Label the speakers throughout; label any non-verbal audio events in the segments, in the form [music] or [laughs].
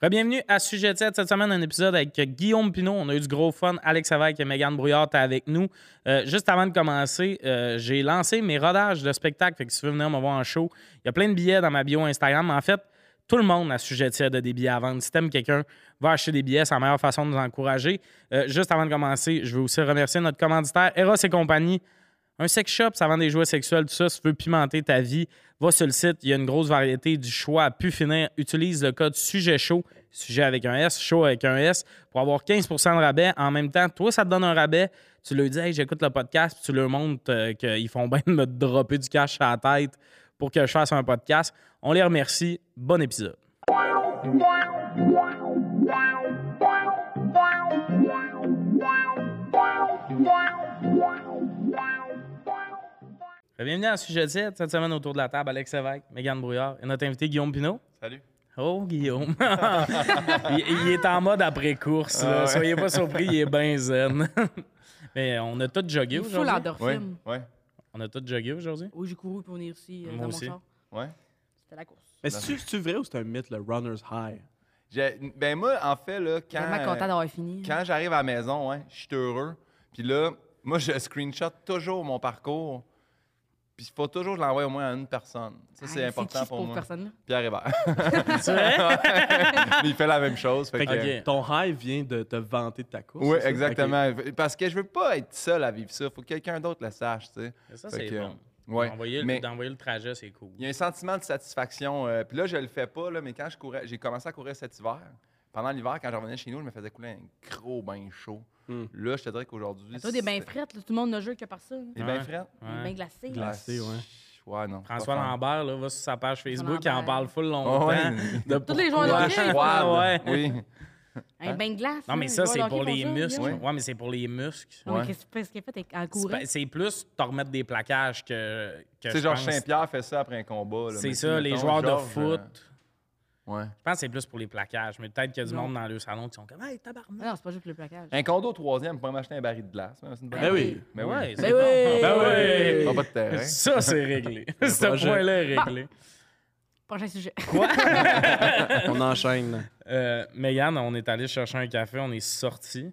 Speaker 1: Bienvenue à Sujet 7. Cette semaine, un épisode avec Guillaume Pinot. On a eu du gros fun. Alex Avec et Megan Brouillard t'es avec nous. Euh, juste avant de commencer, euh, j'ai lancé mes rodages de spectacle. Fait que si tu veux venir me voir en show, il y a plein de billets dans ma bio Instagram. En fait, tout le monde à sujet tiède a des billets à vendre. Si t'aimes quelqu'un, va acheter des billets. C'est la meilleure façon de nous encourager. Euh, juste avant de commencer, je veux aussi remercier notre commanditaire, Eros et compagnie. Un sex shop, ça vend des jouets sexuels, tout ça. Si tu veux pimenter ta vie, va sur le site. Il y a une grosse variété du choix à pu finir. Utilise le code sujet chaud, sujet avec un S, chaud avec un S, pour avoir 15 de rabais. En même temps, toi, ça te donne un rabais. Tu leur dis, hey, j'écoute le podcast, puis tu leur montres euh, qu'ils font bien de me dropper du cash à la tête pour que je fasse un podcast. On les remercie. Bon épisode. Bienvenue à Sujet 7. Cette semaine, autour de la table, Alex Lévesque, Mégane Brouillard et notre invité Guillaume Pinault.
Speaker 2: Salut.
Speaker 1: Oh, Guillaume. [laughs] il, il est en mode après-course. là.
Speaker 2: Ah ouais.
Speaker 1: Soyez pas surpris, il est bien zen. [laughs] Mais on a tout jogué
Speaker 3: Il faut
Speaker 1: aujourd'hui.
Speaker 2: Ouais,
Speaker 3: l'endorphine.
Speaker 2: ouais,
Speaker 1: On a tout jogué aujourd'hui.
Speaker 3: Où j'ai couru pour venir ici euh,
Speaker 1: Moi
Speaker 3: dans
Speaker 1: aussi.
Speaker 3: mon char.
Speaker 2: ouais.
Speaker 3: C'était la course.
Speaker 4: Mais c'est-tu c'est-tu vrai ou c'est un mythe, le runner's high?
Speaker 2: J'ai- Ben moi, en fait, là,
Speaker 3: Je suis tellement
Speaker 2: quand,
Speaker 3: content d'avoir fini.
Speaker 2: quand j'arrive à la maison, ouais, je suis heureux. Puis là, moi, je screenshot toujours mon parcours. Puis il faut toujours que je l'envoie au moins à une personne. Ça,
Speaker 3: Ah,
Speaker 2: c'est
Speaker 3: mais
Speaker 2: important
Speaker 3: qui, ce
Speaker 2: pour
Speaker 3: pauvre
Speaker 2: moi.
Speaker 3: personne-là?
Speaker 2: Pierre Hébert.
Speaker 3: [laughs]
Speaker 2: [laughs]
Speaker 1: C'est vrai?
Speaker 2: il fait la même chose. Fait
Speaker 4: Fait
Speaker 2: que-
Speaker 4: que ton high vient de te vanter de ta course.
Speaker 2: Oui,
Speaker 4: c'est ça?
Speaker 2: exactement. Parce que je veux pas être seul à vivre ça. faut que quelqu'un d'autre le sache, tu sais.
Speaker 1: [laughs] Ça,
Speaker 2: Fait
Speaker 1: c'est
Speaker 2: que,
Speaker 1: bon.
Speaker 2: ouais.
Speaker 1: D'envoyer le-
Speaker 2: Mais-
Speaker 1: D'envoyer le trajet, c'est cool.
Speaker 2: Il y a un sentiment de satisfaction. euh, puis là, je le fais pas, là, mais quand je courais, j'ai commencé à courir cet hiver. Pendant l'hiver, quand je revenais chez nous, je me faisais couler un gros bain chaud.
Speaker 1: Hmm.
Speaker 4: Mm.
Speaker 2: Là, je te dirais qu'aujourd'hui.
Speaker 3: Toi, des bains
Speaker 2: c'était-
Speaker 3: frettes, là, tout le monde ne joue que par ça. là.
Speaker 2: Des
Speaker 1: Ouais.
Speaker 2: bains frais?
Speaker 1: Ouais.
Speaker 3: Des bains glacés.
Speaker 4: Gla- Glacés, ouais.
Speaker 2: Ouais, non.
Speaker 1: François
Speaker 2: pas fan.
Speaker 1: Lambert là, va sur sa page Facebook il en
Speaker 3: Lambert.
Speaker 1: parle full longtemps.
Speaker 2: Oh, ouais.
Speaker 1: de
Speaker 3: Tous les
Speaker 1: pourquoi-
Speaker 3: joueurs de hockey.
Speaker 1: Ouais,
Speaker 2: Froide.
Speaker 1: ouais.
Speaker 2: Oui.
Speaker 3: Un bain de glace.
Speaker 1: Non,
Speaker 3: là,
Speaker 1: mais
Speaker 3: les
Speaker 1: ça,
Speaker 3: joueurs
Speaker 1: c'est
Speaker 3: de
Speaker 1: pour
Speaker 3: hockey
Speaker 1: les
Speaker 3: font ça,
Speaker 1: muscles.
Speaker 3: là.
Speaker 2: Ouais.
Speaker 1: Ouais, mais c'est pour les muscles.
Speaker 3: Non, mais
Speaker 2: Ouais.
Speaker 3: qu'est-ce qu'est-ce qu'il a fait avec- en
Speaker 1: C'est
Speaker 3: courant?
Speaker 1: pas- C'est plus te remettre des plaquages que. que
Speaker 2: Tu
Speaker 1: je
Speaker 2: sais, Georges
Speaker 1: pense.
Speaker 2: Saint-Pierre fait ça après un combat. là,
Speaker 1: C'est
Speaker 2: mais
Speaker 1: ça,
Speaker 2: si,
Speaker 1: les
Speaker 2: mettons,
Speaker 1: joueurs de
Speaker 2: Georges, euh,
Speaker 1: foot.
Speaker 2: ouais.
Speaker 1: Je pense que c'est plus pour les plaquages, mais peut-être qu'il y a du
Speaker 3: Non.
Speaker 1: monde dans le salon qui sont comme Hey,
Speaker 3: Ah
Speaker 1: tabarnak!
Speaker 3: Non, c'est pas juste le plaquage.
Speaker 1: Ben
Speaker 2: Un condo au troisième, pour m'acheter un baril de glace. hein, c'est une bonne
Speaker 4: Ben
Speaker 2: idée.
Speaker 4: oui.
Speaker 2: Mais oui.
Speaker 1: c'est
Speaker 3: Ben
Speaker 1: bon. Ben
Speaker 3: oui!
Speaker 4: Ben
Speaker 1: oui!
Speaker 2: Pas de terrain.
Speaker 1: Ça, c'est
Speaker 2: [laughs]
Speaker 1: réglé. Ce
Speaker 4: projet.
Speaker 1: point-là est réglé.
Speaker 3: Prochain sujet.
Speaker 4: On enchaîne.
Speaker 1: Euh, Mégane, on est allé chercher un café, on est sorti.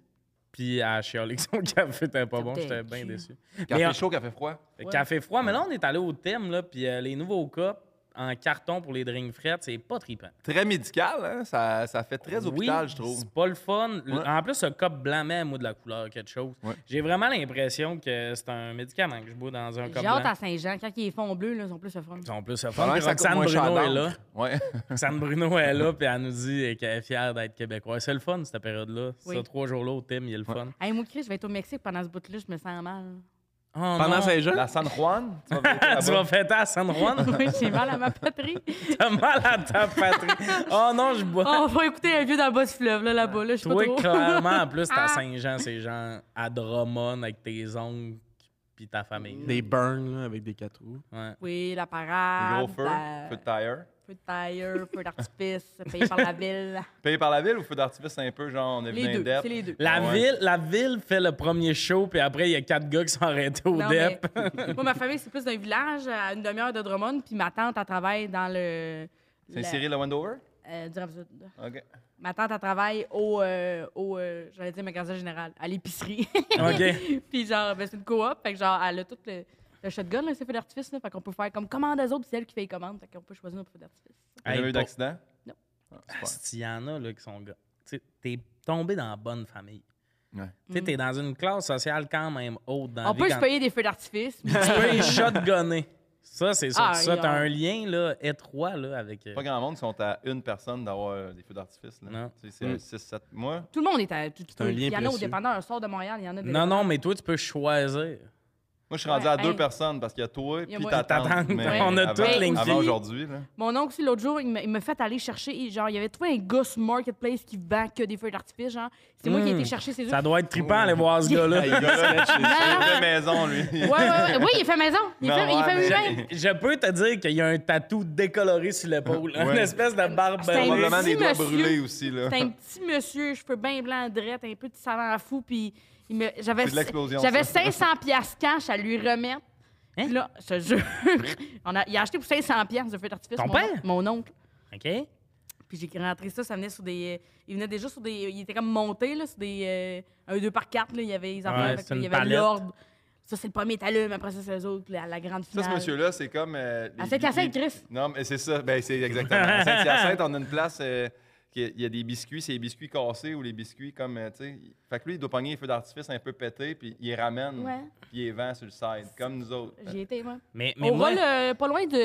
Speaker 1: Puis à chialer que son [laughs] café était pas bon,
Speaker 3: C'était
Speaker 1: j'étais bien
Speaker 3: cute.
Speaker 1: déçu. Mais en-
Speaker 2: Café chaud, café froid.
Speaker 1: Le Café froid, mais là, on est allé au thème, là, puis euh, les nouveaux cups en carton pour les drinks frettes, c'est pas trippant.
Speaker 2: Très médical, hein? ça, ça fait très hôpital,
Speaker 1: oui,
Speaker 2: je trouve.
Speaker 1: C'est pas le fun. Le-
Speaker 2: Ouais.
Speaker 1: En plus, ce cop blanc même, ou de la couleur, quelque chose.
Speaker 2: Ouais.
Speaker 1: J'ai vraiment l'impression que c'est un médicament que je bois dans un cop
Speaker 3: J'ai hâte
Speaker 1: blanc.
Speaker 3: à Saint-Jean. Quand ils font bleu, là, ils sont plus le fun.
Speaker 1: Ils sont plus le
Speaker 2: Ça a
Speaker 1: fun.
Speaker 2: l'air
Speaker 1: Puis
Speaker 2: que ça coûte
Speaker 1: Roxane
Speaker 2: moins cher
Speaker 1: Bruno est là.
Speaker 2: d'encre. Ouais.
Speaker 1: [laughs] Roxane Bruno est là, puis elle nous dit euh, qu'elle est fière d'être québécoise. C'est le fun, cette période-là.
Speaker 3: Oui.
Speaker 1: Ça, trois jours-là, au thème, il est le fun.
Speaker 3: Hey, moi, Chris, je vais être au Mexique pendant ce bout-là, je me sens mal. [laughs]
Speaker 1: Oh,
Speaker 4: Pendant
Speaker 1: non.
Speaker 4: Saint-Jean?
Speaker 2: La San Juan, tu vas visiter
Speaker 1: [laughs] Tu
Speaker 2: là-bas.
Speaker 1: vas fêter à San Juan?
Speaker 4: [laughs]
Speaker 3: Oui, j'ai mal à
Speaker 1: [laughs]
Speaker 3: ma patrie.
Speaker 1: T'as mal à ta patrie. Oh non, je bois.
Speaker 3: Oh, on va écouter un vieux dans le bas du fleuve, là, là-bas, là. Je sais pas
Speaker 1: Toi,
Speaker 3: trop. Ah.
Speaker 1: clairement, en plus, t'es à Saint-Jean, c'est genre à Drummond avec tes oncles puis ta famille.
Speaker 4: Des burns là, avec des quatre roues.
Speaker 1: Ouais.
Speaker 3: Oui, la
Speaker 2: Gros
Speaker 3: parade.
Speaker 2: feu,
Speaker 3: la-
Speaker 2: feu de tire.
Speaker 3: Feu de tailleur, feu d'artifice, [laughs] payé par la ville.
Speaker 2: Payé par la ville ou feu d'artifice, c'est un peu genre on est
Speaker 3: Les
Speaker 2: venu en
Speaker 3: deux,
Speaker 2: dette.
Speaker 3: c'est les deux.
Speaker 4: Ah
Speaker 1: La,
Speaker 2: Ouais.
Speaker 1: ville, la ville fait le premier show, puis après, il y a quatre gars qui sont arrêtés au E
Speaker 3: Non,
Speaker 1: DEP.
Speaker 3: mais- moi, ma famille, c'est plus d'un village à une demi-heure de Drummond, puis ma tante, elle travaille dans le.
Speaker 2: C'est Cyril à Wendover?
Speaker 3: la- euh, du Rhapsode.
Speaker 2: OK.
Speaker 3: Ma tante, elle travaille au. euh, au euh, J'allais dire magasin général, à l'épicerie. [laughs]
Speaker 1: [laughs] OK.
Speaker 3: puis genre, ben, c'est une coop, fait que genre, elle a tout le. Le shotgun, là, c'est feu d'artifice, là, fait qu'on peut faire comme commande aux autres, puis c'est elle qui fait les commandes, fait qu'on peut choisir notre feu d'artifice.
Speaker 2: Vous
Speaker 1: Hey,
Speaker 2: avez eu
Speaker 1: pour-
Speaker 2: d'accident?
Speaker 3: Non.
Speaker 2: Ah, super.
Speaker 1: Asti, y en a là, qui sont gars. Tu sais, T'es tombé dans la bonne famille.
Speaker 2: Ouais.
Speaker 1: Tu sais, T'es dans une classe sociale quand même haute dans la
Speaker 3: On
Speaker 1: vie
Speaker 3: peut se
Speaker 1: quand-
Speaker 3: payer des feux d'artifice,
Speaker 2: [laughs]
Speaker 3: mais
Speaker 1: Tu peux y shotgunner. Ça, c'est sûr.
Speaker 3: Ah,
Speaker 1: ça,
Speaker 3: oui,
Speaker 1: t'as
Speaker 3: ah.
Speaker 1: un lien là, étroit là, avec. euh,
Speaker 2: Pas grand monde qui sont à une personne d'avoir euh, des feux d'artifice. là.
Speaker 1: Non. Mm.
Speaker 2: Tu sais, C'est un 6, 7. Moi,
Speaker 3: tout le monde est à. tout- tout-
Speaker 4: un lien
Speaker 3: Il y en a au
Speaker 4: précieux.
Speaker 3: dépendant, un sort de Montréal, il y en a des.
Speaker 1: Non, non, mais toi, tu peux choisir.
Speaker 2: moi, je suis rendu
Speaker 3: Ouais,
Speaker 2: à deux
Speaker 3: hey.
Speaker 2: personnes parce qu'il y a toi et
Speaker 3: y
Speaker 2: puis
Speaker 3: a moi.
Speaker 2: ta tante.
Speaker 1: T'attends.
Speaker 2: mais
Speaker 1: On a
Speaker 2: avant-
Speaker 1: toutes
Speaker 3: les
Speaker 2: Avant
Speaker 3: filles.
Speaker 2: aujourd'hui, là.
Speaker 3: Mon oncle, aussi, l'autre jour, il me, il me fait aller chercher. il- genre, il avait trouvé un gars sur marketplace qui vend que des feux d'artifice. Genre, c'est moi qui ai
Speaker 1: Hmm.
Speaker 3: été chercher ses œufs.
Speaker 1: Ça doit être trippant aller voir ce
Speaker 2: [laughs]
Speaker 1: gars-là.
Speaker 4: Hey, gars, c'est-
Speaker 2: Il est
Speaker 3: [laughs]
Speaker 2: de maison, lui.
Speaker 3: Ouais, ouais, ouais. Oui, il fait maison. Il
Speaker 2: Non,
Speaker 3: fait, il
Speaker 2: ouais,
Speaker 3: fait
Speaker 2: mais-
Speaker 3: lui-même.
Speaker 1: Je peux te dire qu'il y a un tatou décoloré sur l'épaule, une
Speaker 2: Ouais.
Speaker 1: espèce de barbe.
Speaker 3: C'est un
Speaker 1: bleue.
Speaker 2: Probablement des doigts
Speaker 3: monsieur.
Speaker 2: brûlés aussi, là.
Speaker 3: C'est un petit monsieur, cheveux bien blancs, drettes, un peu de savant à fou. Puis il me- j'avais,
Speaker 2: C'est de l'explosion,
Speaker 3: j'avais
Speaker 2: ça. [laughs] Hein?
Speaker 3: 500 piastres cash à lui remettre. Puis là, je te [laughs] jure, on a, il a acheté pour 500 piastres de feu d'artifice.
Speaker 1: Ton
Speaker 3: mon,
Speaker 1: père?
Speaker 3: Mon oncle.
Speaker 1: OK?
Speaker 3: Puis j'ai rentré ça, ça venait sur des. euh, il venait déjà sur des. Il était comme monté, là, sur des. euh, un 2 par 4 là. Il y avait les
Speaker 1: Ouais,
Speaker 3: affaires. fait
Speaker 1: c'est
Speaker 3: que il
Speaker 1: une
Speaker 3: y avait
Speaker 1: palette.
Speaker 3: l'ordre. Ça, c'est le premier t'allumes, après ça, c'est les autres, la, la grande
Speaker 2: Ça,
Speaker 3: finale.
Speaker 2: ce monsieur-là, c'est comme. euh, les-
Speaker 3: Elle fait de la fête,
Speaker 2: les-
Speaker 3: Chris.
Speaker 2: Non, mais c'est ça. Ben, c'est exactement. À Saint-Hyacinthe, on a une place. euh, qui- il y a des biscuits, c'est les biscuits cassés ou les biscuits comme, euh, tu sais. Fait que lui, il doit pogner les feux d'artifice un peu pétés, puis il les ramène,
Speaker 3: Ouais.
Speaker 2: puis il les vend sur le side, comme nous autres.
Speaker 3: J'y étais, moi.
Speaker 1: Mais, mais
Speaker 3: On
Speaker 1: moi,
Speaker 3: vole euh, pas loin de.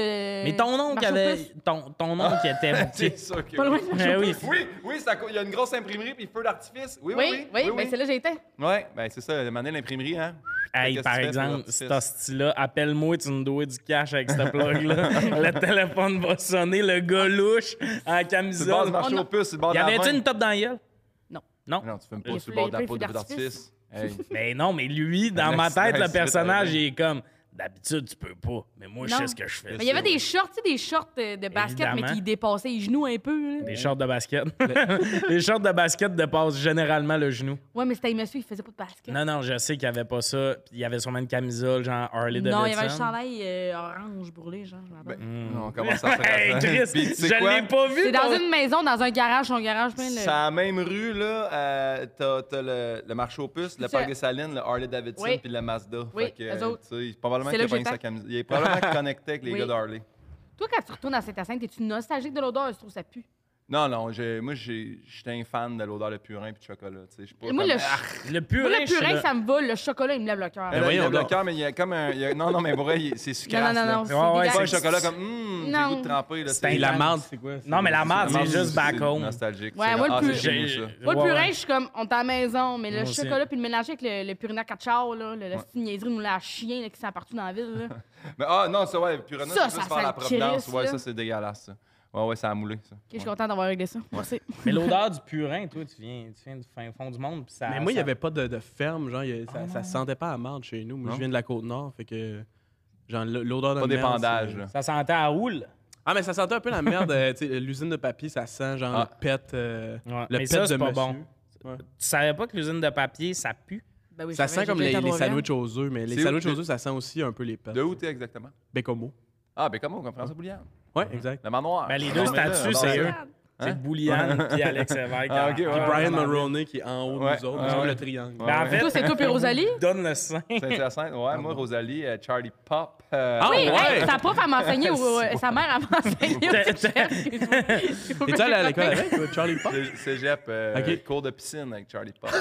Speaker 1: mais ton oncle
Speaker 3: Marche aux
Speaker 1: avait.
Speaker 3: puces.
Speaker 1: Ton, ton oncle était
Speaker 2: [laughs]
Speaker 1: bouqué.
Speaker 2: C'est sûr que
Speaker 3: Pas loin
Speaker 2: oui.
Speaker 3: de.
Speaker 1: Ben oui.
Speaker 2: Oui, oui, c'est à cause- il y a une grosse imprimerie, puis feu d'artifice. Oui, oui,
Speaker 3: Oui, oui, ben c'est là que j'étais.
Speaker 2: Ouais, ben c'est ça, le mané l'imprimerie, hein?
Speaker 1: Hey,
Speaker 2: Qu'est-ce
Speaker 1: par
Speaker 2: que tu fais,
Speaker 1: exemple,
Speaker 2: feu
Speaker 1: cet
Speaker 2: d'artifice?
Speaker 1: hostie-là, appelle-moi, tu me dois du cash avec cette plug-là. [laughs] le téléphone va sonner, le gars louche en
Speaker 2: Sur le bord du
Speaker 1: camisole.
Speaker 2: marché
Speaker 3: On a-
Speaker 2: aux puces, sur le bord
Speaker 1: Y
Speaker 2: de la
Speaker 1: avait-tu
Speaker 2: main.
Speaker 1: une top dans la gueule?
Speaker 3: Non.
Speaker 1: Non.
Speaker 2: Non, tu fumes
Speaker 3: Il
Speaker 2: pas
Speaker 3: a
Speaker 2: sur le
Speaker 3: fait
Speaker 2: bord de la
Speaker 3: le
Speaker 2: peau de
Speaker 3: feu
Speaker 2: feu d'artifice. Hey.
Speaker 1: Mais non, mais lui, dans
Speaker 2: Un
Speaker 1: ma
Speaker 2: accident,
Speaker 1: tête,
Speaker 2: un
Speaker 1: le
Speaker 2: accident
Speaker 1: personnage,
Speaker 2: arrivé.
Speaker 1: il est comme d'habitude, tu peux pas. Mais moi, je
Speaker 3: Non.
Speaker 1: sais ce que je fais.
Speaker 3: Mais il y avait des shorts, tu sais, des shorts euh, de basket,
Speaker 1: Évidemment.
Speaker 3: mais qui dépassaient les genoux un peu. là.
Speaker 1: Des shorts de
Speaker 2: [laughs]
Speaker 1: basket. les shorts de basket dépassent généralement le genou.
Speaker 3: Ouais, mais c'était un monsieur, il faisait pas de basket.
Speaker 1: Non, non, je sais qu'il y avait pas ça. Puis Il y avait sûrement une camisole, genre Harley Davidson.
Speaker 3: Non, il y avait un chandail euh, orange brûlé, genre, je m'en rappelle.
Speaker 2: Ben, Non, on commence à se
Speaker 1: Mm. Hey,
Speaker 2: [laughs]
Speaker 1: Chris,
Speaker 2: Puis, tu sais
Speaker 1: je
Speaker 2: quoi?
Speaker 1: l'ai pas vu.
Speaker 3: C'est dans
Speaker 1: ton-
Speaker 3: une maison, dans un garage, son garage plein
Speaker 2: C'est
Speaker 3: de.
Speaker 2: la même rue, là, euh, t'as, t'as le, le marché aux puces, le
Speaker 3: Ça.
Speaker 2: parc des Salines, le Harley Davidson,
Speaker 3: Oui.
Speaker 2: puis le Mazda.
Speaker 3: Oui,
Speaker 2: Fait que,
Speaker 3: eux autres.
Speaker 2: tu sais, probablement
Speaker 3: C'est
Speaker 2: qu'il
Speaker 3: là
Speaker 2: a
Speaker 3: que
Speaker 2: pogné
Speaker 3: j'étais.
Speaker 2: sa camisole. Il est probablement connecté avec les
Speaker 3: Oui.
Speaker 2: gars d'Harley.
Speaker 3: Toi, quand tu retournes à Saint-Hyacinthe, es-tu nostalgique de l'odeur? Je trouve ça pue.
Speaker 2: Non, non, j'ai- moi, j'ai- j'étais un fan de l'odeur de purin puis de chocolat. tu sais, je suis pas
Speaker 3: Et moi,
Speaker 2: comme-
Speaker 3: le,
Speaker 2: Ah,
Speaker 3: ch-
Speaker 1: Le
Speaker 3: moi,
Speaker 1: purin,
Speaker 3: le
Speaker 1: je suis
Speaker 3: purin,
Speaker 1: là.
Speaker 3: ça me vole. Le chocolat, il me lève le cœur.
Speaker 2: il y a
Speaker 4: voyons
Speaker 2: le
Speaker 4: donc.
Speaker 2: cœur, mais il y a comme un. il y a- Non, non, mais pour vrai, il- c'est sucré.
Speaker 3: Non, non, non, non.
Speaker 2: C'est
Speaker 1: Ouais,
Speaker 3: c'est
Speaker 1: ouais,
Speaker 2: pas un
Speaker 3: dégueulasse.
Speaker 2: chocolat comme. Hum,
Speaker 3: Non.
Speaker 2: j'ai goût de tremper. Là,
Speaker 1: un
Speaker 4: Et la
Speaker 1: Relax.
Speaker 4: marde, c'est quoi?
Speaker 1: Non, mais la marde,
Speaker 2: marde,
Speaker 1: c'est juste back home.
Speaker 2: nostalgique.
Speaker 3: Ouais,
Speaker 2: C'est
Speaker 3: moi,
Speaker 2: le-
Speaker 3: le
Speaker 2: ah,
Speaker 3: plus-
Speaker 2: c'est chez
Speaker 1: J'ai-
Speaker 2: nous, ça.
Speaker 3: Moi, le
Speaker 1: Ouais,
Speaker 3: purin,
Speaker 1: ouais.
Speaker 3: je suis comme, on est à la maison, mais le
Speaker 1: Moi aussi.
Speaker 3: chocolat puis le mélanger avec le, le purina cachao, là, le, le petite niaiserie de moulin à chien là, qui sent partout dans la ville. là.
Speaker 2: Mais ah non, ça ouais, Purana,
Speaker 3: Ça,
Speaker 2: c'est juste
Speaker 3: ça
Speaker 2: faire la
Speaker 3: sent le
Speaker 2: provenance.
Speaker 3: Christ,
Speaker 2: Ouais,
Speaker 3: là.
Speaker 2: ça c'est dégueulasse. Ça. Ouais, ouais, ça a moulé. Ça.
Speaker 3: Ok, je suis contente d'avoir réglé ça. Merci.
Speaker 1: Mais l'odeur du purin, toi, tu viens, tu viens du fin fond du monde. Puis ça,
Speaker 4: Mais moi, il n'y
Speaker 1: ça- Ah,
Speaker 4: avait pas de, de ferme, genre, il y a- ça, ça sentait pas à marde chez nous. Moi,
Speaker 2: Non?
Speaker 4: je viens de la Côte-Nord, fait que, genre, l- l'odeur de
Speaker 2: Pas
Speaker 4: merde,
Speaker 2: d'épandage,
Speaker 4: c'est-
Speaker 2: là.
Speaker 1: Ça sentait à houle.
Speaker 4: Ah, mais ça sentait un peu la merde, euh, tu sais, l'usine de papier, ça sent, genre,
Speaker 2: Ah.
Speaker 4: le pet, euh,
Speaker 1: Ouais, mais
Speaker 4: le pet
Speaker 1: ça,
Speaker 4: de
Speaker 1: c'est pas
Speaker 4: monsieur.
Speaker 1: bon.
Speaker 4: Ouais.
Speaker 1: Tu savais pas que l'usine de papier, ça pue?
Speaker 3: Ben oui,
Speaker 4: Ça
Speaker 3: je savais,
Speaker 4: sent comme
Speaker 3: j'ai
Speaker 4: les,
Speaker 3: déjà été
Speaker 4: les
Speaker 3: à Trois-Rivières.
Speaker 4: sandwichs aux œufs, mais les
Speaker 2: C'est où-
Speaker 4: sandwichs aux œufs, ça sent aussi un peu les pets.
Speaker 2: De où t'es exactement?
Speaker 4: Bécomo.
Speaker 2: Ah, ben comment, on comprend ça, Bouliane?
Speaker 1: Mhm.
Speaker 4: Ouais, exact.
Speaker 2: La manoir. Ah,
Speaker 1: Ben, les deux statues, c'est eux. C'est Bouliane puis Alex Lévesque.
Speaker 2: Ah, ok,
Speaker 1: en-
Speaker 2: ouais,
Speaker 4: Puis
Speaker 1: en-
Speaker 4: Brian
Speaker 1: en-
Speaker 4: Mulroney qui est en haut
Speaker 2: Ouais,
Speaker 4: de nous autres,
Speaker 2: ouais,
Speaker 4: genre
Speaker 2: ouais.
Speaker 4: le triangle.
Speaker 1: Ben, en
Speaker 2: Ouais.
Speaker 1: fait,
Speaker 3: Toi, c'est toi et Rosalie?
Speaker 1: donne le sein.
Speaker 2: Saint-Hyacinthe, ouais, moi, Rosalie, euh, Charlie Pop. euh,
Speaker 4: Ah
Speaker 3: Oui, hey,
Speaker 4: ouais!
Speaker 3: sa prof, elle m'a enseigné, au- euh, sa mère, elle m'a enseigné. au
Speaker 1: T'as-
Speaker 3: cégep. [laughs] Excuse-moi.
Speaker 4: T'es-tu allé à l'école avec, toi, Charlie Pop?
Speaker 2: cé- Cégep, euh,
Speaker 4: Ok.
Speaker 2: cours de piscine avec Charlie Pop.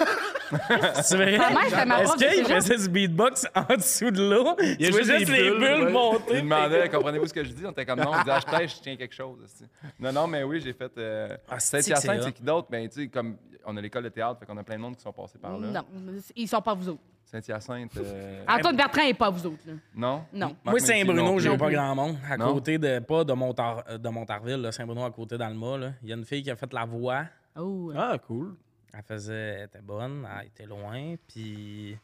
Speaker 1: C'est vrai?
Speaker 3: Sa mère, c'était ma
Speaker 1: Est-ce
Speaker 3: prof de
Speaker 1: qu'il
Speaker 3: cégep.
Speaker 1: faisait du beatbox [laughs] en dessous de l'eau?
Speaker 4: y a
Speaker 1: Tu vois
Speaker 4: juste
Speaker 1: juste
Speaker 4: des
Speaker 1: les
Speaker 4: bulles,
Speaker 1: bulles
Speaker 4: ouais.
Speaker 2: Il
Speaker 1: monter.
Speaker 2: demandait, comprenez-vous ce que je dis? On était comme non, on disait, ah, je tèche, je tiens quelque chose. esti. Non, non, mais oui, j'ai fait. Euh,
Speaker 1: Ah, c'est-tu que c'est
Speaker 2: Saint-Hyacinthe,
Speaker 1: hot.
Speaker 2: c'est qui d'autre? Ben, tu sais, comme on a l'école de théâtre, fait qu'on a plein de monde qui sont passés par là.
Speaker 3: Non, ils sont pas vous autres.
Speaker 2: Saint-Hyacinthe. euh,
Speaker 3: Antoine Bertrand est pas vous autres. Là.
Speaker 2: Non?
Speaker 3: Non.
Speaker 1: Moi,
Speaker 2: Marc Messier non
Speaker 1: Saint-Bruno,
Speaker 2: plus.
Speaker 1: j'ai
Speaker 3: Non
Speaker 1: pas
Speaker 3: plus.
Speaker 1: grand monde. À
Speaker 2: Non.
Speaker 1: côté de. Pas de, Montar- euh, de Montarville, là, Saint-Bruno, à côté dans le mât. là. Il y a une fille qui a fait la voix.
Speaker 3: Oh, euh,
Speaker 4: Ah, cool.
Speaker 1: Elle faisait. Elle était bonne,
Speaker 2: Mm.
Speaker 1: elle était loin, puis.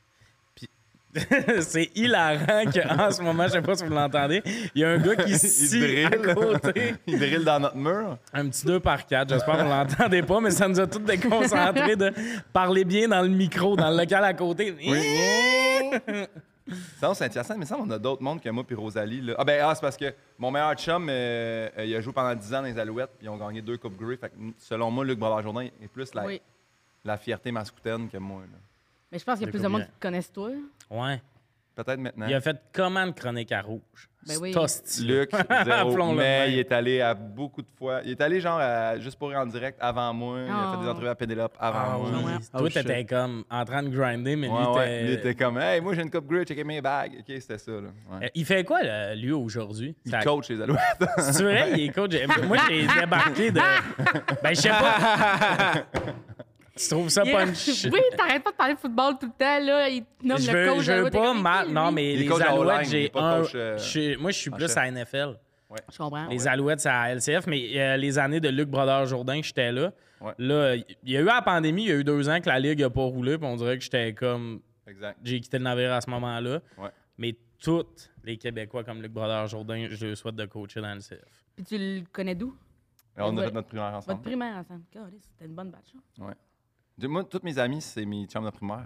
Speaker 1: puis- [laughs] c'est hilarant qu'en ce moment, je sais pas si vous l'entendez, il y a un gars
Speaker 2: [laughs]
Speaker 1: qui se scie à
Speaker 2: drille.
Speaker 1: côté.
Speaker 2: Il drille dans notre mur.
Speaker 1: Un petit 2 par 4, j'espère que vous l'entendez pas, mais ça nous a tous déconcentrés de parler bien dans le micro, dans le local à côté.
Speaker 2: Non, Saint-Hyacinthe, mais ça, on a d'autres mondes que moi puis Rosalie. Là. Ah ben, ah, c'est parce que mon meilleur chum, euh, euh, il a joué pendant 10 ans dans les Alouettes, puis ils ont gagné deux Coupes Grey. Fait que, selon moi, Luc Bravard-Jourdain est plus la,
Speaker 3: oui.
Speaker 2: la fierté mascoutaine que moi. là.
Speaker 3: Mais je pense qu'il y a
Speaker 1: Le
Speaker 3: plus de monde
Speaker 1: combien?
Speaker 3: qui te connaissent toi.
Speaker 1: Ouais.
Speaker 2: Peut-être maintenant.
Speaker 1: Il a fait comment de chronique à rouge?
Speaker 3: Ben oui.
Speaker 1: Tosti. [laughs]
Speaker 2: Luc, zéro,
Speaker 1: Appelons-le même.
Speaker 2: mais il est allé à beaucoup de fois. Il est allé genre à Juste pour rire en direct avant moi. Il a fait
Speaker 3: Oh.
Speaker 2: des entrevues à Pénélope avant
Speaker 1: Ah
Speaker 2: moi.
Speaker 1: oui.
Speaker 3: Ouais.
Speaker 1: Toi,
Speaker 4: Oh, shit.
Speaker 1: t'étais comme en train de grinder, mais
Speaker 2: Ouais,
Speaker 1: lui,
Speaker 2: ouais. Lui, il
Speaker 1: t'es-
Speaker 2: était comme, hey, moi j'ai une Coupe Grey, checker mes bagues. Ok, c'était ça. Là. Ouais.
Speaker 1: Euh, Il fait quoi, là, lui, aujourd'hui?
Speaker 2: Il
Speaker 1: Ça-
Speaker 2: coach les Alouettes. [laughs]
Speaker 1: C'est vrai, il est coach.
Speaker 3: [laughs]
Speaker 1: Moi, j'ai débarqué de. Ben, je sais pas.
Speaker 3: [laughs]
Speaker 1: tu trouves ça punch?
Speaker 3: Oui, t'arrêtes pas de parler de football tout le temps. Là. Il te nomme
Speaker 1: je
Speaker 3: le
Speaker 1: veux,
Speaker 3: coach.
Speaker 1: je
Speaker 3: là,
Speaker 1: veux
Speaker 3: t'es
Speaker 1: pas
Speaker 3: comme,
Speaker 1: mal.
Speaker 3: lui.
Speaker 1: Non, mais
Speaker 2: Il est
Speaker 1: les
Speaker 2: coach en
Speaker 1: Alouettes,
Speaker 2: O-line, il est
Speaker 1: j'ai
Speaker 2: pas
Speaker 1: un.
Speaker 2: coach, euh,
Speaker 1: je suis- moi, je suis plus
Speaker 2: chef. Ah
Speaker 1: à NFL.
Speaker 3: Je comprends.
Speaker 1: Les Alouettes, c'est à LCF, mais euh, les années de Luc Brodeur-Jourdain, j'étais là.
Speaker 2: Ouais.
Speaker 1: Là, il y a eu la pandémie, il y a eu deux ans que la Ligue a pas roulé, puis on dirait que j'étais comme.
Speaker 2: Exact.
Speaker 1: J'ai quitté le navire à ce moment-là.
Speaker 2: Ouais.
Speaker 1: Mais tous les Québécois comme Luc Brodeur-Jourdain, je le souhaite de coacher dans le CF.
Speaker 3: Puis tu le connais d'où?
Speaker 2: Et on a
Speaker 3: Ouais.
Speaker 2: fait notre primaire ensemble.
Speaker 3: Votre primaire ensemble. Calais, C'était une bonne batch. hein.
Speaker 2: De- Moi, tous mes amis, c'est mes chums de primaire.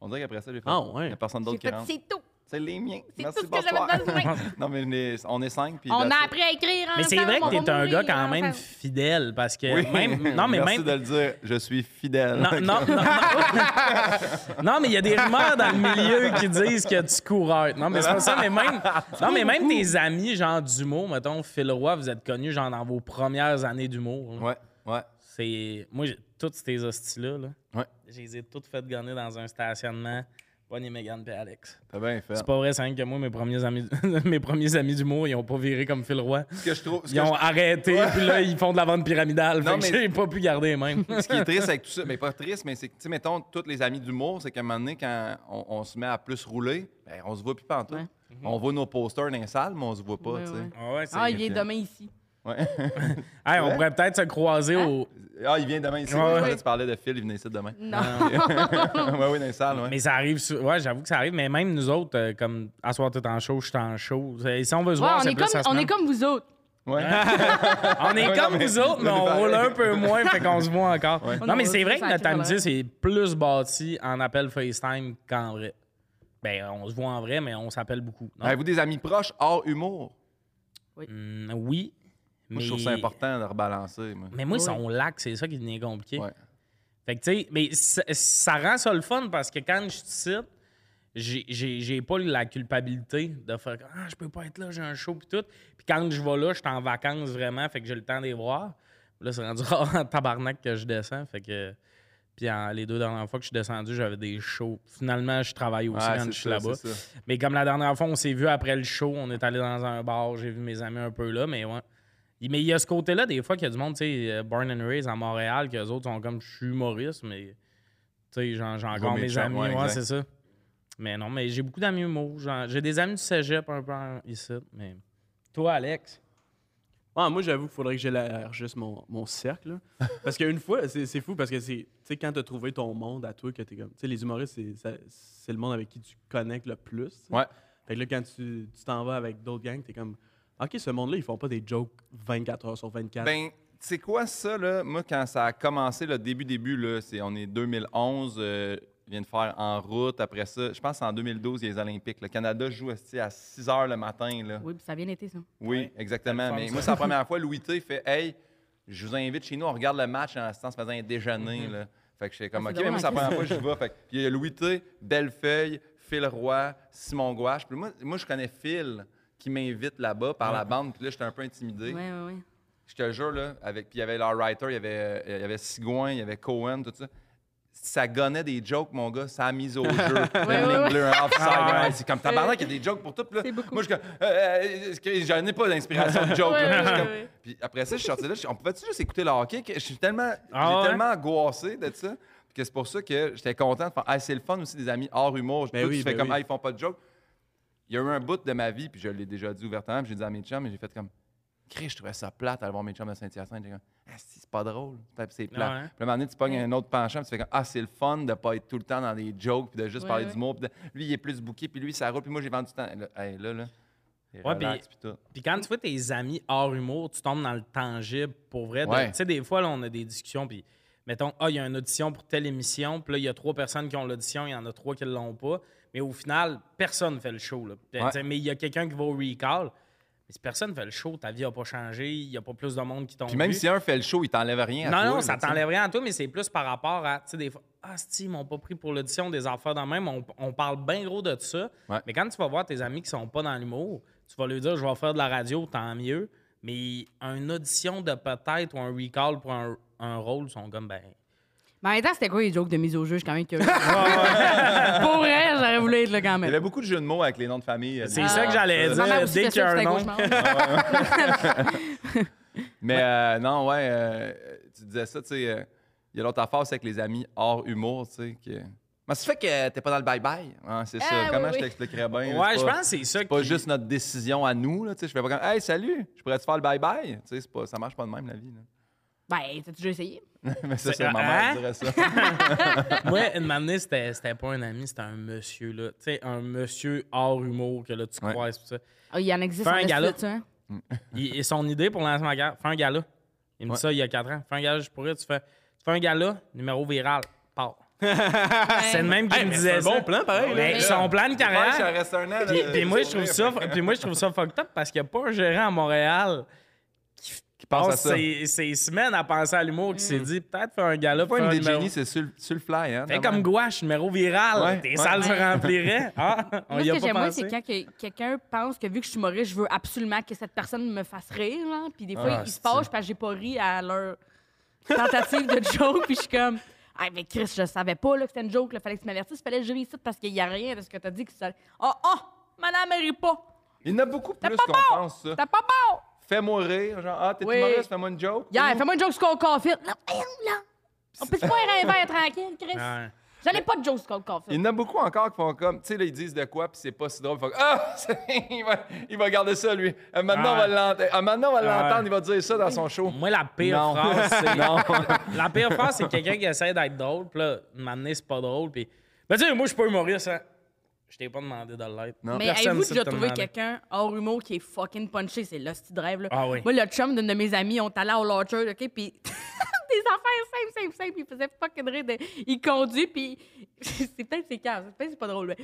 Speaker 2: On dirait qu'après ça, j'ai fait.
Speaker 4: Ah ouais.
Speaker 2: Il n'y a personne
Speaker 3: J'ai
Speaker 2: d'autre qui
Speaker 3: fait,
Speaker 2: rentre.
Speaker 3: c'est tout.
Speaker 2: C'est les miens.
Speaker 3: C'est
Speaker 2: Merci,
Speaker 3: tout ce que j'avais
Speaker 2: bonsoir.
Speaker 3: besoin.
Speaker 2: [laughs] Non, mais on est- on est cinq. puis
Speaker 3: On
Speaker 2: that's
Speaker 3: a
Speaker 2: it.
Speaker 3: appris à écrire ensemble.
Speaker 1: Mais c'est vrai que
Speaker 3: on
Speaker 1: t'es
Speaker 3: va
Speaker 1: un gars
Speaker 3: mourir
Speaker 1: quand même
Speaker 3: ensemble.
Speaker 1: fidèle parce que
Speaker 2: Oui.
Speaker 1: même. Non, mais
Speaker 2: Merci
Speaker 1: même.
Speaker 2: de le dire. Je suis fidèle.
Speaker 1: Non, non, non, non. [laughs] Non, mais il y a des rumeurs dans le milieu qui disent que tu coureurs. Non, mais c'est pas ça, mais même, non, mais même tes amis, genre d'humour, mettons, Phil Roy, vous êtes connus genre dans vos premières années d'humour. là.
Speaker 2: [laughs] Ouais, ouais.
Speaker 1: C'est. Moi, j'ai- toutes ces hosties-là, là,
Speaker 2: Ouais.
Speaker 1: je les ai toutes faites gonner dans un stationnement. Bonnie, Megan et Alex.
Speaker 2: T'as bien fait.
Speaker 1: C'est pas vrai, c'est rien que moi, mes premiers amis, [laughs] mes premiers amis d'humour, ils ont pas viré comme Phil Roy.
Speaker 2: Ce que je trouve. ce
Speaker 1: Ils
Speaker 2: que
Speaker 1: ont arrêté, puis là, ils font de la vente pyramidale.
Speaker 2: Non,
Speaker 1: fait que
Speaker 2: mais-
Speaker 1: j'ai pas pu garder les
Speaker 2: [laughs]
Speaker 1: mêmes.
Speaker 2: ce qui est triste avec tout ça, mais pas triste, mais c'est que, tu sais, mettons, tous les amis d'humour, c'est qu'à un moment donné, quand on, on se met à plus rouler, ben, on se voit plus pantoute.
Speaker 3: Ouais.
Speaker 2: On voit nos posters dans les salles, mais on se voit pas,
Speaker 3: Ouais,
Speaker 2: tu sais.
Speaker 3: ouais.
Speaker 1: Ah ouais, c'est-
Speaker 3: Ah, il est demain ici.
Speaker 2: Ouais.
Speaker 1: Hey, on pourrait peut-être se croiser
Speaker 3: Hein?
Speaker 1: au.
Speaker 2: ah, il vient demain ici.
Speaker 1: Ouais,
Speaker 2: Je
Speaker 1: ouais.
Speaker 2: pensais que tu parlais de Phil, il venait ici demain.
Speaker 3: Non.
Speaker 2: [laughs] ouais, oui, dans les salles, ouais.
Speaker 1: Mais ça arrive. sou- Ouais, j'avoue que ça arrive, mais même nous autres, euh, comme à soir, t'es en show, je suis en show. C'est- Si on veut se
Speaker 3: Ouais,
Speaker 1: voir,
Speaker 3: on,
Speaker 1: c'est
Speaker 3: est
Speaker 1: plus
Speaker 3: comme,
Speaker 1: la
Speaker 3: on
Speaker 1: semaine.
Speaker 3: est comme vous autres.
Speaker 1: [laughs]
Speaker 2: Ouais.
Speaker 1: Ah, On est
Speaker 2: Ouais,
Speaker 1: comme
Speaker 2: non, mais-
Speaker 1: vous autres, mais
Speaker 2: on est
Speaker 1: on
Speaker 2: pareil.
Speaker 1: roule un peu moins, fait qu'on se voit encore.
Speaker 2: Ouais.
Speaker 1: Non, mais c'est vrai que
Speaker 3: Ça
Speaker 1: notre
Speaker 3: arrive,
Speaker 1: amitié,
Speaker 3: ouais.
Speaker 1: c'est plus bâti en appel FaceTime qu'en vrai. Ben, on se voit en vrai, mais on s'appelle beaucoup. Non?
Speaker 2: Avez-vous des amis proches hors humour?
Speaker 1: Hmm, oui, mais...
Speaker 2: Moi, je trouve ça important de rebalancer. moi.
Speaker 1: Mais moi, ils
Speaker 3: Oui.
Speaker 1: sont lacs, c'est ça qui devient compliqué.
Speaker 2: Ouais.
Speaker 1: Fait que, tu sais, mais ça, ça rend ça le fun parce que quand je suis ici, j'ai- j'ai j'ai pas la culpabilité de faire comme, Ah, je peux pas être là, j'ai un show pis tout. Puis quand je vais là, je suis en vacances vraiment, fait que j'ai le temps d'y voir. Là, c'est rendu [laughs] rare en tabarnak que je descends. Fait que. Puis en- les deux dernières fois que je suis descendu, j'avais des shows. Finalement, je travaille aussi
Speaker 2: Ouais,
Speaker 1: quand
Speaker 2: c'est
Speaker 1: je suis
Speaker 2: ça,
Speaker 1: là-bas.
Speaker 2: c'est ça.
Speaker 1: Mais comme la dernière fois, on s'est vu après le show, on est allé dans un bar, j'ai vu mes amis un peu là, mais ouais. Il- Mais il y a ce côté-là, des fois, qu'il y a du monde, tu sais, euh, Born and Raised à Montréal, que les autres sont comme, je suis humoriste, mais tu sais, j'en- j'ai encore
Speaker 2: mes
Speaker 1: mes
Speaker 2: chums,
Speaker 1: amis,
Speaker 2: ouais,
Speaker 1: ouais,
Speaker 2: exact.
Speaker 1: c'est ça. Mais non, mais j'ai beaucoup d'amis humour. j'en- J'ai des amis du cégep un peu en- ici, mais. Toi, Alex.
Speaker 4: Ah, moi, j'avoue qu'il faudrait que j'élargisse mon, mon cercle. là. Parce qu'une fois, c'est c'est fou parce que c'est, tu sais, quand t'as trouvé ton monde à toi, que t'es comme, tu sais, les humoristes, c'est, ça- c'est le monde avec qui tu connectes le plus. tu sais.
Speaker 2: Ouais.
Speaker 4: Fait que là, quand tu tu t'en vas avec d'autres gangs, t'es comme, OK, ce monde-là, ils font pas des jokes 24 heures sur 24.
Speaker 2: Ben, c'est quoi ça, là? Moi, quand ça a commencé, le début, début, là, c'est, on est 2011, euh, je viens de faire En route. Après ça, je pense que c'est en 2012, il y a les Olympiques. Le Canada joue esti, à 6 h le matin, là. Oui,
Speaker 3: Oui, puis ça a bien été, ça.
Speaker 2: exactement.
Speaker 1: C'est le fun,
Speaker 2: Mais
Speaker 1: ça.
Speaker 2: moi, c'est la première fois, Louis T fait Hey, je vous invite chez nous, on regarde le match en se faisant un déjeuner, là. Fait que j'étais comme,
Speaker 3: Ah,
Speaker 2: OK,
Speaker 3: c'est
Speaker 2: mais moi, c'est la
Speaker 3: drôle, en
Speaker 2: première fois que je vais. Fait que- puis il y a Louis T, Bellefeuille, Phil Roy, Simon Gouache. Puis moi, moi, je connais Phil qui m'invite là-bas par la bande. Puis là, j'étais un peu intimidé.
Speaker 3: Ouais, ouais, ouais.
Speaker 2: Je te jure, là, avec, puis il y avait leur writer, il y avait, euh, il y avait Sigouin, il y avait Cohen, tout ça. Ça gonnait des jokes, mon gars, ça a
Speaker 3: [laughs]
Speaker 2: mis au jeu. Une
Speaker 3: ouais,
Speaker 2: ligne
Speaker 3: ouais.
Speaker 2: bleue, un offside,
Speaker 1: Ah,
Speaker 2: ouais, hein, C'est comme tabarnak, il y a des jokes pour tout. Là.
Speaker 3: C'est beaucoup.
Speaker 2: Moi, je suis comme, euh, euh, j'en ai pas d'inspiration
Speaker 3: [laughs]
Speaker 2: de
Speaker 1: Oh,
Speaker 2: joke. là.
Speaker 3: Ouais, ouais,
Speaker 2: Je suis comme-
Speaker 3: ouais, ouais.
Speaker 2: Puis après ça, je suis sorti de là, je suis- on pouvait-tu juste écouter le hockey? Que Je suis tellement,
Speaker 1: Ah,
Speaker 2: j'ai
Speaker 1: ouais?
Speaker 2: tellement angoissé de ça. que c'est pour ça que j'étais content de faire, ah, c'est le fun aussi des amis hors humour.
Speaker 4: Ben
Speaker 2: Toi,
Speaker 4: oui,
Speaker 2: tu fais
Speaker 4: ben
Speaker 2: comme,
Speaker 4: oui.
Speaker 2: ah, ils font pas de joke. Il y a eu un bout de ma vie, puis je l'ai déjà dit ouvertement, puis j'ai dit à mes chums, mais j'ai fait comme, Chris, je trouvais ça plate à voir mes chums de Saint-Hyacinthe. J'ai comme, ah, si, c'est pas drôle. Fait que C'est plate.
Speaker 1: Ah Ouais.
Speaker 2: Puis à un moment donné, tu pognes un autre penchant, puis tu fais comme, ah, c'est le fun de pas être tout le temps dans des jokes, puis de juste
Speaker 3: Ouais,
Speaker 2: parler
Speaker 3: ouais.
Speaker 2: d'humour. Puis de- lui, il est plus bouqué, puis lui, ça roule, puis moi, j'ai vendu du temps. Là, hey, là, là. c'est
Speaker 1: Ouais, puis-
Speaker 2: relax, puis tout.
Speaker 1: Puis quand tu vois tes amis hors humour, tu tombes dans le tangible pour vrai. De-
Speaker 2: Ouais.
Speaker 1: Tu sais, des fois, là, on a des discussions, puis mettons, ah, il y a une audition pour telle émission, puis là, il y a trois personnes qui ont l'audition, il y en a trois qui ne l'ont pas. Mais au final, personne fait le show. là. Puis,
Speaker 2: Ouais.
Speaker 1: tu sais, Mais il y a quelqu'un qui va au recall. Mais si personne fait le show, ta vie n'a pas changé, il n'y a pas plus de monde qui t'ont
Speaker 2: Puis même
Speaker 1: vu.
Speaker 2: si un fait le show, il t'enlève rien. à
Speaker 1: Non,
Speaker 2: toi,
Speaker 1: non,
Speaker 2: là,
Speaker 1: ça
Speaker 2: tu sais.
Speaker 1: t'enlève rien à toi, mais c'est plus par rapport à, tu sais, des fois, ah, si, ils m'ont pas pris pour l'audition des affaires dans même, on, on parle bien gros de ça.
Speaker 2: Ouais.
Speaker 1: Mais quand tu vas voir tes amis qui sont pas dans l'humour, tu vas leur dire, je vais faire de la radio, tant mieux. Mais une audition de peut-être ou un recall pour un, un rôle, ils sont comme, ben.
Speaker 3: Mais en même temps, c'était quoi les jokes de mise au jeu? Je suis quand même
Speaker 1: [laughs]
Speaker 3: curieux.
Speaker 1: Ah,
Speaker 3: [laughs] Pour vrai, j'aurais voulu être là quand
Speaker 2: Il y
Speaker 3: même.
Speaker 2: avait beaucoup de jeux de mots avec les noms de famille. euh,
Speaker 1: C'est
Speaker 2: des-
Speaker 1: ça que j'allais
Speaker 3: Ma mère
Speaker 1: dire.
Speaker 3: aussi
Speaker 1: Dès
Speaker 3: fait
Speaker 1: qu'il y a
Speaker 3: ça,
Speaker 1: un
Speaker 3: c'était
Speaker 1: nom.
Speaker 3: cauchemar.
Speaker 2: Mais euh, non, ouais, euh, tu disais ça, tu sais. euh, Il y a l'autre affaire, c'est avec les amis hors humour, tu sais. Que... Mais ça fait que t'es pas dans le bye-bye. hein, c'est
Speaker 3: Ah,
Speaker 2: ça.
Speaker 3: oui,
Speaker 2: Comment
Speaker 3: oui.
Speaker 2: je t'expliquerais bien? là,
Speaker 1: Ouais,
Speaker 2: c'est
Speaker 1: je
Speaker 2: pas-
Speaker 1: pense que c'est ça.
Speaker 2: C'est pas
Speaker 1: qui-
Speaker 2: juste notre décision à nous, là. Tu sais, je fais pas comme, hey, salut, je pourrais te faire le bye-bye. Tu sais, c'est pas, ça marche pas de même, la vie. Là. [laughs]
Speaker 3: Ben, t'as déjà essayé?
Speaker 2: Mais ça,
Speaker 1: C'est-
Speaker 2: c'est ma mère
Speaker 1: hein? [laughs]
Speaker 2: qui dirait ça.
Speaker 1: Ouais, une matinée, c'était c'était pas un ami, c'était un monsieur, là. Tu sais, un monsieur hors humour que là, tu
Speaker 2: Ouais.
Speaker 1: croises, tout ça.
Speaker 3: Ah, Il y en existe
Speaker 1: Fais un
Speaker 3: en
Speaker 1: gala.
Speaker 3: Estée, ça, hein?
Speaker 1: Il- et son idée pour lancer ma guerre, fais un gala. Il me
Speaker 2: Ouais.
Speaker 1: dit ça il y a 4 ans. Fais un gala, je pourrais. Tu fais, tu fais un gala, numéro viral, part. C'est le même qui
Speaker 4: Hey,
Speaker 1: me
Speaker 4: mais
Speaker 1: disait
Speaker 4: c'est un
Speaker 1: ça.
Speaker 4: bon plan, pareil, là.
Speaker 1: Mais
Speaker 3: Ouais.
Speaker 1: son plan de
Speaker 2: J'espère que ça
Speaker 1: carrière.
Speaker 2: reste un an, là,
Speaker 1: Puis,
Speaker 2: de-
Speaker 1: puis
Speaker 2: de
Speaker 1: moi, je trouve
Speaker 2: sourire.
Speaker 1: ça, puis moi, je trouve ça fucked up parce qu'il n'y a pas un gérant à Montréal qui, qui
Speaker 2: pense à
Speaker 1: passe
Speaker 2: ça.
Speaker 1: ses, ses semaines à penser à l'humour, qui s'est
Speaker 3: Mm.
Speaker 1: dit peut-être faire un galop.
Speaker 2: C'est pas
Speaker 1: faire
Speaker 2: une
Speaker 1: un
Speaker 2: des
Speaker 1: numéro.
Speaker 2: génies, c'est sur, le- sur le fly. Hein,
Speaker 1: Fais
Speaker 2: de même.
Speaker 1: comme gouache, numéro viral.
Speaker 2: Ouais,
Speaker 1: Tes
Speaker 2: ouais.
Speaker 1: salles se
Speaker 3: Ouais.
Speaker 1: rempliraient. Ah, on
Speaker 3: Moi,
Speaker 1: y
Speaker 3: ce
Speaker 1: a
Speaker 3: que
Speaker 1: pas
Speaker 3: j'aime moins, c'est
Speaker 1: pensé.
Speaker 3: quand que- quelqu'un pense que vu que je suis humoriste, je veux absolument que cette personne me fasse rire. Là. Puis des fois,
Speaker 2: Ah,
Speaker 3: ils se
Speaker 2: c'est ça.
Speaker 3: fâchent parce que j'ai pas ri à leur tentative de joke. Puis je suis comme, ah, mais Chris, je savais pas là, que c'était une joke. Il fallait que tu m'avertisses. fallait que je rie ici parce qu'il y a rien de ce que t'as dit. que ça- Ah, ah, madame, elle rit pas.
Speaker 2: Il y en a beaucoup
Speaker 3: T'as
Speaker 2: plus
Speaker 3: pas
Speaker 2: qu'on
Speaker 3: peur.
Speaker 2: pense, ça.
Speaker 3: T'as pas peur.
Speaker 2: Fais-moi rire. Genre, ah, t'es
Speaker 3: Oui.
Speaker 2: humoriste, fais-moi une joke.
Speaker 3: Hier,
Speaker 1: Ah.
Speaker 3: fais-moi une joke sur le confit. Là, là. On peut se faire un verre tranquille, Chris.
Speaker 1: Ouais.
Speaker 3: J'en ai pas de joke sur le confit.
Speaker 2: Il y en a beaucoup encore qui font comme, tu sais, là, ils disent de quoi, puis c'est pas si drôle. Ils font comme, ah, [laughs] c'est- il va, il va garder ça, lui. Euh, maintenant, on va
Speaker 1: Ouais.
Speaker 2: l'entendre. Euh, maintenant, on va
Speaker 1: Ouais.
Speaker 2: l'entendre, il va dire ça dans son show.
Speaker 1: Moi, la pire
Speaker 2: Non.
Speaker 1: phrase, c'est.
Speaker 2: [laughs] Non.
Speaker 1: [laughs] La pire phrase, c'est quelqu'un qui essaie d'être drôle, puis là, m'amener, c'est pas drôle, puis. Ben, tu sais, moi, je suis pas humoriste, hein. Je t'ai pas demandé de l'être.
Speaker 2: Non.
Speaker 3: Mais
Speaker 1: Personne
Speaker 3: avez-vous
Speaker 1: sait
Speaker 3: déjà
Speaker 1: te
Speaker 3: trouvé
Speaker 1: demander.
Speaker 3: quelqu'un hors humour qui est fucking punché? C'est là, de rêve. Là.
Speaker 1: Ah oui.
Speaker 3: Moi, le chum d'une de mes amies, on est allé au Lodger, OK? Puis [laughs] des affaires simples, simples, simples. Il faisait fucking rire. de- Il conduit, puis [laughs] c'est peut-être ses caves. Peut-être c'est pas drôle. Mais...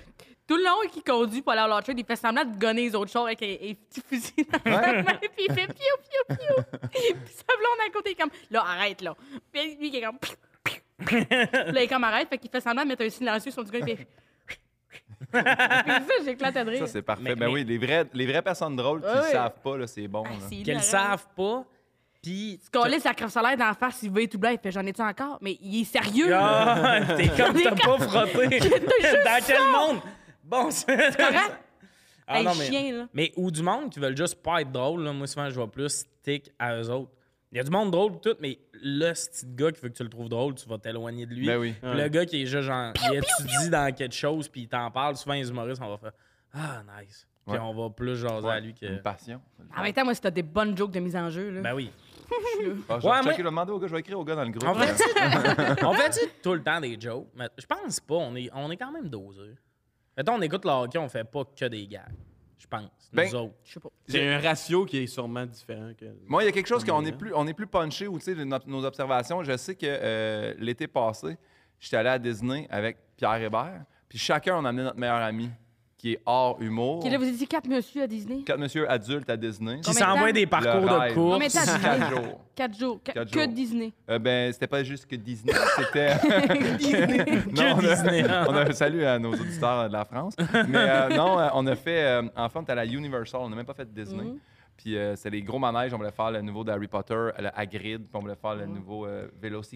Speaker 3: Tout le long qu'il conduit pour aller au Lodger, il fait semblant de gonner les autres chars avec un un petit fusil dans sa main, puis il fait piou, piou,
Speaker 1: [laughs]
Speaker 3: piou. puis sa blonde à côté, il est comme, là, arrête, là. Puis lui, il est comme, piou, piou, piou. Puis là, il est comme, arrête, fait qu'il fait semblant de mettre un silencieux sur du gars,
Speaker 1: [laughs]
Speaker 3: il fait. [laughs] Puis ça, j'éclate à de rire.
Speaker 2: Ça, c'est parfait.
Speaker 1: Mais-
Speaker 2: ben
Speaker 1: mais-
Speaker 2: oui, les vraies, les vraies personnes drôles qui
Speaker 3: Ah
Speaker 2: ne
Speaker 3: oui.
Speaker 2: savent pas, là, c'est bon. là.
Speaker 3: Ah, c'est
Speaker 1: Qu'elles
Speaker 3: hilarant.
Speaker 1: savent pas, puis.
Speaker 3: Parce qu'on laisse la crève solaire d'en face, il veut tout blanc, il fait j'en ai-tu encore? Mais il est sérieux.
Speaker 4: [laughs]
Speaker 3: là.
Speaker 1: Ah, [laughs] t'es comme t'as pas
Speaker 3: [laughs]
Speaker 1: frotté. Dans quel monde? Bon, c'est
Speaker 3: correct?
Speaker 1: Ah,
Speaker 3: Hey,
Speaker 1: non, mais,
Speaker 3: chien, là.
Speaker 1: mais ou du monde qui veulent juste pas être drôle, là. moi souvent je vois plus stick à eux autres. Il y a du monde drôle pis tout, mais le petit gars qui veut que tu le trouves drôle, tu vas t'éloigner de lui.
Speaker 2: Ben oui.
Speaker 1: Puis Le gars qui est juste genre, il étudie dans quelque chose puis il t'en parle, souvent les humoristes, on va faire Ah, nice. Puis
Speaker 2: Ouais.
Speaker 1: on va plus jaser à lui que. Ah,
Speaker 2: Une passion.
Speaker 3: En même temps, moi, si t'as des bonnes jokes de mise en jeu, là.
Speaker 1: Ben
Speaker 2: [laughs]
Speaker 1: oui.
Speaker 2: Ah, je vais
Speaker 1: Ouais,
Speaker 2: checker,
Speaker 1: mais-
Speaker 2: je vais demander au gars, je vais écrire au gars dans le groupe. euh.
Speaker 1: On
Speaker 2: là.
Speaker 1: fait-tu on fait-tu tout le temps des jokes? Mais je pense pas. On est, on est quand même doseux. Mettons, on écoute le hockey, on fait pas que des gags. Je pense. Nous
Speaker 2: Ben-
Speaker 1: autres.
Speaker 3: Je sais pas.
Speaker 4: C'est un ratio qui est sûrement différent que.
Speaker 2: Moi, il y a
Speaker 1: [laughs]
Speaker 2: quelque chose qu'on est
Speaker 4: Ouais.
Speaker 2: plus, on est plus punché ou tu sais, de notre- nos observations. Je sais que euh, l'été passé, j'étais allé à Disney avec Pierre Hébert, puis chacun on a amené notre meilleur ami qui est hors humour.
Speaker 3: Ok, là, vous étiez quatre monsieur à Disney?
Speaker 2: Quatre monsieur adultes à Disney.
Speaker 1: Qui
Speaker 3: Combien de
Speaker 1: s'envoie
Speaker 3: temps?
Speaker 1: des parcours
Speaker 2: Le
Speaker 1: de
Speaker 2: rêve.
Speaker 1: course.
Speaker 3: Combien de temps à Disney?
Speaker 2: Quatre jours.
Speaker 3: Quatre jours. Qu-
Speaker 2: Quatre
Speaker 3: que
Speaker 2: jours.
Speaker 3: Disney.
Speaker 2: Euh, ben, c'était pas juste que
Speaker 3: [laughs]
Speaker 2: Disney, c'était. euh,
Speaker 1: Que
Speaker 2: Non, on a-
Speaker 1: Disney.
Speaker 3: hein.
Speaker 2: on a un salut à nos auditeurs de la France. Mais euh, non, euh, on a fait. euh, enfant, t'es à la Universal, on n'a même pas fait Disney.
Speaker 3: Mm-hmm.
Speaker 2: Puis euh, c'est les gros manèges, on voulait faire le nouveau d'Harry Potter, le Hagrid, puis on voulait faire le
Speaker 3: Mm-hmm.
Speaker 2: nouveau euh,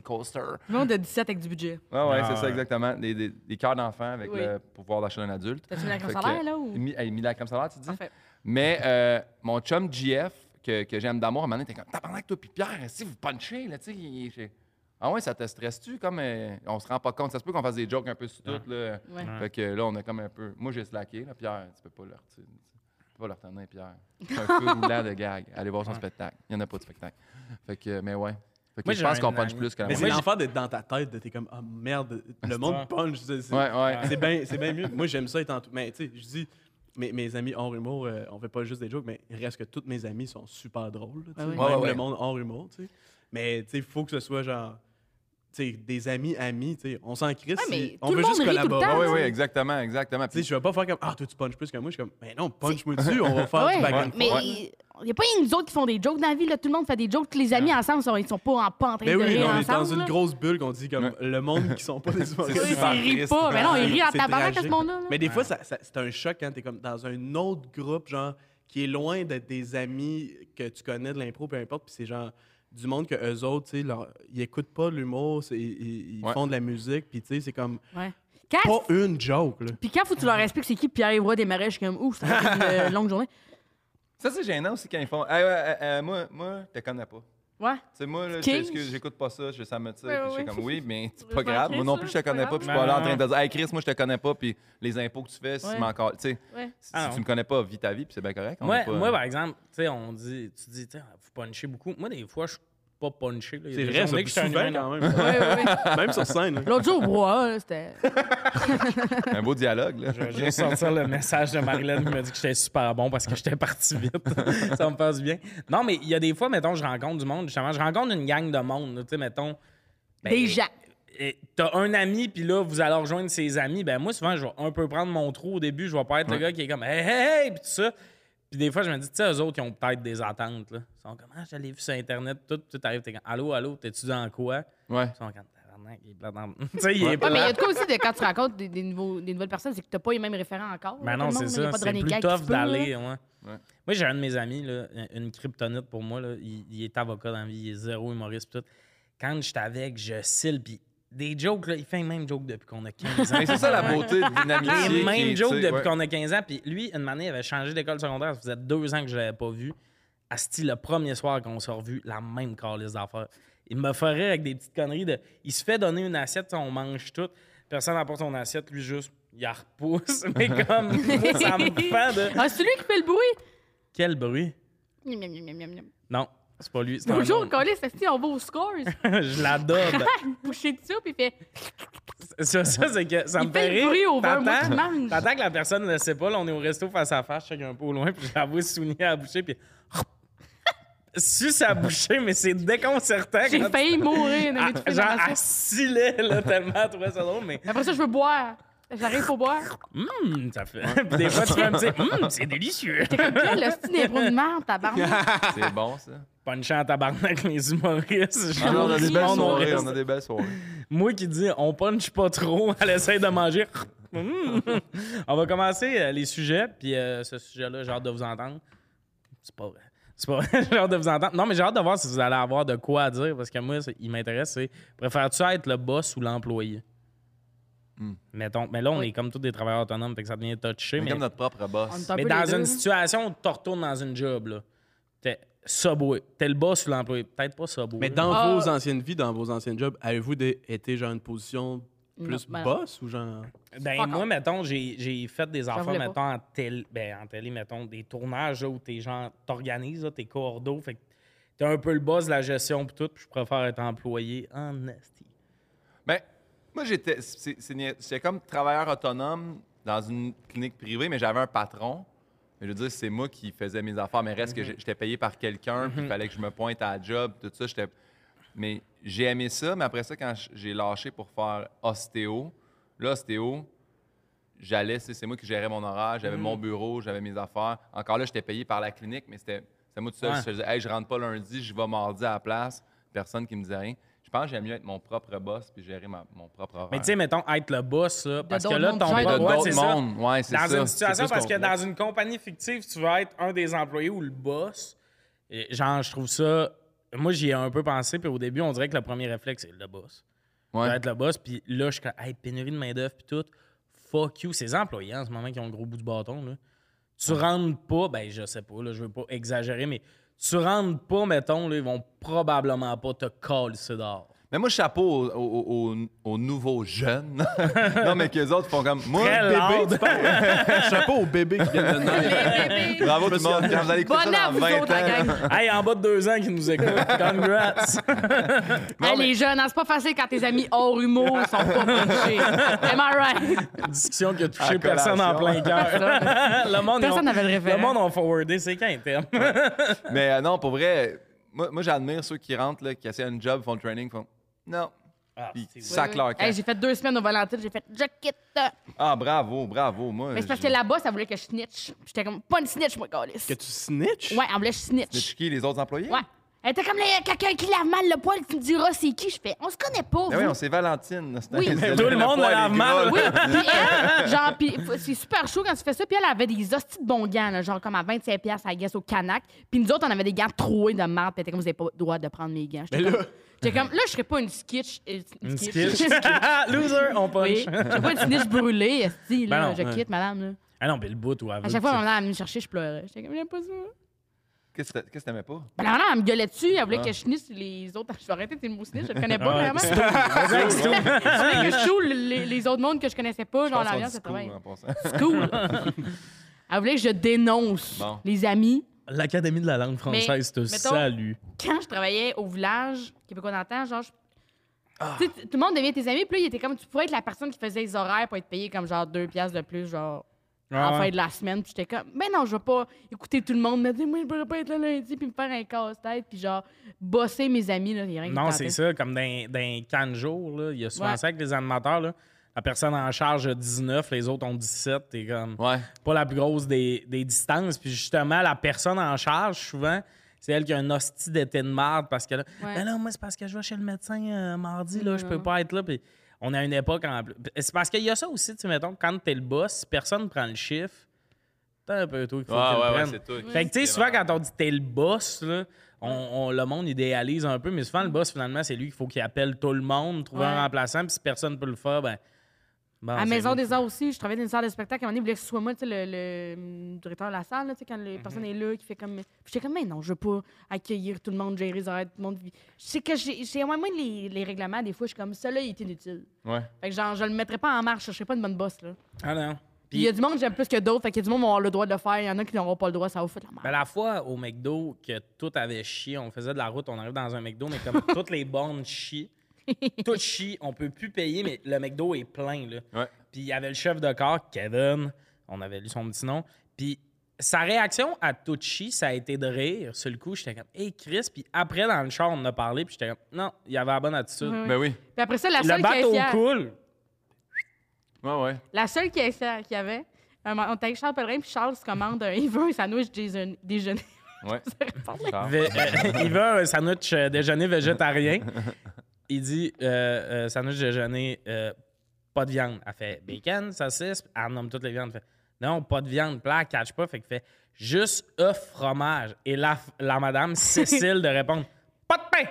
Speaker 2: Velocicoaster.
Speaker 3: Le monde de 17 avec du budget.
Speaker 2: Ouais, ouais,
Speaker 1: Ah,
Speaker 2: c'est ça,
Speaker 1: ouais.
Speaker 2: exactement. Des, des, des cœurs d'enfants avec
Speaker 3: Oui.
Speaker 2: le pouvoir d'achat d'un adulte.
Speaker 3: T'as-tu mis la crème
Speaker 2: Fait que-
Speaker 3: solaire, là, ou-
Speaker 2: Mis, hey, mis la crème solaire, tu dis?
Speaker 3: Parfait.
Speaker 2: Mais euh, mon chum GF, que, que j'aime d'amour, à un moment donné, était comme Tabarnak, toi, puis Pierre, si vous punchez, là, tu sais. il- il- Ah ouais, ça te stresse-tu? Comme euh, on se rend pas compte. Ça se peut qu'on fasse des jokes un peu sur tout, là.
Speaker 3: Ouais.
Speaker 2: Fait que là, on a comme un peu. Moi, j'ai slacké, là, Pierre, tu peux pas leur. Tu tu peux pas leur tenir, Pierre. C'est un peu roulant de gag. Allez voir son spectacle. Il y en a pas de spectacle. Fait que, mais ouais. Fait que
Speaker 1: Moi,
Speaker 2: je
Speaker 1: j'ai
Speaker 2: pense
Speaker 1: un
Speaker 2: qu'on punch
Speaker 1: ami.
Speaker 2: plus que la
Speaker 1: Mais
Speaker 4: Mais
Speaker 2: moyenne.
Speaker 4: c'est
Speaker 1: moi,
Speaker 4: l'enfer d'être dans ta tête, de t'es comme, ah merde, le monde punch. c'est- c'est-
Speaker 2: Ouais, ouais.
Speaker 4: C'est bien c'est bien mieux. Moi, j'aime ça être en tout. Mais tu sais, je dis, mes, mes amis hors humour, euh, on fait pas juste des jokes, mais il reste que tous mes amis sont super drôles. là, tu sais.
Speaker 3: Ah oui.
Speaker 4: Même
Speaker 2: Ouais, ouais, ouais.
Speaker 4: le monde hors humour, tu sais. Mais tu sais, il faut que ce soit genre, tu sais, des amis, amis, tu sais. On s'en crisse.
Speaker 3: Ouais, mais
Speaker 4: si-
Speaker 3: tout
Speaker 4: on
Speaker 3: le
Speaker 4: veut
Speaker 3: monde
Speaker 4: juste
Speaker 3: rit tout le
Speaker 4: collaborer.
Speaker 3: temps,
Speaker 2: Ah oui,
Speaker 3: tu
Speaker 2: oui, exactement, exactement.
Speaker 4: Tu sais,
Speaker 2: Puis,
Speaker 4: je vais pas faire comme, ah, toi, tu punches plus que moi. Je suis comme, mais non, punch-moi dessus,
Speaker 3: [laughs]
Speaker 4: on va faire
Speaker 3: Ouais,
Speaker 4: du back and
Speaker 3: mais
Speaker 4: forth.
Speaker 3: il n'y a pas rien que nous autres qui font des jokes dans la vie. Là. Tout le monde fait des jokes. Tous les amis ensemble, sont- ils sont pas en, pas en train
Speaker 4: Ah. Mais
Speaker 3: de
Speaker 4: Ben oui,
Speaker 3: rire
Speaker 4: on est
Speaker 3: ensemble.
Speaker 4: dans une
Speaker 3: là.
Speaker 4: grosse bulle qu'on dit comme
Speaker 2: Ouais.
Speaker 4: le monde qui sont
Speaker 3: [laughs]
Speaker 4: pas des humoristes.
Speaker 3: Oui,
Speaker 2: super
Speaker 3: Ils rient
Speaker 2: triste.
Speaker 3: pas. Mais non, ils rient en
Speaker 4: C'est
Speaker 3: tabarnak à ce
Speaker 4: tragique.
Speaker 3: moment-là. là.
Speaker 4: Mais des fois, ça- ça- c'est un choc quand t'es comme dans un autre groupe, genre, qui est loin d'être des amis que tu connais de l'impro, peu importe, puis c'est genre du monde que eux autres, tu sais, leur- ils écoutent pas l'humour, c'est- ils, ils
Speaker 2: Ouais.
Speaker 4: font de la musique, puis tu sais, c'est comme
Speaker 3: Ouais. Quand
Speaker 4: pas une joke, là.
Speaker 3: Puis quand faut que tu leur expliques c'est qui Pierre-Yves des Marais, je suis comme, ouf, ça va être une euh, longue journée.
Speaker 2: ça, c'est gênant aussi quand ils font. Hey, ouais, euh, euh, moi, moi, je te connais pas.
Speaker 3: Ouais.
Speaker 2: Tu sais, moi, là,
Speaker 3: King.
Speaker 2: j'excuse, j'écoute pas ça, je, ça me tire.
Speaker 3: Ouais,
Speaker 2: puis je suis
Speaker 3: ouais.
Speaker 2: comme,
Speaker 3: [laughs]
Speaker 2: oui, mais c'est pas
Speaker 3: veux pas
Speaker 2: grave.
Speaker 3: écrire
Speaker 2: Moi non
Speaker 3: ça,
Speaker 2: plus, je te
Speaker 3: c'est pas
Speaker 2: connais pas.
Speaker 3: grave.
Speaker 2: Puis je suis pas là en train
Speaker 1: Ouais.
Speaker 2: de dire, hey Chris, moi, je te connais pas. Puis les impôts que tu fais, si
Speaker 3: Ouais.
Speaker 2: tu m'en cales- Tu sais,
Speaker 3: Ouais.
Speaker 2: si,
Speaker 1: Ah,
Speaker 2: si
Speaker 1: on-
Speaker 2: tu me connais pas, vis ta vie, puis c'est bien correct. on
Speaker 1: Moi,
Speaker 2: est pas-
Speaker 1: moi,
Speaker 4: euh,
Speaker 1: par exemple, tu sais, on dit, tu dis, tu sais, vous punchez beaucoup. Moi, des fois, je suis pas punché. là. Il y a
Speaker 4: C'est
Speaker 1: des
Speaker 4: vrai, ça,
Speaker 1: journées que je suis un
Speaker 4: souvent
Speaker 1: humain,
Speaker 4: quand même.
Speaker 3: Ouais, ouais, ouais.
Speaker 1: [laughs]
Speaker 4: même sur scène. là.
Speaker 3: L'autre jour, au brouhaha, là, c'était.
Speaker 2: Un beau dialogue, là.
Speaker 1: [laughs] Je vais juste sortir le message de Marilyn qui m'a dit que j'étais super bon parce que j'étais parti vite. [laughs] ça me passe bien. Non, mais il y a des fois, mettons, je rencontre du monde, justement. Je rencontre une gang de monde, là, tu sais, mettons. ben,
Speaker 3: Des gens.
Speaker 1: et t'as un ami, puis là, vous allez rejoindre ses amis. Ben moi, souvent, je vais un peu prendre mon trou au début. Je vais pas être le
Speaker 2: Ouais.
Speaker 1: gars qui est comme Hey, hey, hey, puis tout ça. Puis des fois, je me dis, tu sais, eux autres, ils ont peut-être des attentes. Là. Ils sont comme, ah, je l'ai vu sur Internet, tout, tout arrive, t'es comme, allô, allô, t'es-tu dans quoi?
Speaker 2: Ouais.
Speaker 1: Ils sont comme, tabarnak, il est plat dans- [laughs] Tu sais, il est
Speaker 2: Ouais.
Speaker 1: plat.
Speaker 3: mais [laughs] il y a de quoi aussi de, quand tu rencontres des, des nouveaux, des nouvelles personnes, c'est que t'as pas les mêmes référents encore.
Speaker 1: Ben
Speaker 3: là,
Speaker 1: non,
Speaker 3: tout le
Speaker 1: c'est
Speaker 3: monde, là, y a
Speaker 1: ça.
Speaker 3: pas de
Speaker 1: C'est plus
Speaker 3: renégat qui
Speaker 1: tough
Speaker 3: se peut, là.
Speaker 1: d'aller. ouais.
Speaker 2: Ouais.
Speaker 1: Moi, j'ai un de mes amis, là, une kryptonite pour moi. là, il, il est avocat dans la vie, il est zéro humoriste. pis Tout. Quand je suis avec, je cille. Puis des jokes, là, il fait les mêmes jokes depuis qu'on a 15 ans.
Speaker 2: Mais c'est ça la beauté d'une amitié.
Speaker 1: Les
Speaker 2: Ah, qui
Speaker 1: mêmes
Speaker 2: est,
Speaker 1: jokes
Speaker 2: tu sais,
Speaker 1: depuis
Speaker 2: ouais.
Speaker 1: qu'on a 15 ans. Puis lui, une année, il avait changé d'école secondaire. Ça faisait deux ans que je l'avais pas vu. Asti, le premier soir qu'on s'est revu, la même calice d'affaires. Il me ferait avec des petites conneries de. Il se fait donner une assiette, tu sais, on mange tout. Personne n'apporte son assiette, lui juste, il la repousse. [laughs] Mais comme, moi, ça
Speaker 2: [laughs]
Speaker 1: me fait de.
Speaker 3: Ah, c'est lui qui fait le bruit.
Speaker 1: Quel bruit!
Speaker 3: Miam, miam, miam, miam, miam, miam.
Speaker 1: Non, c'est pas lui. c'est un
Speaker 3: Bonjour,
Speaker 1: autre.
Speaker 3: Colis, c'est on va au [laughs] scores.
Speaker 1: [laughs] Je l'adore.
Speaker 3: Une bouchée de soupe, il fait.
Speaker 1: ça,
Speaker 3: [laughs]
Speaker 1: ça, c'est que ça
Speaker 3: Il
Speaker 1: me fait
Speaker 3: fait le
Speaker 1: rire.
Speaker 3: bruit au verre, moi,
Speaker 1: T'entends-
Speaker 3: qui mange.
Speaker 1: T'attends que la personne ne le sait pas, là, on est au resto face à face, chacun un peu au loin, puis j'avoue souligner à la bouchée, puis. [laughs] Suce à la bouchée, mais c'est déconcertant.
Speaker 3: J'ai
Speaker 1: quand- [laughs]
Speaker 3: failli mourir. dans mes
Speaker 1: Ah,
Speaker 3: trucs
Speaker 1: genre,
Speaker 3: dans la
Speaker 1: à
Speaker 3: soupe.
Speaker 1: silet, là, tellement, elle trouvait ça drôle, mais.
Speaker 3: Après ça, je veux boire. J'arrive pour boire.
Speaker 1: [laughs] Hum, ça fait. Puis des fois, tu fais un petit. Hum, c'est délicieux.
Speaker 3: T'es comme quel hostie d'impro de merde,
Speaker 1: [laughs]
Speaker 3: tabarnak.
Speaker 2: C'est bon, ça.
Speaker 1: Punchant en tabarnak les humoristes.
Speaker 2: Ah non, on a des
Speaker 1: Tout le
Speaker 2: belles
Speaker 1: monde au
Speaker 2: soirées.
Speaker 1: resto.
Speaker 2: On a des belles soirées.
Speaker 1: Moi qui dis on punch pas trop, [laughs] elle essaie de manger. Mm. on va commencer euh, les sujets, puis euh, ce sujet-là, j'ai hâte de vous entendre. C'est pas vrai. C'est pas [laughs] vrai, j'ai hâte de vous entendre. Non, mais j'ai hâte de voir si vous allez avoir de quoi à dire, parce que moi, c'est- il m'intéresse, c'est préfères-tu être le boss ou l'employé?
Speaker 2: Mm.
Speaker 1: Mettons, mais là, on
Speaker 3: Oui.
Speaker 1: est comme tous des travailleurs autonomes, fait que ça devient touché.
Speaker 2: On est
Speaker 1: Mais,
Speaker 2: comme notre propre
Speaker 3: On
Speaker 2: boss.
Speaker 3: est un
Speaker 1: mais
Speaker 3: peu
Speaker 1: dans
Speaker 3: les deux,
Speaker 1: une
Speaker 3: là.
Speaker 1: situation où tu te retournes dans une job, là, t'es subway. T'es le boss ou l'employé? Peut-être pas subway.
Speaker 4: Mais dans
Speaker 3: Ah.
Speaker 4: vos anciennes vies, dans vos anciens jobs, avez-vous des- été genre une position plus
Speaker 3: Non, ben non.
Speaker 4: boss ou genre. [laughs]
Speaker 1: Ben,
Speaker 3: Fuck
Speaker 1: moi,
Speaker 3: off.
Speaker 1: mettons, j'ai j'ai fait des affaires,
Speaker 3: voulais pas.
Speaker 1: mettons, en télé, ben, en télé, mettons, des tournages là, où t'es genre, t'organises, là, t'es cordeau, fait que t'es un peu le boss de la gestion pis tout, puis je préfère être employé en esti.
Speaker 2: Ben, moi, j'étais. c'est- c'est nia- J'étais comme travailleur autonome dans une clinique privée, mais j'avais un patron. Mais je veux dire, c'est moi qui faisais mes affaires, mais reste que j'ai- j'étais payé par quelqu'un, puis il fallait que je me pointe à la job, tout ça. j'étais- Mais j'ai aimé ça, mais après ça, quand j- j'ai lâché pour faire ostéo, là, ostéo, j'allais, c'est c'est moi qui gérais mon horaire, j'avais mon bureau, j'avais mes affaires. Encore là, j'étais payé par la clinique, mais c'était c'était moi tout seul.
Speaker 1: Ouais.
Speaker 2: Je faisais, hey, je rentre pas lundi, je vais mardi à la place. Personne qui me disait rien. Je pense que j'aime mieux être mon propre boss puis gérer ma- mon propre horaire.
Speaker 1: Mais tu sais, mettons, être le boss, là, parce que
Speaker 3: d'autres
Speaker 1: là,
Speaker 3: mondes,
Speaker 1: ton
Speaker 3: tu
Speaker 2: Mais
Speaker 3: sais,
Speaker 1: boss,
Speaker 2: de
Speaker 1: ouais, c'est
Speaker 2: d'autres
Speaker 1: ça.
Speaker 2: mondes, ouais, c'est
Speaker 1: dans
Speaker 2: ça.
Speaker 1: une situation,
Speaker 4: plus
Speaker 1: parce que
Speaker 4: complexe.
Speaker 1: dans une compagnie fictive, tu vas être un des employés ou le boss. Et genre, je trouve ça. Moi, j'y ai un peu pensé, puis au début, on dirait que le premier réflexe, c'est le boss.
Speaker 2: Ouais.
Speaker 1: Je vais être le boss, puis là, je suis comme, hey, pénurie de main-d'œuvre, puis tout. Fuck you. Ces employés, en ce moment, qui ont le gros bout du bâton, là. Tu rentres pas, ben, je sais pas, là, je veux pas exagérer, mais tu rentres pas, mettons, là, ils vont probablement pas te coller dehors.
Speaker 2: Mais moi, chapeau aux, aux- aux- aux nouveaux jeunes. [laughs] non, mais que les autres font comme moi.
Speaker 1: Très
Speaker 4: Bébé,
Speaker 1: lourd.
Speaker 4: tu parles? Chapeau au bébé qui
Speaker 3: [laughs]
Speaker 4: vient de naître.
Speaker 3: [laughs] Bébé, bébé.
Speaker 2: Bravo tout le monde. Quand vous allez écouter
Speaker 3: Bonne
Speaker 2: ça
Speaker 3: à
Speaker 2: dans
Speaker 3: vous
Speaker 2: 20
Speaker 3: autres, la
Speaker 2: ans.
Speaker 1: [laughs]
Speaker 3: gang.
Speaker 1: hey, en bas de deux ans qui nous écoutent. Congrats.
Speaker 2: Non,
Speaker 3: Hey,
Speaker 2: mais-
Speaker 3: Les jeunes, hein, c'est pas facile quand tes amis hors humour sont pas punchés. Am I right?
Speaker 1: Discussion qui a touché
Speaker 2: À
Speaker 1: personne en plein
Speaker 2: collation.
Speaker 1: cœur. [laughs] le monde, ils
Speaker 3: Personne
Speaker 1: ont-
Speaker 3: n'avait le référent.
Speaker 1: Le monde a forwardé, c'est quand terme.
Speaker 2: Mais euh, non, pour vrai, moi, moi, j'admire ceux qui rentrent, là, qui essaient un job, font le training, font non.
Speaker 1: Ah,
Speaker 2: Puis ils sacent leur camp.
Speaker 3: Ah, Hey, j'ai fait deux semaines au Valentine, j'ai fait je quitte.
Speaker 2: Ah, bravo, bravo. Moi,
Speaker 3: Mais c'est parce
Speaker 2: j'ai-
Speaker 3: que là-bas, ça voulait que je snitch. Puis J'étais comme, pas une snitch, moi, Gaulis.
Speaker 4: Que tu snitches?
Speaker 3: Ouais, elle voulait que je
Speaker 2: Mais
Speaker 3: snitch.
Speaker 2: tu qui, les autres employés?
Speaker 3: Ouais. Elle était comme, là, y a quelqu'un qui lave mal le poil, tu me diras c'est qui. Je fais, on se connaît pas.
Speaker 2: Ben
Speaker 3: vous.
Speaker 2: oui, on s'est Valentine. là, c'est-
Speaker 3: Oui.
Speaker 2: c'est-
Speaker 1: Tout le monde
Speaker 2: poil,
Speaker 1: a la
Speaker 2: les
Speaker 1: main.
Speaker 2: gars,
Speaker 3: Oui,
Speaker 2: là.
Speaker 3: puis elle, genre, puis faut- c'est super chaud quand tu fais ça. Puis elle avait des hosties de bons gants, là, genre comme à 25$, piastres, I guess, au Canac. Puis nous autres, on avait des gants troués de marde. Puis elle était comme, vous avez pas le droit de prendre mes gants. J'étais
Speaker 4: Mais
Speaker 3: comme,
Speaker 4: là-
Speaker 3: j'étais comme, là, je serais pas une skitch. euh,
Speaker 1: Une [laughs]
Speaker 3: Une
Speaker 1: skitch. Ah, Loser, on punch.
Speaker 3: [laughs] Oui. Je serais pas une snitch brûlée, esti,
Speaker 1: Ben
Speaker 3: là.
Speaker 1: non,
Speaker 3: je
Speaker 4: ouais.
Speaker 3: quitte, madame, là.
Speaker 1: Ah non, mais le bout ou avant.
Speaker 3: À chaque fois, ma maman elle me cherchait, je pleurais. J'étais comme, j'aime pas ça.
Speaker 2: Qu'est-ce que t'a- qu'est-ce que t'aimais pas?
Speaker 3: Ben, la madame, elle me gueulait dessus. Elle voulait que je finisse les autres. Je vais arrêter de dire le mot snitch, je le connais pas
Speaker 1: Ouais,
Speaker 3: vraiment.
Speaker 1: c'est
Speaker 3: [laughs] Je voulais que je choule les, les autres mondes que je connaissais pas, hein.
Speaker 2: Je
Speaker 3: genre
Speaker 2: pense qu'on
Speaker 3: l'arrière,
Speaker 2: dit
Speaker 3: c'est
Speaker 2: cool,
Speaker 3: travail.
Speaker 2: en passant.
Speaker 3: Cool. Elle voulait que je dénonce
Speaker 2: Bon.
Speaker 3: les amis.
Speaker 1: L'Académie de la langue française te
Speaker 3: Mais, mettons-
Speaker 1: salue.
Speaker 3: Quand je travaillais au village, québécois d'antan, genre, je-
Speaker 1: Ah.
Speaker 3: Tu sais, t- tout le monde devient tes amis. Puis là, il était comme, tu pourrais être la personne qui faisait les horaires pour être payé comme genre deux piastres de plus, genre. en
Speaker 1: Ah ouais.
Speaker 3: fin de la semaine. Puis j'étais comme, ben non, je vais pas écouter tout le monde me dire, moi, je pourrais pas être là lundi, puis me faire un casse-tête, puis genre, bosser mes amis, là, il y a rien qui
Speaker 1: Non,
Speaker 3: me
Speaker 1: c'est
Speaker 3: tentait.
Speaker 1: ça, comme dans, dans 40 jours, là, il y a souvent
Speaker 3: Ouais.
Speaker 1: ça avec les animateurs. Là, la personne en charge a 19, les autres ont 17. T'es comme
Speaker 2: Ouais.
Speaker 1: pas la plus grosse des, des distances. Puis justement, la personne en charge, souvent, c'est elle qui a un hostie d'été de marde parce que là,
Speaker 3: Ouais.
Speaker 1: ben là, moi, c'est parce que je vais chez le médecin euh, mardi, là, je peux
Speaker 3: Mhm.
Speaker 1: pas être là. Puis on a une époque en plus. C'est parce qu'il y a ça aussi, tu sais, mettons, quand t'es le boss, si personne prend le chiffre, t'as un peu toi qu'il faut
Speaker 2: Ouais,
Speaker 1: qu'il le
Speaker 2: Ah, ouais, ouais,
Speaker 1: prenne.
Speaker 2: c'est tout.
Speaker 1: Fait que, tu sais, souvent, quand on dit t'es le boss, là, on, on- le monde idéalise un peu, mais souvent, le boss, finalement, c'est lui qu'il faut qu'il appelle tout le monde, trouver un
Speaker 3: Ouais.
Speaker 1: remplaçant, puis si personne peut le faire, ben. bon,
Speaker 3: À la
Speaker 1: c'est
Speaker 3: Maison
Speaker 1: lui.
Speaker 3: des Arts aussi, je travaillais dans une salle de spectacle. À un moment donné, il voulait que ce soit moi, tu sais, le, le, hum, directeur de la salle, là, tu sais, quand
Speaker 1: Mhm.
Speaker 3: la personne est là, qui fait comme. Puis j'étais comme, mais non, je veux pas accueillir tout le monde, gérer les horaires, tout le monde. Puis Je sais que j'ai j'ai- moi, moi, les, les règlements, des fois, je suis comme, ça là, il est inutile.
Speaker 2: Ouais.
Speaker 3: Fait que genre, je le mettrais pas en marche, je serais pas une bonne boss, là.
Speaker 1: Ah non.
Speaker 3: Puis il y a du monde que j'aime plus que d'autres, fait qu'il y a du monde qui va avoir le droit de le faire, il y en a qui n'auront pas le droit, ça va foutre la merde.
Speaker 1: Ben, la fois au McDo que tout avait chié, on faisait de la route, on arrive dans un McDo, mais comme toutes les bornes chient, tout chie, on peut plus payer, mais le McDo est plein. Là.
Speaker 2: Ouais.
Speaker 1: Puis il y avait le chef de corps, Kevin, on avait lu son petit nom. Puis sa réaction à tout chie, ça a été de rire. Sur le coup, j'étais comme, hey Chris. Puis après, dans le char, on en a parlé, puis j'étais comme, non, il avait la bonne attitude.
Speaker 3: Ouais, ouais.
Speaker 2: Ben oui.
Speaker 3: Puis après ça, la
Speaker 1: Le
Speaker 3: seule qui est
Speaker 1: bateau
Speaker 3: fière.
Speaker 1: coule.
Speaker 2: Ouais, ouais.
Speaker 3: La seule qui est fière qu'il y avait, un moment- on était avec Charles Pellerin, puis Charles se commande un, [laughs] il veut un sandwich déjeun- déjeuner.
Speaker 2: Ouais.
Speaker 3: Ça répondait.
Speaker 2: Charles.
Speaker 1: [laughs] Vé- euh, il veut un sandwich euh, déjeuner végétarien. Il dit euh, euh, sandwich déjeuner, euh, pas de viande. Elle fait bacon, saucisse. Elle nomme toutes les viandes. Elle fait non, pas de viande. Puis là, elle catch pas. Fait que fait juste œuf, fromage. Et la, la
Speaker 3: [laughs]
Speaker 1: madame Cécile de répondre pas de pain.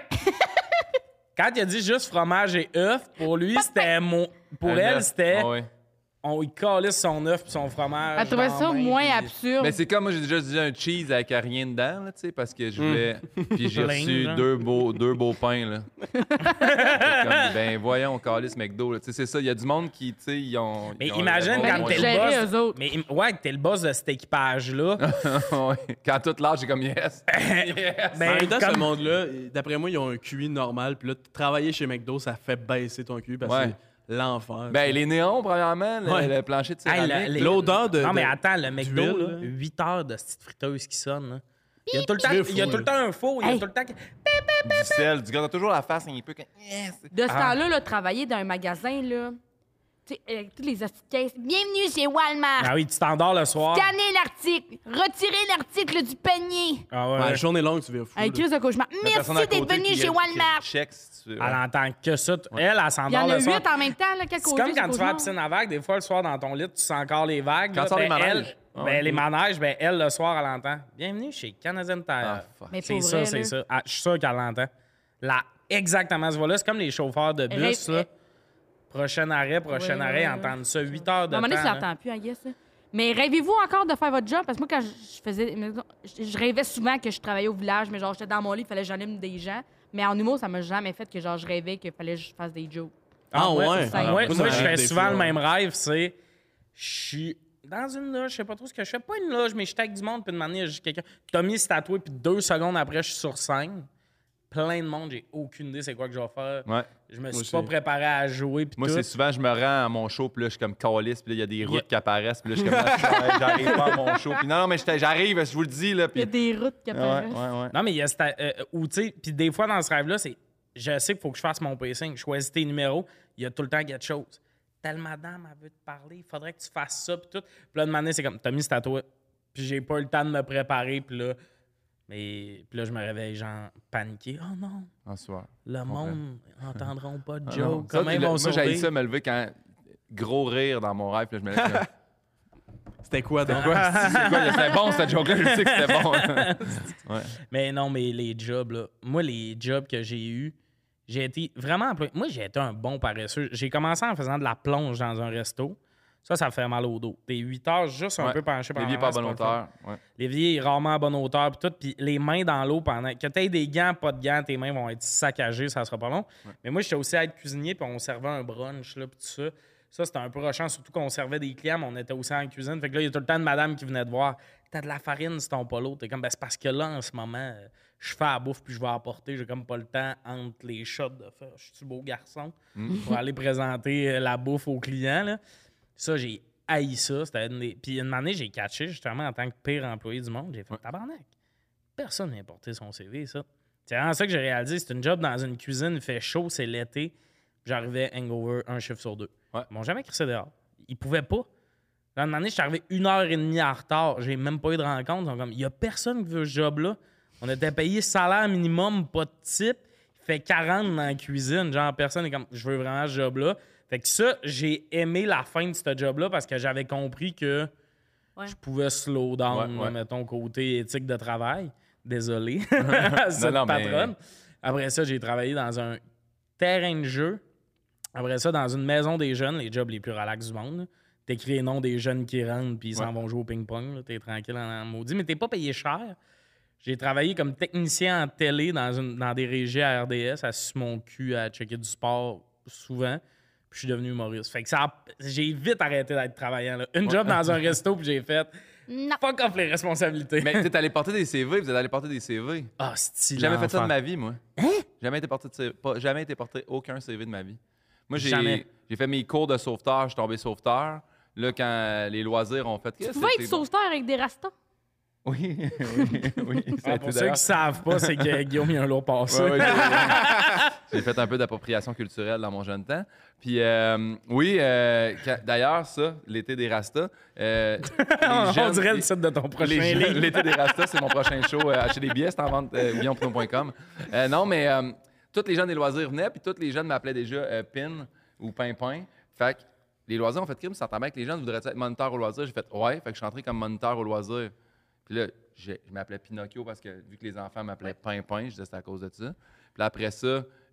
Speaker 1: Quand il a dit juste fromage et œuf, pour lui, c'était mon. Pour
Speaker 2: Un
Speaker 1: elle,
Speaker 2: œuf.
Speaker 1: c'était.
Speaker 2: Ah ouais.
Speaker 1: On y calisse son œuf puis son fromage.
Speaker 3: Elle trouvait
Speaker 1: dans
Speaker 3: ça
Speaker 1: la main,
Speaker 3: moins
Speaker 1: puis-
Speaker 3: absurde.
Speaker 2: Mais Ben, c'est comme moi, j'ai déjà dit un cheese avec rien dedans, là, tu sais, parce que je voulais. [laughs] Puis j'ai
Speaker 1: Plein,
Speaker 2: reçu
Speaker 1: genre.
Speaker 2: deux beaux, deux beaux pains, là. C'est comme, ben voyons, Calis McDo, là. Tu sais, c'est ça. Il y a du monde qui, tu sais, ils ont.
Speaker 1: Mais
Speaker 2: ils ont
Speaker 1: imagine
Speaker 2: le
Speaker 1: quand
Speaker 2: bon
Speaker 1: t'es
Speaker 3: Gérer
Speaker 1: le boss.
Speaker 3: eux autres.
Speaker 1: Mais im- ouais, que t'es le boss de cet équipage-là.
Speaker 4: Ah,
Speaker 2: moyen. [laughs] Ouais. Quand tout l'âge, j'ai comme [laughs] yes. yes.
Speaker 1: Ben,
Speaker 4: en même temps,
Speaker 1: comme-
Speaker 4: ce monde-là, d'après moi, ils ont un QI normal. Puis là, travailler chez McDo, ça fait baisser ton QI parce que
Speaker 2: Ouais.
Speaker 4: c'est l'enfer.
Speaker 2: Ben, les néons, premièrement, le,
Speaker 4: Ouais.
Speaker 2: le plancher de
Speaker 1: Hey,
Speaker 2: céramique.
Speaker 1: la- les-
Speaker 4: L'odeur de-
Speaker 1: Non, mais
Speaker 4: de-
Speaker 1: attends, le McDo,
Speaker 4: d'huile,
Speaker 1: là,
Speaker 4: là.
Speaker 1: 8 heures de petite friteuse qui sonne. là. Il y a tout le temps,
Speaker 4: Tu veux
Speaker 1: il y a
Speaker 4: fou,
Speaker 1: tout le
Speaker 4: là.
Speaker 1: temps un faux. Il y a
Speaker 3: Hey.
Speaker 1: tout le temps. que-
Speaker 2: du sel. Tu gardes toujours la face un peu. comme, eh, Yes.
Speaker 3: De ce temps-là, là, travailler dans un magasin, là, tu sais, avec toutes les astuces caisses. Bienvenue chez Walmart.
Speaker 1: Ah oui, tu t'endors le soir.
Speaker 3: Scannez l'article. Retirez l'article du panier.
Speaker 1: Ah
Speaker 4: Ouais,
Speaker 1: ouais.
Speaker 4: la journée longue, tu vas fou.
Speaker 3: Un
Speaker 4: là.
Speaker 3: crise de cauchemar.
Speaker 2: La personne à
Speaker 3: Merci d'être
Speaker 2: côté
Speaker 3: venu
Speaker 2: qui- euh,
Speaker 3: chez
Speaker 2: qui-
Speaker 3: Walmart.
Speaker 2: qui check si tu veux.
Speaker 1: Elle entend que ça. t- Elle, elle
Speaker 3: Il y
Speaker 1: s'endort
Speaker 3: en a
Speaker 1: le soir.
Speaker 3: huit en même temps, là, quelque
Speaker 1: C'est comme quand tu vas à la piscine à vagues, des fois, le soir, dans ton lit, tu sens encore les vagues.
Speaker 2: Quand
Speaker 1: là,
Speaker 2: sort les
Speaker 1: ben,
Speaker 2: manèges.
Speaker 1: elle-
Speaker 2: Ah
Speaker 1: ben,
Speaker 2: ouais.
Speaker 1: les manèges, ben, elle, le soir, elle entend. Bienvenue chez Canadian Tire.
Speaker 2: Ah, fuck.
Speaker 3: Mais
Speaker 1: c'est
Speaker 3: pour
Speaker 1: ça,
Speaker 3: vrai,
Speaker 1: c'est
Speaker 3: là.
Speaker 1: ça. Ah, je suis sûr qu'elle l'entend. Là, exactement ce voie-là. C'est comme les chauffeurs de bus.
Speaker 3: Ré-
Speaker 1: là. Prochain arrêt, prochain
Speaker 3: Ouais,
Speaker 1: arrêt,
Speaker 3: ouais, ouais.
Speaker 1: entendre ça 8 heures de
Speaker 3: À un
Speaker 1: temps. hein.
Speaker 3: moment donné, tu
Speaker 1: là.
Speaker 3: l'entends plus, I guess. là. Mais rêvez-vous encore de faire votre job? Parce que moi, quand je je faisais. Je je rêvais souvent que je travaillais au village, mais genre, j'étais dans mon lit, il fallait que j'anime des gens. Mais en humour, ça m'a jamais fait que genre, je rêvais qu'il fallait que je fasse des jokes.
Speaker 4: Ah ouais?
Speaker 1: Ah
Speaker 3: Ah,
Speaker 1: ouais,
Speaker 4: moi, ça
Speaker 1: moi, je
Speaker 4: m'arrive
Speaker 1: fais
Speaker 4: des
Speaker 1: souvent
Speaker 4: fois,
Speaker 1: le
Speaker 4: ouais.
Speaker 1: même rêve, c'est je suis dans une loge, je sais pas trop ce que je fais. Pas une loge, mais je suis avec du monde, puis de manière, j'ai quelqu'un. Tommy s'est tatoué, puis deux secondes après, je suis sur scène. Plein de monde, j'ai aucune idée c'est quoi que je vais faire.
Speaker 2: Ouais.
Speaker 1: Je me
Speaker 4: Moi
Speaker 1: suis pas
Speaker 4: aussi.
Speaker 1: préparé à jouer, puis
Speaker 2: Moi,
Speaker 1: tout.
Speaker 2: c'est souvent, je me rends à mon show, puis là, je suis comme calice, puis là, il y a des routes
Speaker 1: Yeah.
Speaker 2: qui apparaissent, puis là, je suis comme, Ah, j'arrive pas à mon show. Puis non, non, mais j'étais- j'arrive, je vous le dis, là,
Speaker 3: Il y
Speaker 2: puis.
Speaker 3: a des routes qui
Speaker 2: Ouais, ouais,
Speaker 3: apparaissent.
Speaker 2: ouais.
Speaker 1: Non, mais il y a cette. euh, ou, tu sais, puis des fois, dans ce rêve-là, c'est. Je sais qu'il faut que je fasse mon pacing. Je choisis tes numéros. Il y a tout le temps quelque chose. Telle madame, elle veut te parler. Il faudrait que tu fasses ça, puis tout. Puis là, de manière, c'est comme, Tommy, c'est à toi. Puis j'ai pas eu le temps de me préparer, puis là. Mais. Puis là, je me réveille, genre, paniqué. Oh non,
Speaker 2: En soir.
Speaker 1: le monde entendront pas de
Speaker 2: Ah,
Speaker 1: joke.
Speaker 2: non. Ça,
Speaker 1: Comment
Speaker 2: puis
Speaker 1: ils
Speaker 2: le-
Speaker 1: vont
Speaker 2: Moi, j'ai
Speaker 1: sauter?
Speaker 2: ça me lever quand. Gros rire dans mon rêve, puis là, je me
Speaker 1: [laughs]
Speaker 2: lève. là.
Speaker 4: C'était quoi donc?
Speaker 2: C'est quoi, c'était bon, cette joke-là, je sais que c'était bon.
Speaker 1: [laughs] Mais non, mais les jobs, là. Moi, les jobs que j'ai eus, j'ai été vraiment employé. Moi, j'ai été un bon paresseux. J'ai commencé en faisant de la plonge dans un resto. Ça, ça fait mal au dos. T'es 8 heures juste un
Speaker 2: Ouais.
Speaker 1: peu penché par
Speaker 2: L'évier pas à bonne hauteur. ouais.
Speaker 1: L'évier est rarement à bonne hauteur, puis tout. Puis les mains dans l'eau pendant. Que t'aies des gants, pas de gants, tes mains vont être saccagées, ça sera pas long. Mais moi, j'étais aussi à être cuisinier, puis on servait un brunch, là, puis tout ça. Ça, c'était un peu rochant, surtout qu'on servait des clients, mais on était aussi en cuisine. Fait que là, il y a tout le temps de madame qui venait te voir. T'as de la farine, c'est ton polo. T'es comme, ben, c'est parce que là, en ce moment, euh, je fais à la bouffe, puis je vais apporter. J'ai comme pas le temps entre les shots de faire. Je suis beau garçon pour aller présenter euh, la bouffe aux clients, là. Ça, j'ai haï ça. C'était une des- Puis une année, j'ai catché justement en tant que pire employé du monde. J'ai fait tabarnak. Personne n'a porté son CV, ça. C'est vraiment ça que j'ai réalisé. C'est une job dans une cuisine, il fait chaud, c'est l'été. J'arrivais hangover un chiffre sur deux.
Speaker 2: Ouais.
Speaker 1: Ils m'ont jamais crissé dehors. Ils pouvaient pas. Là, une année, je suis arrivé une heure et demie en retard. J'ai même pas eu de rencontre. Ils sont comme, il y a personne qui veut ce job-là. On était payé salaire minimum, pas de type. Il fait 40 dans la cuisine. Genre, personne est comme, je veux vraiment ce job-là. Fait que ça, j'ai aimé la fin de ce job-là parce que j'avais compris que
Speaker 3: Ouais.
Speaker 1: je pouvais slow down,
Speaker 2: Ouais, ouais.
Speaker 1: mettons, côté éthique de travail. Désolé, [laughs] cette
Speaker 2: [laughs] non, mais-
Speaker 1: patronne. Après ça, j'ai travaillé dans un terrain de jeu. Après ça, dans une maison des jeunes, les jobs les plus relax du monde. là. T'écris les noms des jeunes qui rentrent puis ils s'en
Speaker 2: Ouais.
Speaker 1: vont jouer au ping-pong. là. T'es tranquille en, en maudit, mais t'es pas payé cher. J'ai travaillé comme technicien en télé dans, une, dans des régies à RDS, à sucer mon cul, à checker du sport souvent. Puis je suis devenu humoriste. Fait que ça a- j'ai vite arrêté d'être travaillant. là. Une job
Speaker 2: [laughs]
Speaker 1: dans un resto, puis j'ai fait
Speaker 3: Non.
Speaker 1: fuck off les responsabilités.
Speaker 2: Mais t'es allé porter des CV, vous êtes allé porter des CV.
Speaker 1: Ah, style.
Speaker 2: J'ai jamais fait ça de ma vie, moi.
Speaker 3: Hein?
Speaker 2: Jamais été porté de CV, pas- jamais été porté aucun CV de ma vie. Moi, j'ai
Speaker 1: Jamais.
Speaker 2: j'ai fait mes cours de sauveteur, je suis tombé sauveteur. Là, quand les loisirs ont fait.
Speaker 3: Tu pouvais être sauveteur avec des rastas.
Speaker 2: Oui, [laughs] oui, oui. ça a été
Speaker 1: Ah, pour ceux
Speaker 2: d'ailleurs-
Speaker 1: qui savent pas, c'est que Guillaume, il y a un
Speaker 2: [laughs]
Speaker 1: lourd passé.
Speaker 2: Ouais, ouais, j'ai- J'ai fait un peu d'appropriation culturelle dans mon jeune temps. Puis euh, oui, euh, quand- d'ailleurs, ça, l'été des Rastas.
Speaker 1: [laughs]
Speaker 2: euh, les
Speaker 1: On
Speaker 2: jeunes-
Speaker 1: dirait le titre de ton prochain
Speaker 2: les jeunes-
Speaker 1: livre.
Speaker 2: [laughs] L'été des Rastas, c'est mon prochain show. euh, achetez des billets, c'est en vente euh, guillaumepinot.com. Euh, non, mais euh, tous les jeunes des loisirs venaient, puis tous les jeunes m'appelaient déjà euh, Pin ou Pimpin. Fait que les loisirs ont fait crime, ça s'entend bien que les jeunes voudraient être moniteur au loisir. J'ai fait ouais, fait que je suis entré comme moniteur au loisir. Puis là, j'ai- je m'appelais Pinocchio parce que vu que les enfants m'appelaient Pimpin, je disais c'est à cause de ça. Puis là, après ça,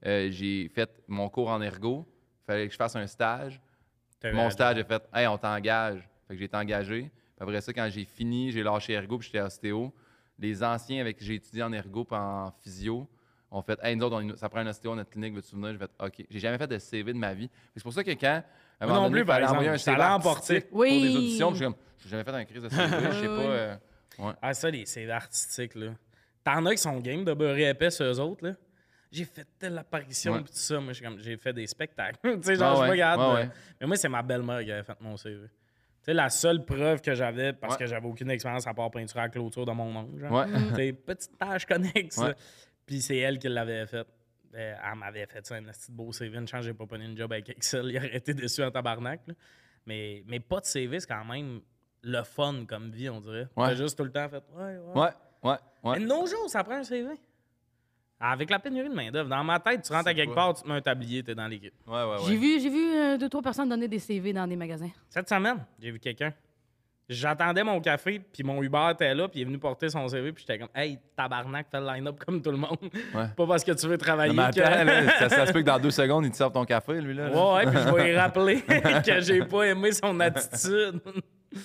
Speaker 2: euh, j'ai fait mon cours en ergo. Fallait que je fasse un stage. Mon stage, j'ai fait Hey, on t'engage. Fait que j'ai été engagé. Puis après ça, quand j'ai fini, j'ai lâché Ergo puis j'étais ostéo. Les anciens avec qui j'ai étudié en Ergo puis en physio ont fait Hey, nous autres, on- ça prend un ostéo à notre clinique, veux-tu venir J'ai fait OK. J'ai jamais fait de CV de ma vie. C'est pour ça que quand. à un
Speaker 1: Moi
Speaker 2: moment
Speaker 1: non
Speaker 2: donné,
Speaker 1: plus, par
Speaker 2: fallait
Speaker 1: exemple.
Speaker 2: envoyer un
Speaker 1: J'étais
Speaker 2: CV
Speaker 1: allé en
Speaker 2: artistique
Speaker 1: porter.
Speaker 2: pour des
Speaker 3: Oui.
Speaker 2: auditions. puis j'ai comme, J'ai jamais fait un crise de CV, je sais pas. euh,
Speaker 1: Ah, ça, les CV artistiques, là. T'en as qui sont game de beurrer épais sur eux autres, là. J'ai fait telle apparition,
Speaker 2: Ouais.
Speaker 1: pis tout ça. Moi, j'ai comme- j'ai fait des spectacles. [laughs] tu sais, genre,
Speaker 2: Ouais,
Speaker 1: je
Speaker 2: ouais,
Speaker 1: regarde.
Speaker 2: ouais,
Speaker 1: euh,
Speaker 2: ouais.
Speaker 1: Mais moi, c'est ma belle-mère qui avait fait mon CV. Tu sais, la seule preuve que j'avais, parce
Speaker 2: Ouais.
Speaker 1: que j'avais aucune expérience à part peinture à clôture de mon oncle, genre.
Speaker 2: Ouais.
Speaker 1: [laughs] Tu sais, petite tâche connexe.
Speaker 2: Ouais.
Speaker 1: là. Puis c'est elle qui l'avait fait. Euh, Elle m'avait fait ça, un petit beau CV. Une chance, j'ai pas pogné une job avec Excel. Il aurait été déçu en tabarnak. là. Mais, mais pas de CV, c'est quand même le fun comme vie, on dirait.
Speaker 2: Ouais.
Speaker 1: T'as juste tout le temps fait. Ouais, ouais.
Speaker 2: Ouais, ouais, ouais.
Speaker 1: Mais de nos jours, ça prend un CV. Avec la pénurie de main-d'œuvre. Dans ma tête, tu rentres à
Speaker 2: C'est
Speaker 1: quelque
Speaker 2: quoi?
Speaker 1: part, tu te mets un tablier, t'es dans l'équipe.
Speaker 2: Ouais, ouais, ouais.
Speaker 3: J'ai vu, j'ai vu euh, deux, trois personnes donner des CV dans des magasins.
Speaker 1: Cette semaine, j'ai vu quelqu'un. J'attendais mon café, puis mon Uber était là, puis il est venu porter son CV, puis j'étais comme, hey, tabarnak, fais le line-up [laughs] comme tout le monde. Pas parce que tu veux travailler.
Speaker 2: Non, mais
Speaker 1: que-
Speaker 2: attends, là, ça, ça se peut que dans deux secondes, il te serve ton café, lui.
Speaker 1: [laughs]
Speaker 2: Là,
Speaker 1: Ouais, ouais, puis je vais lui rappeler [laughs] que j'ai pas aimé son attitude. [laughs]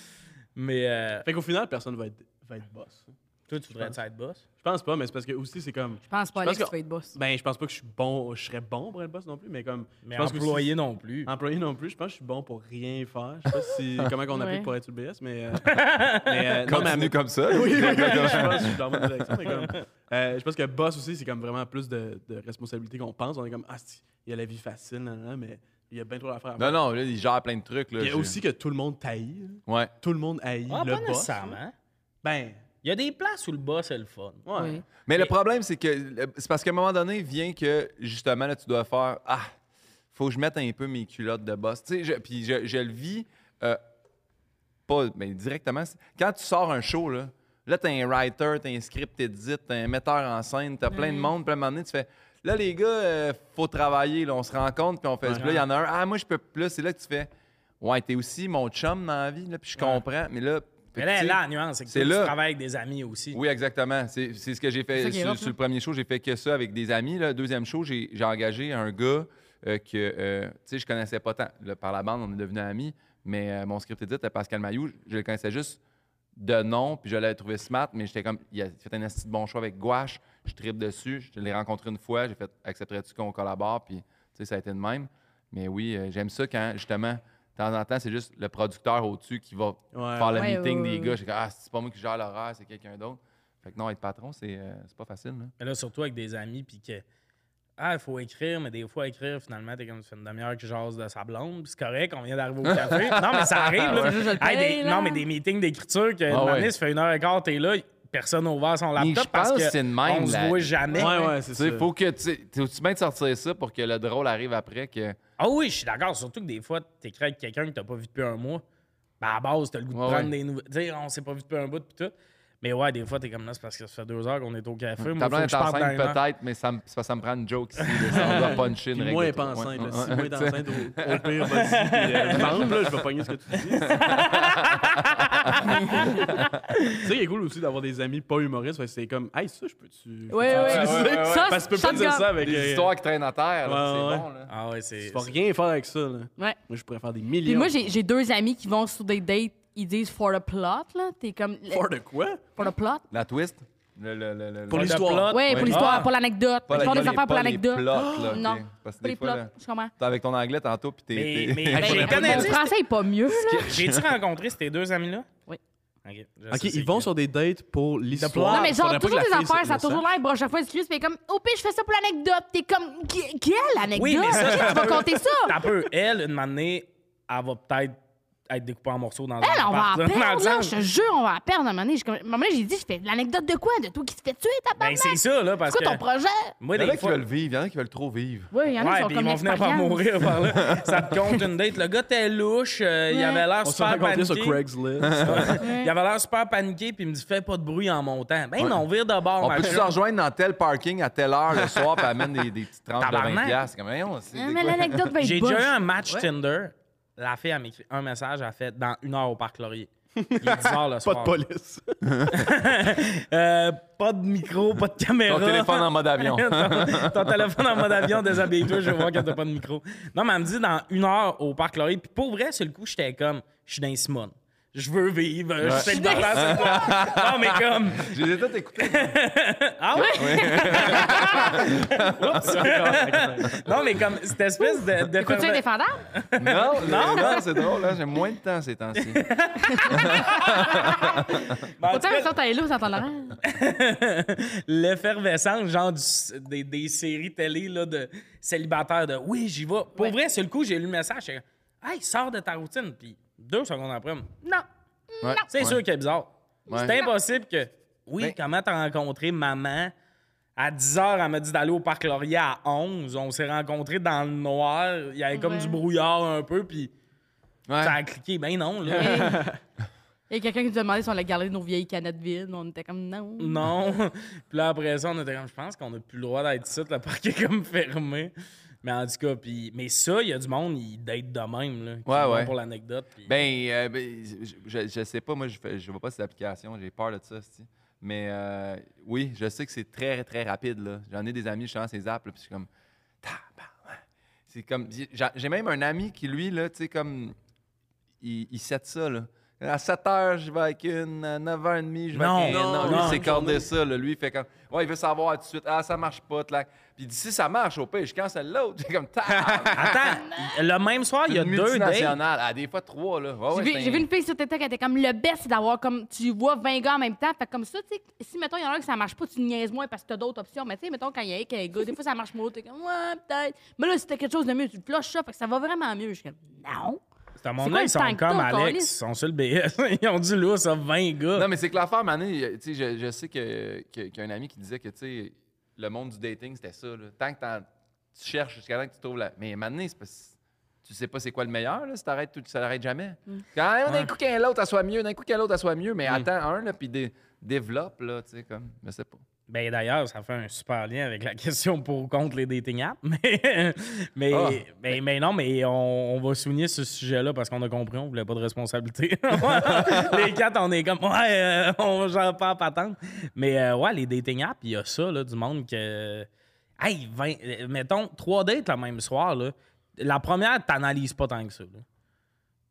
Speaker 1: Mais euh,
Speaker 4: Fait qu'au final, personne va être, va être boss.
Speaker 1: toi, tu voudrais être boss?
Speaker 4: Je pense pas, mais c'est parce que aussi, c'est comme.
Speaker 3: Je pense pas,
Speaker 4: Je pense
Speaker 3: Alex,
Speaker 4: que-
Speaker 3: tu vas être boss.
Speaker 4: Ben, je pense pas que je suis bon, je serais bon pour être boss non plus, mais comme.
Speaker 1: Mais
Speaker 4: je pense que Ah, aussi-
Speaker 1: employé non plus.
Speaker 4: Employé non plus, je pense que je suis bon pour rien faire. Je sais pas
Speaker 3: [laughs]
Speaker 4: si, comment on appelle
Speaker 3: Ouais.
Speaker 4: pour être sur le BS, mais. euh,
Speaker 1: [laughs]
Speaker 4: mais, euh, non, mais
Speaker 2: Continue comme ça.
Speaker 4: Oui, oui, oui, je pense que je suis dans ma direction, mais comme, euh, je pense que boss aussi, c'est comme vraiment plus de, de responsabilités qu'on pense. On est comme, ah, si, il y a la vie facile, nan, nan, nan, mais il y a bien trop d'affaires à faire.
Speaker 2: Non, non, là, il gère plein de trucs. Là,
Speaker 4: Il y a
Speaker 2: j'ai-
Speaker 4: aussi que tout le monde taille.
Speaker 2: Ouais.
Speaker 4: Tout le monde haït
Speaker 1: Ah,
Speaker 4: le
Speaker 1: pas
Speaker 4: boss.
Speaker 1: nécessairement.
Speaker 4: Ben,
Speaker 1: Il y a des places où le boss est le fun.
Speaker 4: ouais.
Speaker 3: Oui.
Speaker 2: Mais le problème, c'est que le- c'est parce qu'à un moment donné, vient que justement, là, tu dois faire Ah, faut que je mette un peu mes culottes de boss. Tu sais, je- puis je, je le vis euh, pas mais directement. C'est- Quand tu sors un show, là, là, t'as un writer, t'as un script, t'édites, t'as un metteur en scène, t'as plein de monde, plein de moment donné, tu fais. Là, les gars, euh, faut travailler. Là, on se rencontre, puis on fait. Puis Là, il y en a un. Ah, moi, je peux. plus. Là, c'est là que tu fais. Ouais, t'es aussi mon chum dans la vie, là, puis je comprends. Mais là.
Speaker 1: Mais là,
Speaker 2: tu sais-
Speaker 1: là, la nuance, c'est que
Speaker 2: c'est
Speaker 1: toi, tu
Speaker 2: là.
Speaker 1: travailles avec des amis aussi.
Speaker 2: oui, exactement. C'est c'est ce que j'ai
Speaker 3: C'est ça
Speaker 2: fait
Speaker 3: qui est
Speaker 2: sur,
Speaker 3: rough,
Speaker 2: sur
Speaker 3: là.
Speaker 2: le premier show. J'ai fait que ça avec des amis. Là. Deuxième show, j'ai j'ai engagé un gars euh, que euh, tu sais, je connaissais pas tant. Là, par la bande, on est devenus amis. Mais euh, mon script édite, Pascal Mailloux, je- je le connaissais juste de nom, puis je l'avais trouvé smart, mais j'étais comme, il a fait un asti de bon choix avec Gouache, je tripe dessus, je l'ai rencontré une fois, j'ai fait, accepterais-tu qu'on collabore, puis tu sais, ça a été de même. Mais oui, euh, j'aime ça quand, justement, de temps en temps, c'est juste le producteur au-dessus qui va
Speaker 4: Ouais.
Speaker 2: faire le
Speaker 3: Ouais,
Speaker 2: meeting
Speaker 3: ouais,
Speaker 2: des
Speaker 3: ouais,
Speaker 2: gars. J'ai comme, ah, c'est pas moi qui gère l'horaire, c'est quelqu'un d'autre. Fait que non, être patron, c'est euh, c'est pas facile. là.
Speaker 1: Mais là, surtout avec des amis, puis que Ah, il faut écrire, mais des fois, écrire, finalement, t'es comme, tu fais une demi-heure que jase de sa blonde, puis c'est correct, on vient d'arriver
Speaker 2: [laughs]
Speaker 1: au café. non, mais ça arrive, là.
Speaker 3: Je le
Speaker 1: Hey,
Speaker 3: paye,
Speaker 1: des-
Speaker 3: là.
Speaker 1: non, mais des meetings d'écriture, que
Speaker 2: Ah
Speaker 1: une
Speaker 2: ouais.
Speaker 1: année, ça fait une heure et quart, t'es là, personne n'a ouvert son
Speaker 2: Mais je
Speaker 1: laptop parce
Speaker 2: pense
Speaker 1: que
Speaker 2: que c'est de même,
Speaker 1: on se
Speaker 2: la-
Speaker 1: voit jamais.
Speaker 4: Ouais, ouais, c'est
Speaker 2: Tu
Speaker 4: ça.
Speaker 2: sais, faut que tu sais, t'es-tu bien de sortir ça pour que le drôle arrive après que.
Speaker 1: Ah oui, je suis d'accord, surtout que des fois, t'écris avec quelqu'un que t'as pas vu depuis un mois. Ben, à base, t'as le goût de
Speaker 2: Ouais,
Speaker 1: prendre
Speaker 2: ouais.
Speaker 1: des nouvelles. Tu sais, on s'est pas vu depuis un bout, puis tout. Mais ouais, des fois, t'es comme là, c'est parce que ça fait deux heures qu'on est au café. Moi,
Speaker 2: Ta
Speaker 1: faut
Speaker 2: blonde
Speaker 1: que
Speaker 2: est
Speaker 1: je parte
Speaker 2: enceinte
Speaker 1: dans une heure.
Speaker 2: peut-être, mais ça me, c'est parce que ça me prend une joke ici. là, ça,
Speaker 1: [laughs]
Speaker 2: on doit puncher une
Speaker 4: Puis
Speaker 2: règle.
Speaker 4: moi, elle est
Speaker 2: de
Speaker 4: pas
Speaker 2: trois.
Speaker 4: enceinte. là.
Speaker 2: Ouais,
Speaker 4: Si moi, elle est
Speaker 2: ouais,
Speaker 4: enceinte,
Speaker 2: [laughs]
Speaker 4: au, au pire, vas-y. puis, euh, parle, là, je vais pogner ce que tu dis. tu sais, il est cool aussi d'avoir des amis pas humoristes. parce que c'est comme, hey, ça, je peux-tu.
Speaker 3: Oui, oui.
Speaker 2: ouais, ouais, ouais.
Speaker 3: Ça,
Speaker 4: Parce que Ben, tu peux pas
Speaker 3: shotgun.
Speaker 4: dire ça avec.
Speaker 2: Les
Speaker 4: euh,
Speaker 2: histoires qui traînent à terre, là,
Speaker 4: Ouais,
Speaker 2: c'est
Speaker 4: ouais.
Speaker 2: bon. Là.
Speaker 1: Ah ouais, c'est.
Speaker 4: Tu vas rien faire avec ça, là. Moi,
Speaker 3: Ouais.
Speaker 4: je pourrais faire des
Speaker 3: Puis
Speaker 4: millions.
Speaker 3: moi, j'ai j'ai deux amis qui vont sur des dates, ils disent for a plot, là. T'es comme.
Speaker 4: Pour de quoi?
Speaker 3: For a plot?
Speaker 2: La twist. Le, le, le, le-
Speaker 4: Pour
Speaker 2: le-
Speaker 1: Pas de
Speaker 4: l'histoire.
Speaker 1: plot.
Speaker 3: Ouais, pour
Speaker 2: Ouais.
Speaker 3: l'histoire,
Speaker 1: Ah!
Speaker 3: pour l'anecdote.
Speaker 2: pas
Speaker 3: Je parle
Speaker 2: la-
Speaker 3: des affaires pour
Speaker 2: pas les
Speaker 3: l'anecdote.
Speaker 2: plots, là, ok.
Speaker 3: Non.
Speaker 2: Parce que
Speaker 3: Pas
Speaker 2: des
Speaker 3: les
Speaker 2: fois,
Speaker 3: plots,
Speaker 2: là,
Speaker 3: je comprends.
Speaker 2: t'es avec ton anglais tantôt, puis t'es.
Speaker 1: Mais,
Speaker 2: [laughs] t'es-
Speaker 1: mais
Speaker 4: Hey,
Speaker 1: j'ai
Speaker 4: faudrait pas
Speaker 1: connais-
Speaker 3: Mon français est pas mieux, là.
Speaker 1: J'ai-tu rencontré ces deux amis-là?
Speaker 3: Oui.
Speaker 1: Ok, je
Speaker 4: Ok,
Speaker 1: sais c'est
Speaker 4: ils vont
Speaker 1: qui.
Speaker 4: sur des dates pour l'histoire.
Speaker 1: plot.
Speaker 3: Non, mais genre,
Speaker 4: Faudrait pas que
Speaker 3: toujours
Speaker 4: la
Speaker 3: des
Speaker 4: fille
Speaker 3: affaires,
Speaker 4: se-
Speaker 3: ça a
Speaker 4: le
Speaker 3: toujours
Speaker 4: sache.
Speaker 3: l'air, bon, à chaque fois, excuse, mais comme, au pire, je fais ça pour l'anecdote. T'es comme, que- quelle anecdote?
Speaker 1: Oui, mais ça-
Speaker 3: tu vas compter ça?
Speaker 1: T'as peu. Elle, une manée, elle va peut-être être découpée en morceaux dans
Speaker 3: Elle,
Speaker 1: un
Speaker 3: on va en
Speaker 1: appart, là, dans le
Speaker 3: perdre, là.
Speaker 1: sens-
Speaker 3: Je te jure, on va en perdre. À un moment donné, j'ai comme- à un moment donné, j'ai dit, je fais l'anecdote de quoi? De toi qui se fait tuer, ta
Speaker 1: Ben, c'est ça, là, parce
Speaker 3: C'est quoi ton
Speaker 1: que.
Speaker 3: projet?
Speaker 1: Moi,
Speaker 2: Il y en a
Speaker 1: des
Speaker 2: qui
Speaker 1: fois.
Speaker 2: veulent vivre, il y en a qui veulent trop vivre.
Speaker 3: Oui, il y en a qui
Speaker 1: Ouais,
Speaker 3: sont
Speaker 1: puis ils
Speaker 3: comme
Speaker 1: vont venir par
Speaker 3: l'expérience.
Speaker 1: [laughs] mourir par là.
Speaker 3: [laughs]
Speaker 1: Ça te compte une date. Le gars était louche, euh, il
Speaker 3: Ouais.
Speaker 1: avait l'air
Speaker 4: On se
Speaker 1: super
Speaker 4: rencontrait
Speaker 1: paniqué.
Speaker 4: sur Craigslist. [laughs]
Speaker 1: il avait l'air super paniqué, puis il me dit Fais pas de bruit en montant. Ben non, vire de bord,
Speaker 2: On
Speaker 1: ma
Speaker 2: peut se
Speaker 1: chum.
Speaker 2: rejoindre dans tel parking à telle heure le soir, puis amène des, des petites tranches de
Speaker 1: Tabarnak.
Speaker 2: 20 piastres. Comme, voyons, c'est
Speaker 3: Ah,
Speaker 2: des-
Speaker 3: Mais l'anecdote va être
Speaker 1: J'ai
Speaker 3: bonne.
Speaker 1: déjà eu un match Tinder. La fille, elle m'écrit un message, elle fait dans une heure au parc
Speaker 4: [laughs]
Speaker 1: Laurier. Il est 10 heures le soir.
Speaker 4: Pas de [laughs] police.
Speaker 1: Euh, pas de micro, pas de caméra.
Speaker 2: Ton téléphone en mode
Speaker 3: [laughs]
Speaker 2: avion.
Speaker 1: [laughs] ton, ton téléphone en mode avion, déshabille-toi, je vais voir que t'as pas de micro. Non, mais elle me dit dans une heure au parc Laurier. Puis pour vrai, sur le coup, j'étais comme, je suis dans les Simone. Je veux vivre, je sais pas, c'est quoi. Non, mais
Speaker 3: [laughs]
Speaker 1: comme,
Speaker 2: Je les ai toutes écoutées.
Speaker 1: ah ouais? Oups. non, mais comme, cette espèce de. de
Speaker 3: Écoute-tu
Speaker 1: fervent-
Speaker 3: indéfendable?
Speaker 2: Non, non, non, c'est drôle, hein, j'ai moins de temps
Speaker 1: [laughs]
Speaker 2: ces temps-ci.
Speaker 1: Ben, en tout
Speaker 3: Pourtant,
Speaker 1: cas,
Speaker 3: ça, t'es là, ça t'en rend.
Speaker 1: l'effervescence, genre du- des, des séries télé là, de célibataires de oui, j'y vais. Pour
Speaker 3: Ouais.
Speaker 1: vrai, sur le coup, j'ai lu le message. j'étais comme, Hey, sors de ta routine. Puis deux secondes après, non.
Speaker 2: Ouais,
Speaker 1: C'est
Speaker 2: ouais.
Speaker 1: sûr qu'il est bizarre.
Speaker 2: Ouais.
Speaker 1: C'est impossible que. Oui,
Speaker 2: Ben-
Speaker 1: comment t'as rencontré maman? À 10 h, elle m'a dit d'aller au Parc Laurier à 11. On s'est rencontrés dans le noir. Il y avait comme
Speaker 3: Ouais.
Speaker 1: du brouillard un peu, puis
Speaker 2: Ouais.
Speaker 1: ça a cliqué. Ben non, là.
Speaker 3: [laughs] Il y a quelqu'un qui nous a demandé si on allait garder nos vieilles canettes vides. On était comme non.
Speaker 1: [laughs] Non. puis là, après ça, on était comme, je pense qu'on n'a plus le droit d'être ici, le parc est comme fermé. Mais en tout cas, puis... mais ça, il y a du monde, ils datent de même, là. qui
Speaker 2: Ouais,
Speaker 1: vont
Speaker 2: ouais.
Speaker 1: Pour l'anecdote. puis-
Speaker 2: Ben, euh, ben, je, je- je sais pas, moi, je, fais- je vois pas ces applications, j'ai peur de ça, c'ti. Mais euh, oui, je sais que c'est très, très rapide, là. J'en ai des amis, je suis dans ces apps, là, puis je suis comme, tabarnak. C'est comme, j'ai- j'ai même un ami qui, lui, là, tu sais, comme, il, il set ça, là. À 7 h, je vais avec une. À 9 h 30, je vais
Speaker 1: Non,
Speaker 2: avec une.
Speaker 1: non,
Speaker 2: lui,
Speaker 1: non.
Speaker 2: c'est cordé ça. Là. Lui, il fait comme. Ouais, il veut savoir tout de suite. Ah, ça marche pas. Là. Puis d'ici, ça marche au pire. Je cancelle l'autre. [laughs] J'ai comme. tabarnak,
Speaker 1: Attends, le même soir, [laughs] il y a
Speaker 2: une
Speaker 1: deux dates.
Speaker 2: multinationale. Ah, des fois, trois, là. Ouais, ben,
Speaker 3: J'ai
Speaker 2: ouais,
Speaker 3: vu,
Speaker 2: c'est
Speaker 1: ben
Speaker 3: j'ai
Speaker 2: un-
Speaker 3: vu une fille sur TikTok, elle était comme le best, c'est d'avoir comme tu vois 20 gars en même temps. Fait que comme ça, tu sais, si mettons, il y en a un que ça marche pas, tu niaises moins parce que t'as d'autres options. Mais tu sais, mettons, quand il y a un gars, des fois ça marche moins, t'es comme ouais, peut-être. Mais là, si t'as quelque chose de mieux, tu flushes ça, fait que ça va vraiment mieux. Je suis comme non.
Speaker 1: À mon
Speaker 3: C'est quoi
Speaker 1: avis,
Speaker 3: le
Speaker 1: ils
Speaker 3: temps
Speaker 1: sont
Speaker 3: que t'as,
Speaker 1: comme Alex,
Speaker 3: câlisse?
Speaker 1: ils sont sur le BS. [laughs] ils ont dit, là, ça, 20 gars.
Speaker 2: Non, mais c'est que l'affaire, Mané, tu sais, je, je sais que, que- qu'il y a un ami qui disait que, tu sais, le monde du dating, c'était ça, là. Tant que t'en- tu cherches jusqu'à temps que tu trouves la... Mais Mané, c'est parce que tu sais pas c'est quoi le meilleur, là, si t'arrêtes, tout, ça l'arrête jamais.
Speaker 3: Mm.
Speaker 2: Quand hey, d'un coup qu'un l'autre, ça soit mieux, d'un coup qu'un l'autre, ça soit mieux, mais attends un, là, puis dé- développe, là, tu sais, comme, je sais pas.
Speaker 1: Ben d'ailleurs, ça fait un super lien avec la question pour ou contre les dating apps. [laughs] Mais, mais,
Speaker 2: Ah.
Speaker 1: mais, mais non, mais on, on va souligner ce sujet-là parce qu'on a compris, on voulait pas de responsabilité. [laughs] les quatre, on est comme, ouais, euh, on genre pas à patente. Mais euh, ouais, les dating apps, il y a ça, là, du monde que. Hey, 20, euh, mettons, trois dates le même soir, là. La première, t'analyses pas tant que ça. là.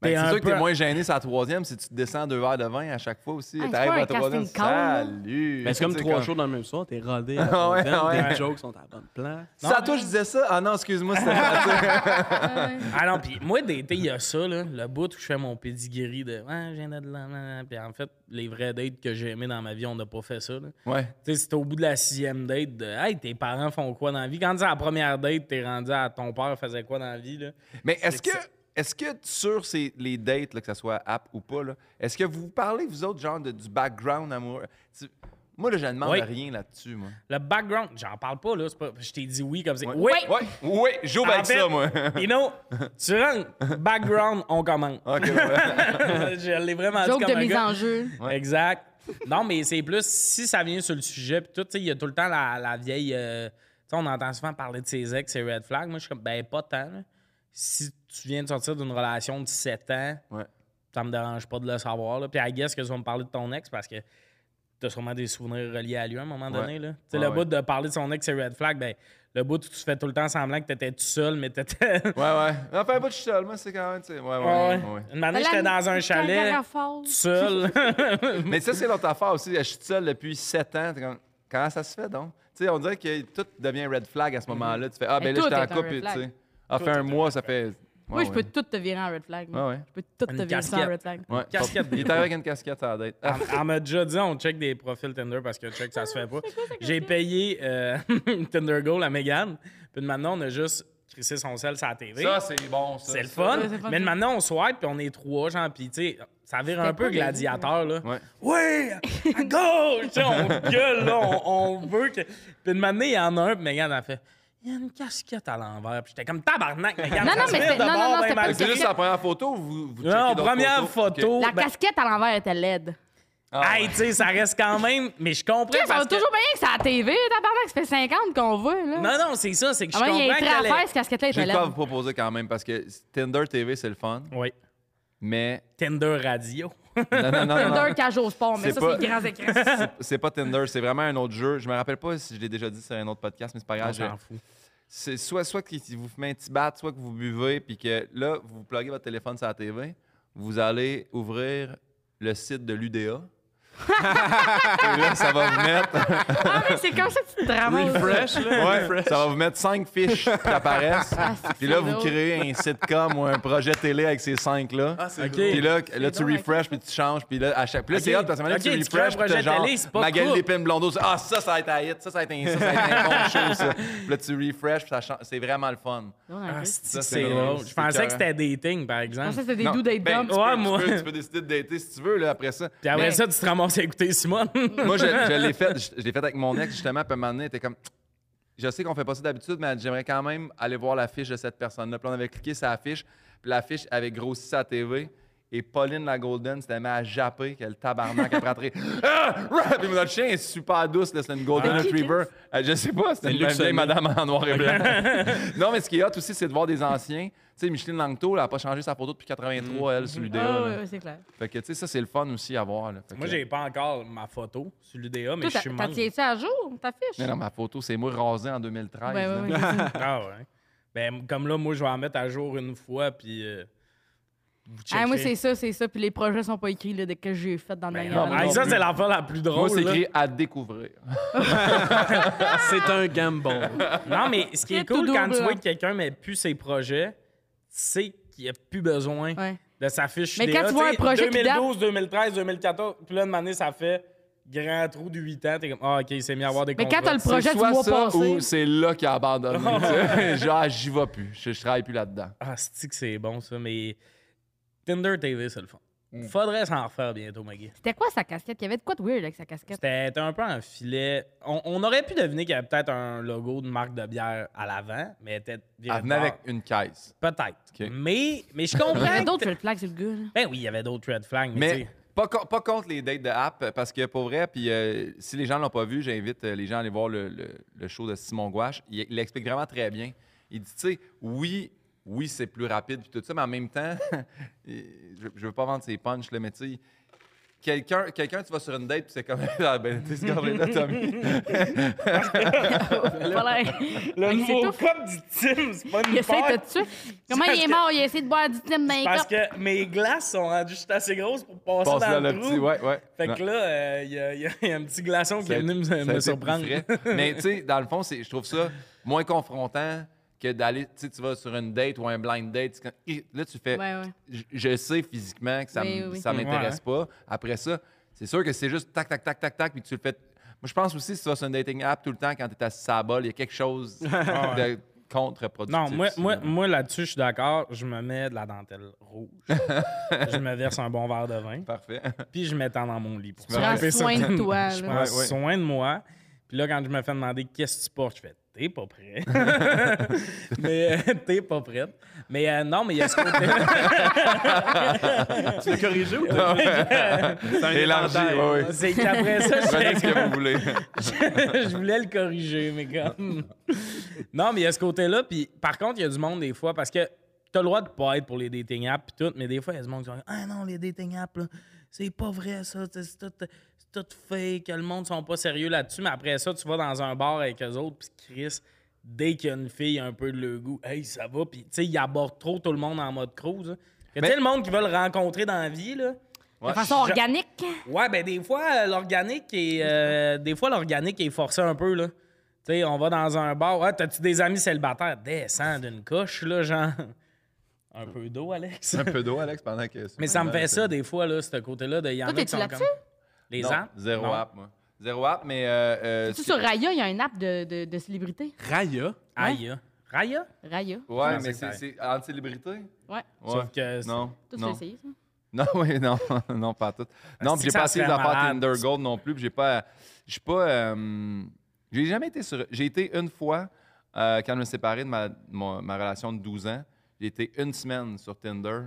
Speaker 2: Ben,
Speaker 1: T'es
Speaker 2: c'est
Speaker 1: un
Speaker 2: sûr que
Speaker 1: peu-
Speaker 2: t'es moins gêné sur la troisième si tu te descends deux verres de vin à chaque fois aussi.
Speaker 3: Ah, c'est
Speaker 2: T'arrives
Speaker 3: pas
Speaker 2: à
Speaker 3: un
Speaker 2: la troisième.
Speaker 3: casting call, là.
Speaker 2: Salut!
Speaker 4: Mais Ben, c'est comme
Speaker 2: Tu sais,
Speaker 4: trois jours dans le même soir, t'es rodé. [laughs] à
Speaker 2: Ah ouais,
Speaker 4: fond dedans,
Speaker 2: ouais.
Speaker 4: Tes jokes sont à la bonne place.
Speaker 2: C'est à toi que je disais ça? Ah non, excuse-moi, c'était pas ça.
Speaker 1: Ah non, puis moi, d'été, il y a ça, là, le bout où je fais mon pedigree de ouais, je viens de là, là, là. Puis en fait, les vrais dates que j'ai aimé dans ma vie, on n'a pas fait ça. là.
Speaker 2: Ouais.
Speaker 1: Tu sais, c'était au bout de la sixième date de Hey, tes parents font quoi dans la vie? Quand c'est la première date, t'es rendu à ton père faisait quoi dans la vie? Là?
Speaker 2: Mais est-ce que, est-ce que sur ces, les dates, là, que ce soit app ou pas, là, est-ce que vous parlez, vous autres, genre de- du background amoureux? Tu- Moi, là, je ne demande
Speaker 1: Oui.
Speaker 2: rien là-dessus, moi.
Speaker 1: Le background, j'en parle pas, là. c'est Pas, je t'ai dit oui comme c'est. Oui!
Speaker 2: Oui! Oui! Oui! J'ouvre
Speaker 1: En
Speaker 2: avec
Speaker 1: fait,
Speaker 2: ça, moi.
Speaker 1: you know, tu rentres, background, on commence.
Speaker 2: [laughs] OK, ouais.
Speaker 1: je l'ai vraiment dit
Speaker 3: Joke
Speaker 1: comme
Speaker 3: de
Speaker 1: un
Speaker 3: mise
Speaker 1: gars.
Speaker 3: en jeu.
Speaker 2: Ouais.
Speaker 1: Exact. Non, mais c'est plus si ça vient sur le sujet, puis tout, tu sais, il y a tout le temps la, la vieille. euh, tu sais, on entend souvent parler de ses ex et red flag. Moi, je suis comme, ben, pas tant. là. Si tu viens de sortir d'une relation de 7 ans,
Speaker 2: Ouais.
Speaker 1: ça me dérange pas de le savoir. Là. Puis, I guess que tu vas me parler de ton ex parce que t'as sûrement des souvenirs reliés à lui à un moment
Speaker 2: Ouais.
Speaker 1: donné. Là. Tu sais,
Speaker 2: Ouais,
Speaker 1: le
Speaker 2: ouais.
Speaker 1: bout de parler de son ex et red flag, ben, le bout où tu fais tout le temps semblant que t'étais tout seul, mais t'étais.
Speaker 2: Ouais, ouais. Enfin, pas de seul, moi, c'est quand même, tu sais. Ouais,
Speaker 1: [laughs]
Speaker 2: ouais.
Speaker 1: Ouais.
Speaker 2: ouais. ouais.
Speaker 1: Une année, j'étais dans un chalet, tout seul.
Speaker 2: Mais ça, c'est l'autre affaire aussi. Je suis seul depuis sept ans. T'es comme, Comment ça se fait, donc? Tu sais, on dirait que tout devient red flag à
Speaker 1: Mm-hmm.
Speaker 2: ce moment-là. Tu fais, ah,
Speaker 3: Mais
Speaker 2: ben là,
Speaker 3: tout
Speaker 2: j'étais en
Speaker 3: est un
Speaker 2: couple,
Speaker 3: red
Speaker 2: tu
Speaker 3: flag.
Speaker 2: sais. Ah, fait un mois, ça fait.
Speaker 3: Moi,
Speaker 2: Ouais,
Speaker 3: je
Speaker 1: Ah
Speaker 2: ouais.
Speaker 3: peux tout te virer en red flag.
Speaker 2: Ouais, ouais.
Speaker 3: Je peux tout te
Speaker 1: Une
Speaker 3: virer ça en
Speaker 1: casquette.
Speaker 3: red flag.
Speaker 2: Ouais.
Speaker 1: Casquette.
Speaker 2: Il est arrivé avec une casquette à la date. Ah,
Speaker 1: On m'a déjà dit, on check des profils Tinder parce que check, ça se fait pas. J'ai payé euh, [laughs] Tinder Gold à Megan. Puis maintenant, on a juste crissé son sel sur la TV.
Speaker 2: Ça, c'est bon, ça.
Speaker 1: C'est le
Speaker 2: Ça.
Speaker 1: fun.
Speaker 3: Ouais, c'est fun.
Speaker 1: Mais maintenant, on swipe puis on est trois, genre. Puis, tu sais, ça vire un
Speaker 3: C'était
Speaker 1: peu
Speaker 3: pas les
Speaker 1: gladiateur, là.
Speaker 2: Ouais.
Speaker 1: Ouais, à gauche! Tu sais,
Speaker 2: [laughs]
Speaker 1: on gueule, là, on, on veut que. Puis, de maintenant, il y en a un, puis Megan a fait. Il y a une casquette à l'envers. Puis j'étais comme tabarnak, Megan.
Speaker 3: Non,
Speaker 1: ça
Speaker 3: non,
Speaker 1: se
Speaker 3: mais
Speaker 1: vire
Speaker 3: c'est-
Speaker 1: de
Speaker 3: non, non,
Speaker 1: bord
Speaker 3: non,
Speaker 1: bien
Speaker 3: c'est pas
Speaker 1: mal
Speaker 2: C'est
Speaker 3: une
Speaker 1: pris.
Speaker 2: juste la première photo ou vous, vous checkez
Speaker 1: Non,
Speaker 2: d'autres
Speaker 1: première
Speaker 2: photos? Ok.
Speaker 1: photo.
Speaker 3: La
Speaker 1: ben,
Speaker 3: casquette à l'envers était laide.
Speaker 2: Ah,
Speaker 1: hey,
Speaker 2: ouais.
Speaker 1: tu sais, ça reste quand même. Mais je comprends.
Speaker 3: Ça va
Speaker 1: parce que-
Speaker 3: toujours bien que c'est à la TV, tabarnak. Ça fait 50 qu'on voit, là.
Speaker 1: Non, non, c'est ça, c'est que je
Speaker 3: Ah ouais, il y
Speaker 1: comprends
Speaker 3: a un
Speaker 1: que
Speaker 3: trait à
Speaker 1: la-
Speaker 3: faire, cette casquette-là
Speaker 2: J'ai
Speaker 3: était
Speaker 2: de quoi vous
Speaker 3: laide.
Speaker 2: proposer quand même parce que Tinder TV, c'est le fun,
Speaker 1: Oui.
Speaker 2: mais.
Speaker 1: Tinder Radio.
Speaker 2: Non, non, non, non,
Speaker 3: Tinder
Speaker 2: non.
Speaker 3: cage au sport, mais
Speaker 2: C'est
Speaker 3: ça,
Speaker 2: pas-
Speaker 3: c'est les grands écrans.
Speaker 2: C'est pas Tinder, c'est vraiment un autre jeu. Je me rappelle pas si je l'ai déjà dit sur un autre podcast, mais c'est pas grave.
Speaker 1: On
Speaker 2: je-
Speaker 1: s'en fout.
Speaker 2: C'est soit, soit que si vous fumez un petit bat, soit que vous buvez, puis que là, vous pluguez votre téléphone sur la TV, vous allez ouvrir le site de l'UDA. Et là, ça va vous mettre.
Speaker 3: Ah, mais c'est comme ça que tu te ramasses.
Speaker 4: Refresh, là.
Speaker 2: Ouais, ça va vous mettre cinq
Speaker 1: [laughs]
Speaker 2: fiches qui apparaissent.
Speaker 1: Ah,
Speaker 3: c'est
Speaker 2: Puis là, vous
Speaker 3: drôle.
Speaker 2: créez un sitcom ou un projet télé avec ces cinq-là.
Speaker 4: Ah, c'est
Speaker 1: Ok.
Speaker 4: drôle.
Speaker 2: Puis là, là tu
Speaker 3: drôle,
Speaker 2: refresh, puis tu changes, puis là, à chaque. Puis là, c'est
Speaker 1: Ok.
Speaker 2: hot, parce que maintenant,
Speaker 1: Ok, tu
Speaker 2: tu
Speaker 1: crées un
Speaker 2: refresh, puis
Speaker 1: projet
Speaker 2: t'as genre
Speaker 1: télé, c'est pas
Speaker 2: Magali
Speaker 1: cool.
Speaker 2: Lépine Blondeau, c'est, ah, ça, ça va être un hit, ça, ça va être un, ça, ça va être un bon show, ça. Puis là, tu refresh, puis ça change. C'est vraiment le fun.
Speaker 1: Ah,
Speaker 3: Je
Speaker 1: c'est
Speaker 2: c'est
Speaker 1: c'est
Speaker 2: drôle.
Speaker 1: drôle. Je
Speaker 2: C'est
Speaker 1: pensais
Speaker 2: carré.
Speaker 1: que c'était dating, par exemple.
Speaker 3: pensais que c'était des
Speaker 2: Non,
Speaker 3: doux d'être
Speaker 2: ben,
Speaker 3: dumb.
Speaker 2: tu, peux,
Speaker 1: Ah, Ouais,
Speaker 2: tu
Speaker 1: moi.
Speaker 2: peux- tu peux décider de dater si tu veux, là, après ça.
Speaker 1: Puis après
Speaker 2: Mais
Speaker 1: ça, tu te ramasses à écouter
Speaker 3: [laughs]
Speaker 1: Simone.
Speaker 2: Moi, je, je l'ai fait, je, je l'ai fait avec mon ex, justement, puis à un moment donné, elle était comme. Je sais qu'on fait pas ça d'habitude, mais elle dit, j'aimerais quand même aller voir la fiche de cette personne-là. Puis là, on avait cliqué sur la fiche, puis la fiche avait grossi sa TV. Et Pauline la Golden s'était mise à japper, qu'elle tabarnak après entrer. Ah! Rah! Puis notre chien est super douce, là, c'est une Golden
Speaker 3: Mais qui,
Speaker 2: Retriever. Euh, je sais pas, c'est une
Speaker 4: Luc
Speaker 2: vieille
Speaker 4: Sonnier.
Speaker 2: madame en noir et blanc. [laughs] non, mais ce qui est hot aussi, c'est de voir des anciens. Tu sais, Micheline Langto, elle n'a pas changé sa photo depuis 83, elle, sur l'UDA.
Speaker 3: Ah,
Speaker 2: là.
Speaker 3: ouais, ouais, c'est clair.
Speaker 2: Fait que, tu sais, ça, c'est le fun aussi à voir. là. Fait
Speaker 1: Moi,
Speaker 2: que-
Speaker 1: j'ai pas encore ma photo sur l'UDA, mais
Speaker 3: Toi,
Speaker 1: je
Speaker 3: t'as
Speaker 1: suis
Speaker 3: t'as
Speaker 1: membre.
Speaker 3: tiens-tu à jour, ta fiche?
Speaker 2: Mais non, ma photo, c'est moi rasé en 2013.
Speaker 3: Ouais,
Speaker 2: là.
Speaker 3: ouais,
Speaker 2: [laughs]
Speaker 3: ouais, c'est ça.
Speaker 1: Ah ouais. Ben, comme là, moi, je vais en mettre à jour une fois, puis. euh, vous
Speaker 3: Ah, moi,
Speaker 1: checkerez.
Speaker 3: c'est ça, c'est ça. Puis les projets sont pas écrits là, de que j'ai fait dans le
Speaker 1: Ben,
Speaker 3: dernier
Speaker 1: non,
Speaker 2: non,
Speaker 1: hey,
Speaker 2: non
Speaker 1: ça,
Speaker 2: plus.
Speaker 1: c'est l'affaire la plus
Speaker 2: Moi,
Speaker 1: drôle.
Speaker 2: c'est
Speaker 1: là.
Speaker 2: écrit à découvrir.
Speaker 4: C'est un gamble.
Speaker 1: Non, mais ce qui est
Speaker 3: Très tout
Speaker 1: cool quand
Speaker 3: double,
Speaker 1: tu vois
Speaker 3: hein.
Speaker 1: que quelqu'un met plus ses projets, c'est qu'il a plus besoin
Speaker 3: Ouais.
Speaker 1: de sa fiche
Speaker 3: Mais
Speaker 1: UDA.
Speaker 3: quand tu vois un
Speaker 1: sais,
Speaker 3: projet qui date-
Speaker 1: 2012, 2013, 2014, puis là, une année, ça fait grand trou de 8 ans. T'es comme, ah, OK, il s'est mis à avoir des
Speaker 3: Mais quand t'as
Speaker 1: contrats.
Speaker 3: le projet
Speaker 2: c'est
Speaker 3: du
Speaker 2: soit
Speaker 3: mois
Speaker 2: ça
Speaker 3: passé.
Speaker 2: ou c'est là qu'il a abandonné. tu [laughs] sais. Genre, j'y vais plus. Je, je travaille plus là-dedans.
Speaker 1: Ah, cest que c'est bon, ça, mais Tinder TV, c'est le fun. Faudrait s'en refaire bientôt, Maggie.
Speaker 3: C'était quoi sa casquette? Il y avait de quoi de weird avec sa casquette?
Speaker 1: C'était c'était un peu en filet. On, on aurait pu deviner qu'il y avait peut-être un logo de marque de bière à l'avant, mais elle était virée
Speaker 2: Elle venait
Speaker 1: de bord.
Speaker 2: avec une caisse.
Speaker 1: Peut-être.
Speaker 2: Ok.
Speaker 1: Mais, mais je
Speaker 3: Il y avait
Speaker 1: comprends.
Speaker 3: d'autres red flags sur le gars. là.
Speaker 1: ben oui, il y avait d'autres red flags, mais, tu
Speaker 2: Mais
Speaker 1: sais,
Speaker 2: pas, co- pas contre les dates de app, parce que pour vrai, puis euh, si les gens l'ont pas vu, j'invite euh, les gens à aller voir le, le- le show de Simon Gouache. Il, il explique vraiment très bien. Il dit, tu sais, oui, oui, c'est [laughs] plus rapide, puis tout ça, mais en même temps, il- je, je veux pas vendre ses punchs, là, mais tu sais, Quelqu'un, quelqu'un, tu vas sur une date, puis c'est comme, [laughs] ah ben, t'es scoré là, Tommy.
Speaker 3: Voilà.
Speaker 1: Le
Speaker 3: Fait que c'est
Speaker 1: nouveau
Speaker 3: tout.
Speaker 1: cop du Tim, c'est pas une
Speaker 3: Il essaie de
Speaker 1: peur.
Speaker 3: te tuer. Comment
Speaker 1: parce
Speaker 3: il est
Speaker 1: que-
Speaker 3: mort? Il a essayé de boire du thym dans les
Speaker 1: Parce
Speaker 3: copes.
Speaker 1: que mes glaces sont rendues juste assez grosses pour passer
Speaker 2: Passe
Speaker 1: dans
Speaker 2: là
Speaker 1: le,
Speaker 2: le
Speaker 1: trou.
Speaker 2: petit, ouais, ouais.
Speaker 1: Fait
Speaker 2: Non.
Speaker 1: que là, il y, a- [laughs] y a un petit glaçon qui
Speaker 2: Ça a-
Speaker 1: est venu
Speaker 2: ça a
Speaker 1: me,
Speaker 2: été
Speaker 1: me
Speaker 2: plus
Speaker 1: surprendre.
Speaker 2: frais. Mais tu sais, dans le fond, c'est- je trouve ça moins confrontant que d'aller, tu sais, tu vas sur une date ou un blind date. c'est comme, Hi, Là, tu fais,
Speaker 3: Ouais, ouais.
Speaker 2: je- je sais physiquement que ça
Speaker 3: Oui,
Speaker 2: m-
Speaker 3: oui.
Speaker 2: ça m'intéresse
Speaker 1: Ouais.
Speaker 2: pas. Après ça, c'est sûr que c'est juste tac, tac, tac, tac, tac, puis tu le fais. Moi, je pense aussi, si tu vas sur une dating app tout le temps, quand tu es assis à la bolle, il y a
Speaker 1: [laughs]
Speaker 2: quelque chose de contre-productif.
Speaker 1: [laughs] Ah, Non, moi, moi,
Speaker 2: sinon.
Speaker 1: moi là-dessus, je suis d'accord. Je me mets de la dentelle rouge. je me verse un bon verre de vin. [laughs]
Speaker 2: [laughs] Parfait.
Speaker 1: Puis je m'étends dans mon lit. Pour
Speaker 2: Tu
Speaker 1: ça.
Speaker 2: prends
Speaker 1: Fait
Speaker 3: soin
Speaker 1: ça.
Speaker 3: de toi,
Speaker 1: Je
Speaker 3: là.
Speaker 1: prends
Speaker 2: Ouais, ouais.
Speaker 1: soin de moi. Puis là, quand je me fais demander qu'est-ce que tu portes, je fais t'es pas prêt.
Speaker 2: [laughs]
Speaker 1: [laughs] mais euh, t'es pas prête. Mais euh, non, mais il y a ce côté.
Speaker 4: Tu l'as corrigé ou t'as
Speaker 2: [laughs]
Speaker 4: C'est un
Speaker 2: Élargi,
Speaker 4: éventail.
Speaker 2: oui, oui.
Speaker 1: C'est qu'après ça,
Speaker 2: Prenez
Speaker 1: je [laughs]
Speaker 2: ce que vous voulez. [laughs]
Speaker 1: je voulais le corriger, mais comme. [laughs] non, mais il y a ce côté-là. Puis par contre, il y a du monde des fois parce que t'as le droit de pas être pour les dating apps puis tout, mais des fois, il y a du monde qui sont Ah non, les dating apps, là, c'est pas vrai ça. C'est c'est tout, c'est tout fake. Le monde sont pas sérieux là-dessus. Mais après ça, tu vas dans un bar avec eux autres, puis Chris. Dès qu'il y a une fille un peu de le goût, hey, ça va. Puis, tu sais, ils abordent trop tout le monde en mode cruise. là. Que, Tu
Speaker 2: Mais-
Speaker 1: sais, le monde qui veut le rencontrer dans la vie, là,
Speaker 3: De façon
Speaker 1: je-
Speaker 3: organique.
Speaker 1: Ouais, ben des fois, euh, l'organique est.
Speaker 2: [laughs]
Speaker 1: euh, des fois, l'organique est forcé un peu, là. Tu sais, on va dans un bar. Ouais, t'as-tu des amis célibataires? Descends d'une coche, là, genre. [laughs] Un peu d'eau, Alex.
Speaker 2: Un peu d'eau, Alex, pendant que.
Speaker 1: [laughs] Mais ça me fait ça, des fois, là, ce côté-là. De, y en a
Speaker 3: Toi, t'es-tu
Speaker 1: qui sont
Speaker 3: là-dessus?
Speaker 1: comme- Les
Speaker 2: Non,
Speaker 1: apps?
Speaker 2: Zéro
Speaker 1: Non.
Speaker 2: app, moi. Zéro app, mais. euh, euh,
Speaker 3: Tu sais,
Speaker 2: c'est-
Speaker 3: sur Raya, il y a une app de, de, de célébrité.
Speaker 4: Raya.
Speaker 1: Raya. Raya?
Speaker 3: Raya.
Speaker 2: Ouais,
Speaker 1: Non,
Speaker 2: mais
Speaker 1: c'est
Speaker 2: c'est c'est en célébrité? Ouais.
Speaker 3: Ouais.
Speaker 1: Sauf que. c'est-
Speaker 2: Non.
Speaker 3: Toi, tu l'as
Speaker 2: non.
Speaker 3: essayé, ça?
Speaker 2: [laughs] Non, oui, non, non, pas tout. Non,
Speaker 1: que
Speaker 2: puis j'ai
Speaker 1: ça
Speaker 2: pas essayé
Speaker 1: serait
Speaker 2: d'en faire
Speaker 1: malade.
Speaker 2: Tinder Gold non plus, puis j'ai pas. Je suis pas. euh, j'ai jamais été sur. J'ai été une fois, euh, quand je me séparais de ma, de mon- ma relation de 12 ans, j'ai été une semaine sur Tinder.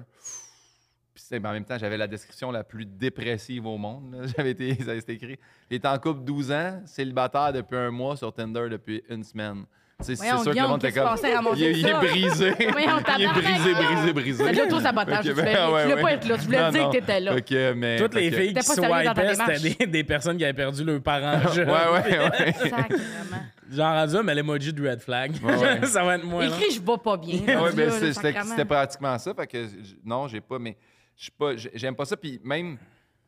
Speaker 2: Puis c'est- mais en même temps, j'avais la description la plus dépressive au monde. là. [laughs] J'avais été, ça avait été écrit. J'étais en couple 12 ans, célibataire depuis un mois sur Tinder depuis une semaine. Tu sais, C'est sûr
Speaker 3: Voyons,
Speaker 2: que le
Speaker 3: Guillaume,
Speaker 2: monde était
Speaker 3: qu'est-ce qui se
Speaker 2: comme.
Speaker 3: passait à
Speaker 2: Il, est-
Speaker 3: ramasser
Speaker 2: il est
Speaker 3: ça?
Speaker 2: brisé.
Speaker 3: Voyons,
Speaker 2: il est
Speaker 3: tabarnak,
Speaker 2: brisé,
Speaker 3: Guillaume.
Speaker 2: brisé, brisé.
Speaker 3: T'as déjà trop
Speaker 2: [laughs]
Speaker 3: sabotage.
Speaker 2: Ok,
Speaker 3: tu
Speaker 2: ben,
Speaker 3: voulais, tu
Speaker 2: ouais,
Speaker 3: voulais
Speaker 2: ouais.
Speaker 3: pas être là. Tu voulais
Speaker 2: Non,
Speaker 3: dire
Speaker 2: non.
Speaker 3: que t'étais là.
Speaker 2: Ok, mais.
Speaker 1: Toutes les
Speaker 2: ok.
Speaker 1: filles qui
Speaker 3: T'es pas sérieux dans ta
Speaker 1: swipaient, c'était
Speaker 3: démarche.
Speaker 1: des, des personnes qui avaient perdu leurs parents jeunes.
Speaker 2: [laughs] Ouais,
Speaker 1: [laughs]
Speaker 2: ouais,
Speaker 3: [laughs]
Speaker 2: ouais.
Speaker 3: Sacrément.
Speaker 1: Genre, rendu là, mais l'emoji de red flag.
Speaker 2: Ouais,
Speaker 1: [laughs]
Speaker 2: ouais.
Speaker 1: ça va être moi,
Speaker 3: Il
Speaker 1: là.
Speaker 3: crie, je vais pas bien.
Speaker 2: Ah ouais,
Speaker 3: Rendu
Speaker 2: ben,
Speaker 3: là,
Speaker 2: c'est-
Speaker 3: là,
Speaker 2: c'était
Speaker 3: sacrément.
Speaker 2: c'était pratiquement ça. Fait que j- non, j'ai pas, mais je suis pas, j- j'aime pas ça. Puis même,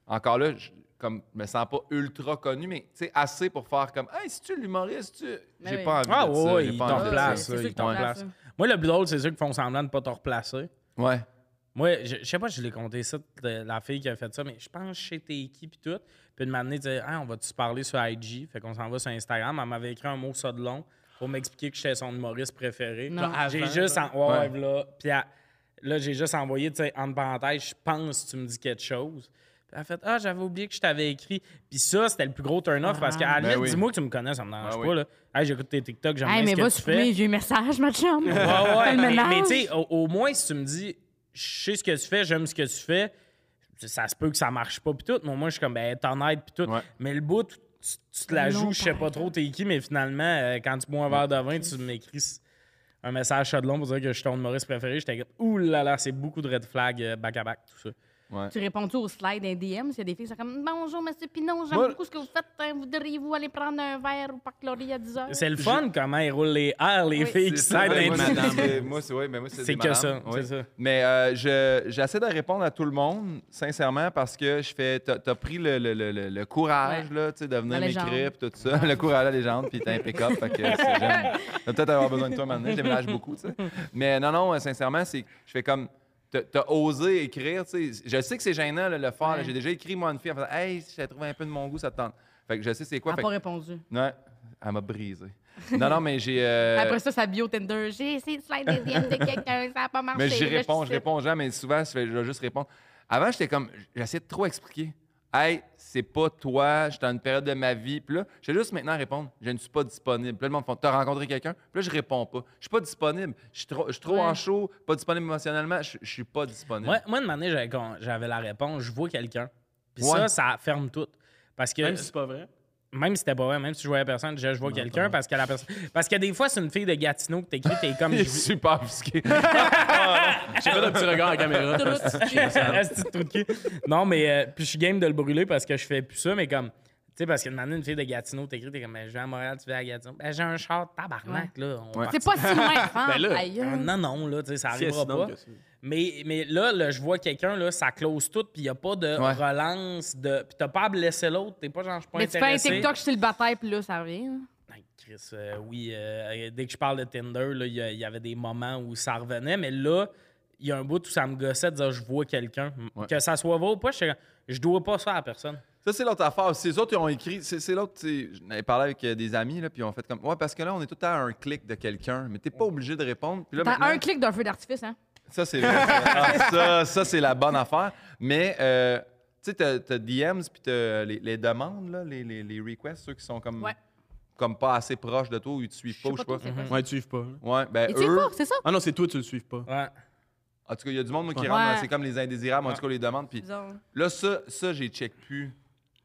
Speaker 2: encore là, je comme, je me sens pas ultra connu, mais tu sais, assez pour faire comme, hey, si tu l'humoriste, tu.
Speaker 3: Mais
Speaker 2: J'ai
Speaker 3: oui.
Speaker 2: pas envie
Speaker 1: Ah,
Speaker 2: de
Speaker 1: ouais,
Speaker 2: ça.
Speaker 1: ouais,
Speaker 2: j'ai
Speaker 1: ils
Speaker 2: pas
Speaker 1: t'en
Speaker 2: envie de
Speaker 3: replacent,
Speaker 1: replacent.
Speaker 2: ça.
Speaker 3: c'est
Speaker 1: là,
Speaker 3: sûr
Speaker 1: Ils
Speaker 3: qu'ils t'en
Speaker 1: t'en
Speaker 3: replacent,
Speaker 1: replacent.
Speaker 3: là.
Speaker 1: Moi, le plus drôle, c'est ceux qui font semblant de pas te replacer.
Speaker 2: Ouais.
Speaker 1: Moi, je, je sais pas, je l'ai compté ça, de la fille qui a fait ça, mais je pense chez Teki puis tout. Puis de m'amener, dire, Hey, on va-tu se parler sur IG? Fait qu'on s'en va sur Instagram. Elle m'avait écrit un mot ça de long pour m'expliquer que j'étais son humoriste préféré.
Speaker 3: Non. Genre
Speaker 1: J'ai
Speaker 4: avant,
Speaker 1: juste.
Speaker 4: là.
Speaker 1: en- ouais,
Speaker 2: Ouais.
Speaker 1: ouais, voilà. Puis elle- là, j'ai juste envoyé, tu sais, entre parenthèses, je pense que tu me dis quelque chose. Puis elle a fait, ah, j'avais oublié que je t'avais écrit. Puis ça, c'était le plus gros turn-off
Speaker 3: Ah.
Speaker 1: parce qu'à la
Speaker 2: Ben
Speaker 1: limite,
Speaker 2: oui.
Speaker 1: dis-moi que tu me connais, ça me dérange
Speaker 2: Ah
Speaker 1: pas,
Speaker 2: oui.
Speaker 1: là. Hey, j'écoute tes TikTok, j'aime
Speaker 3: Hey,
Speaker 1: bien
Speaker 3: mais
Speaker 1: ce
Speaker 3: va
Speaker 1: que tu
Speaker 3: supprimer
Speaker 1: fais.
Speaker 3: les vieux messages, ma chum.
Speaker 1: Ah Ouais, ouais,
Speaker 3: Fais le
Speaker 1: mais- mais,
Speaker 3: ménage.
Speaker 1: tu sais, au, au moins, si tu me dis, je sais ce que tu fais, j'aime ce que tu fais, ça se peut que ça marche pas, pis tout, mais au moins, je suis comme, ben, t'en aides, pis tout.
Speaker 2: Ouais.
Speaker 1: Mais le bout, tu, tu te la
Speaker 3: Non,
Speaker 1: joues, je sais
Speaker 3: par
Speaker 1: pas trop t'es qui, mais finalement, euh, quand tu bois un verre de vin, tu m'écris s- un message chat de long pour dire que je suis ton humoriste préféré, j'étais comme, ouh là là, c'est beaucoup de red flags euh, back à back, tout ça.
Speaker 3: [laughs] Tu réponds-tu au slide d'un DM? S'il y a des filles qui sont comme Bonjour, monsieur Pinot, j'aime
Speaker 2: Moi-
Speaker 3: beaucoup ce que vous faites. Hein, Voudriez-vous aller prendre un verre au parc Laurier à 10 heures?
Speaker 1: C'est le fun comment ils roulent les airs, les
Speaker 3: Oui.
Speaker 1: filles qui
Speaker 2: C'est ça,
Speaker 1: s'aident
Speaker 2: ben,
Speaker 1: d'être
Speaker 2: moi,
Speaker 1: [laughs]
Speaker 2: c'est-
Speaker 1: madame.
Speaker 2: c'est- Moi, c'est ouais, mais moi, c'est
Speaker 1: C'est
Speaker 2: des
Speaker 1: que
Speaker 2: madames,
Speaker 1: ça,
Speaker 2: oui.
Speaker 1: c'est ça.
Speaker 2: Mais euh, je- j'essaie de répondre à tout le monde, sincèrement, parce que je fais. T'as t'as pris le, le- le- le- le courage,
Speaker 3: Ouais.
Speaker 2: là, tu sais, de venir
Speaker 3: La légende.
Speaker 2: m'écrire, puis tout ça. [laughs] Le courage à la légende, puis t'es impeccable. fait que
Speaker 3: [laughs]
Speaker 2: c'est- j'aime. Je vais peut-être avoir besoin de toi maintenant. Je déménage beaucoup, tu sais. Mais non, non, euh, sincèrement, c'est. Je fais comme. t'as- T'as osé écrire, tu sais. Je sais que c'est gênant, là, le faire. là.
Speaker 3: Ouais.
Speaker 2: J'ai déjà écrit, moi, à une fille, en faisant Hey, si je la trouve un peu de mon goût, ça te tente. Fait que je sais c'est quoi.
Speaker 3: Elle n'a
Speaker 2: Fait
Speaker 3: pas
Speaker 2: que-
Speaker 3: répondu.
Speaker 2: Ouais, elle m'a brisé. Non, non, mais j'ai. euh,
Speaker 3: Après ça, sa bio Tinder. J'ai essayé de slide des DM de quelqu'un, ça n'a pas marché.
Speaker 2: Mais j'y
Speaker 3: là, je
Speaker 2: réponds,
Speaker 3: suis
Speaker 2: je réponds aux gens, mais souvent, je vais je vais juste répondre. Avant, j'étais comme, j'essayais de trop expliquer. Hey, c'est pas toi, j'étais dans une période de ma vie. Puis là, je vais juste maintenant répondre, je ne suis pas disponible. Puis là, le monde font, t'as rencontré quelqu'un? Puis là, je réponds pas. Je suis pas disponible. Je suis trop, je suis trop
Speaker 3: Ouais.
Speaker 2: en chaud, pas disponible émotionnellement, je, je suis pas disponible.
Speaker 1: Moi, moi, une année, j'avais, con- j'avais la réponse, je vois quelqu'un. Puis
Speaker 2: Ouais.
Speaker 1: ça, ça ferme tout. Parce que
Speaker 4: Même si c'est pas vrai.
Speaker 1: Même si c'était pas vrai, même si je voyais personne, je, je vois quelqu'un parce que la personne. Parce que des fois, c'est une fille de Gatineau que t'écris, t'es
Speaker 4: [laughs]
Speaker 1: comme.
Speaker 2: Il est super obscuré.
Speaker 4: J'ai fait un petit regard à
Speaker 3: [laughs]
Speaker 4: la
Speaker 1: [laughs]
Speaker 4: caméra.
Speaker 1: Asti de trou de cul. non, mais euh, puis je suis game de le brûler parce que je fais plus ça, mais comme. Tu sais, parce que demander une fille de Gatineau, t'écris, t'es comme, Ben, je vais à Montréal, tu vas à Gatineau. Ben, j'ai un char de tabarnak, là. On
Speaker 3: C'est pas si loin, Franck.
Speaker 4: Ben là,
Speaker 1: Ah,
Speaker 3: ailleurs.
Speaker 1: Non, non, là, tu sais, ça
Speaker 4: C'est
Speaker 1: arrivera
Speaker 4: sinon
Speaker 1: pas.
Speaker 4: que ça.
Speaker 1: Mais, mais là, là, je vois quelqu'un, là, ça close tout, puis il n'y a pas de
Speaker 2: Ouais.
Speaker 1: relance, de... puis t'as pas à blesser l'autre, t'es pas genre, je suis pas
Speaker 3: Mais tu fais un
Speaker 1: intéressé.
Speaker 3: TikTok célibataire, puis là, ça revient. hein.
Speaker 1: Hey, Chris, euh, oui, euh, dès que je parle de Tinder, là, il y, a- il y avait des moments où ça revenait, mais là, il y a un bout où ça me gossait de dire, je vois quelqu'un.
Speaker 2: Ouais.
Speaker 1: Que ça soit vrai ou pas, je, suis comme, je dois pas ça à la personne.
Speaker 2: Ça, c'est l'autre affaire. Ces autres, ils ont écrit. C'est c'est l'autre, tu sais, j'avais parlé avec euh, des amis, là, puis ils ont fait comme. Ouais, parce que là, on est tout le temps à un clic de quelqu'un, mais t'es pas obligé de répondre. Puis là,
Speaker 3: T'as
Speaker 2: maintenant-
Speaker 3: un clic d'un feu d'artifice, hein?
Speaker 2: Ça, c'est vrai. Ah, ça, ça, c'est la bonne affaire. Mais, euh, tu sais, t'as t'as DMs, puis t'as les, les demandes, là, les, les, les requests, ceux qui sont comme,
Speaker 3: Ouais.
Speaker 2: comme pas assez proches de toi ou ils te suivent pas, ou je sais pas.
Speaker 3: trop c'est quoi.
Speaker 4: Ouais, tu suives pas. hein.
Speaker 2: Ouais, ben
Speaker 3: Et tu sais
Speaker 2: eux.
Speaker 3: pas, c'est ça?
Speaker 4: Ah non, c'est toi, tu le suives pas.
Speaker 1: Ouais.
Speaker 2: En tout cas, il y a du monde moi, qui
Speaker 4: Ouais.
Speaker 2: rentre. dans-
Speaker 3: Ouais.
Speaker 2: C'est comme les indésirables, en tout cas, les demandes. Puis
Speaker 3: Disons.
Speaker 2: là, ça, ça j'ai check plus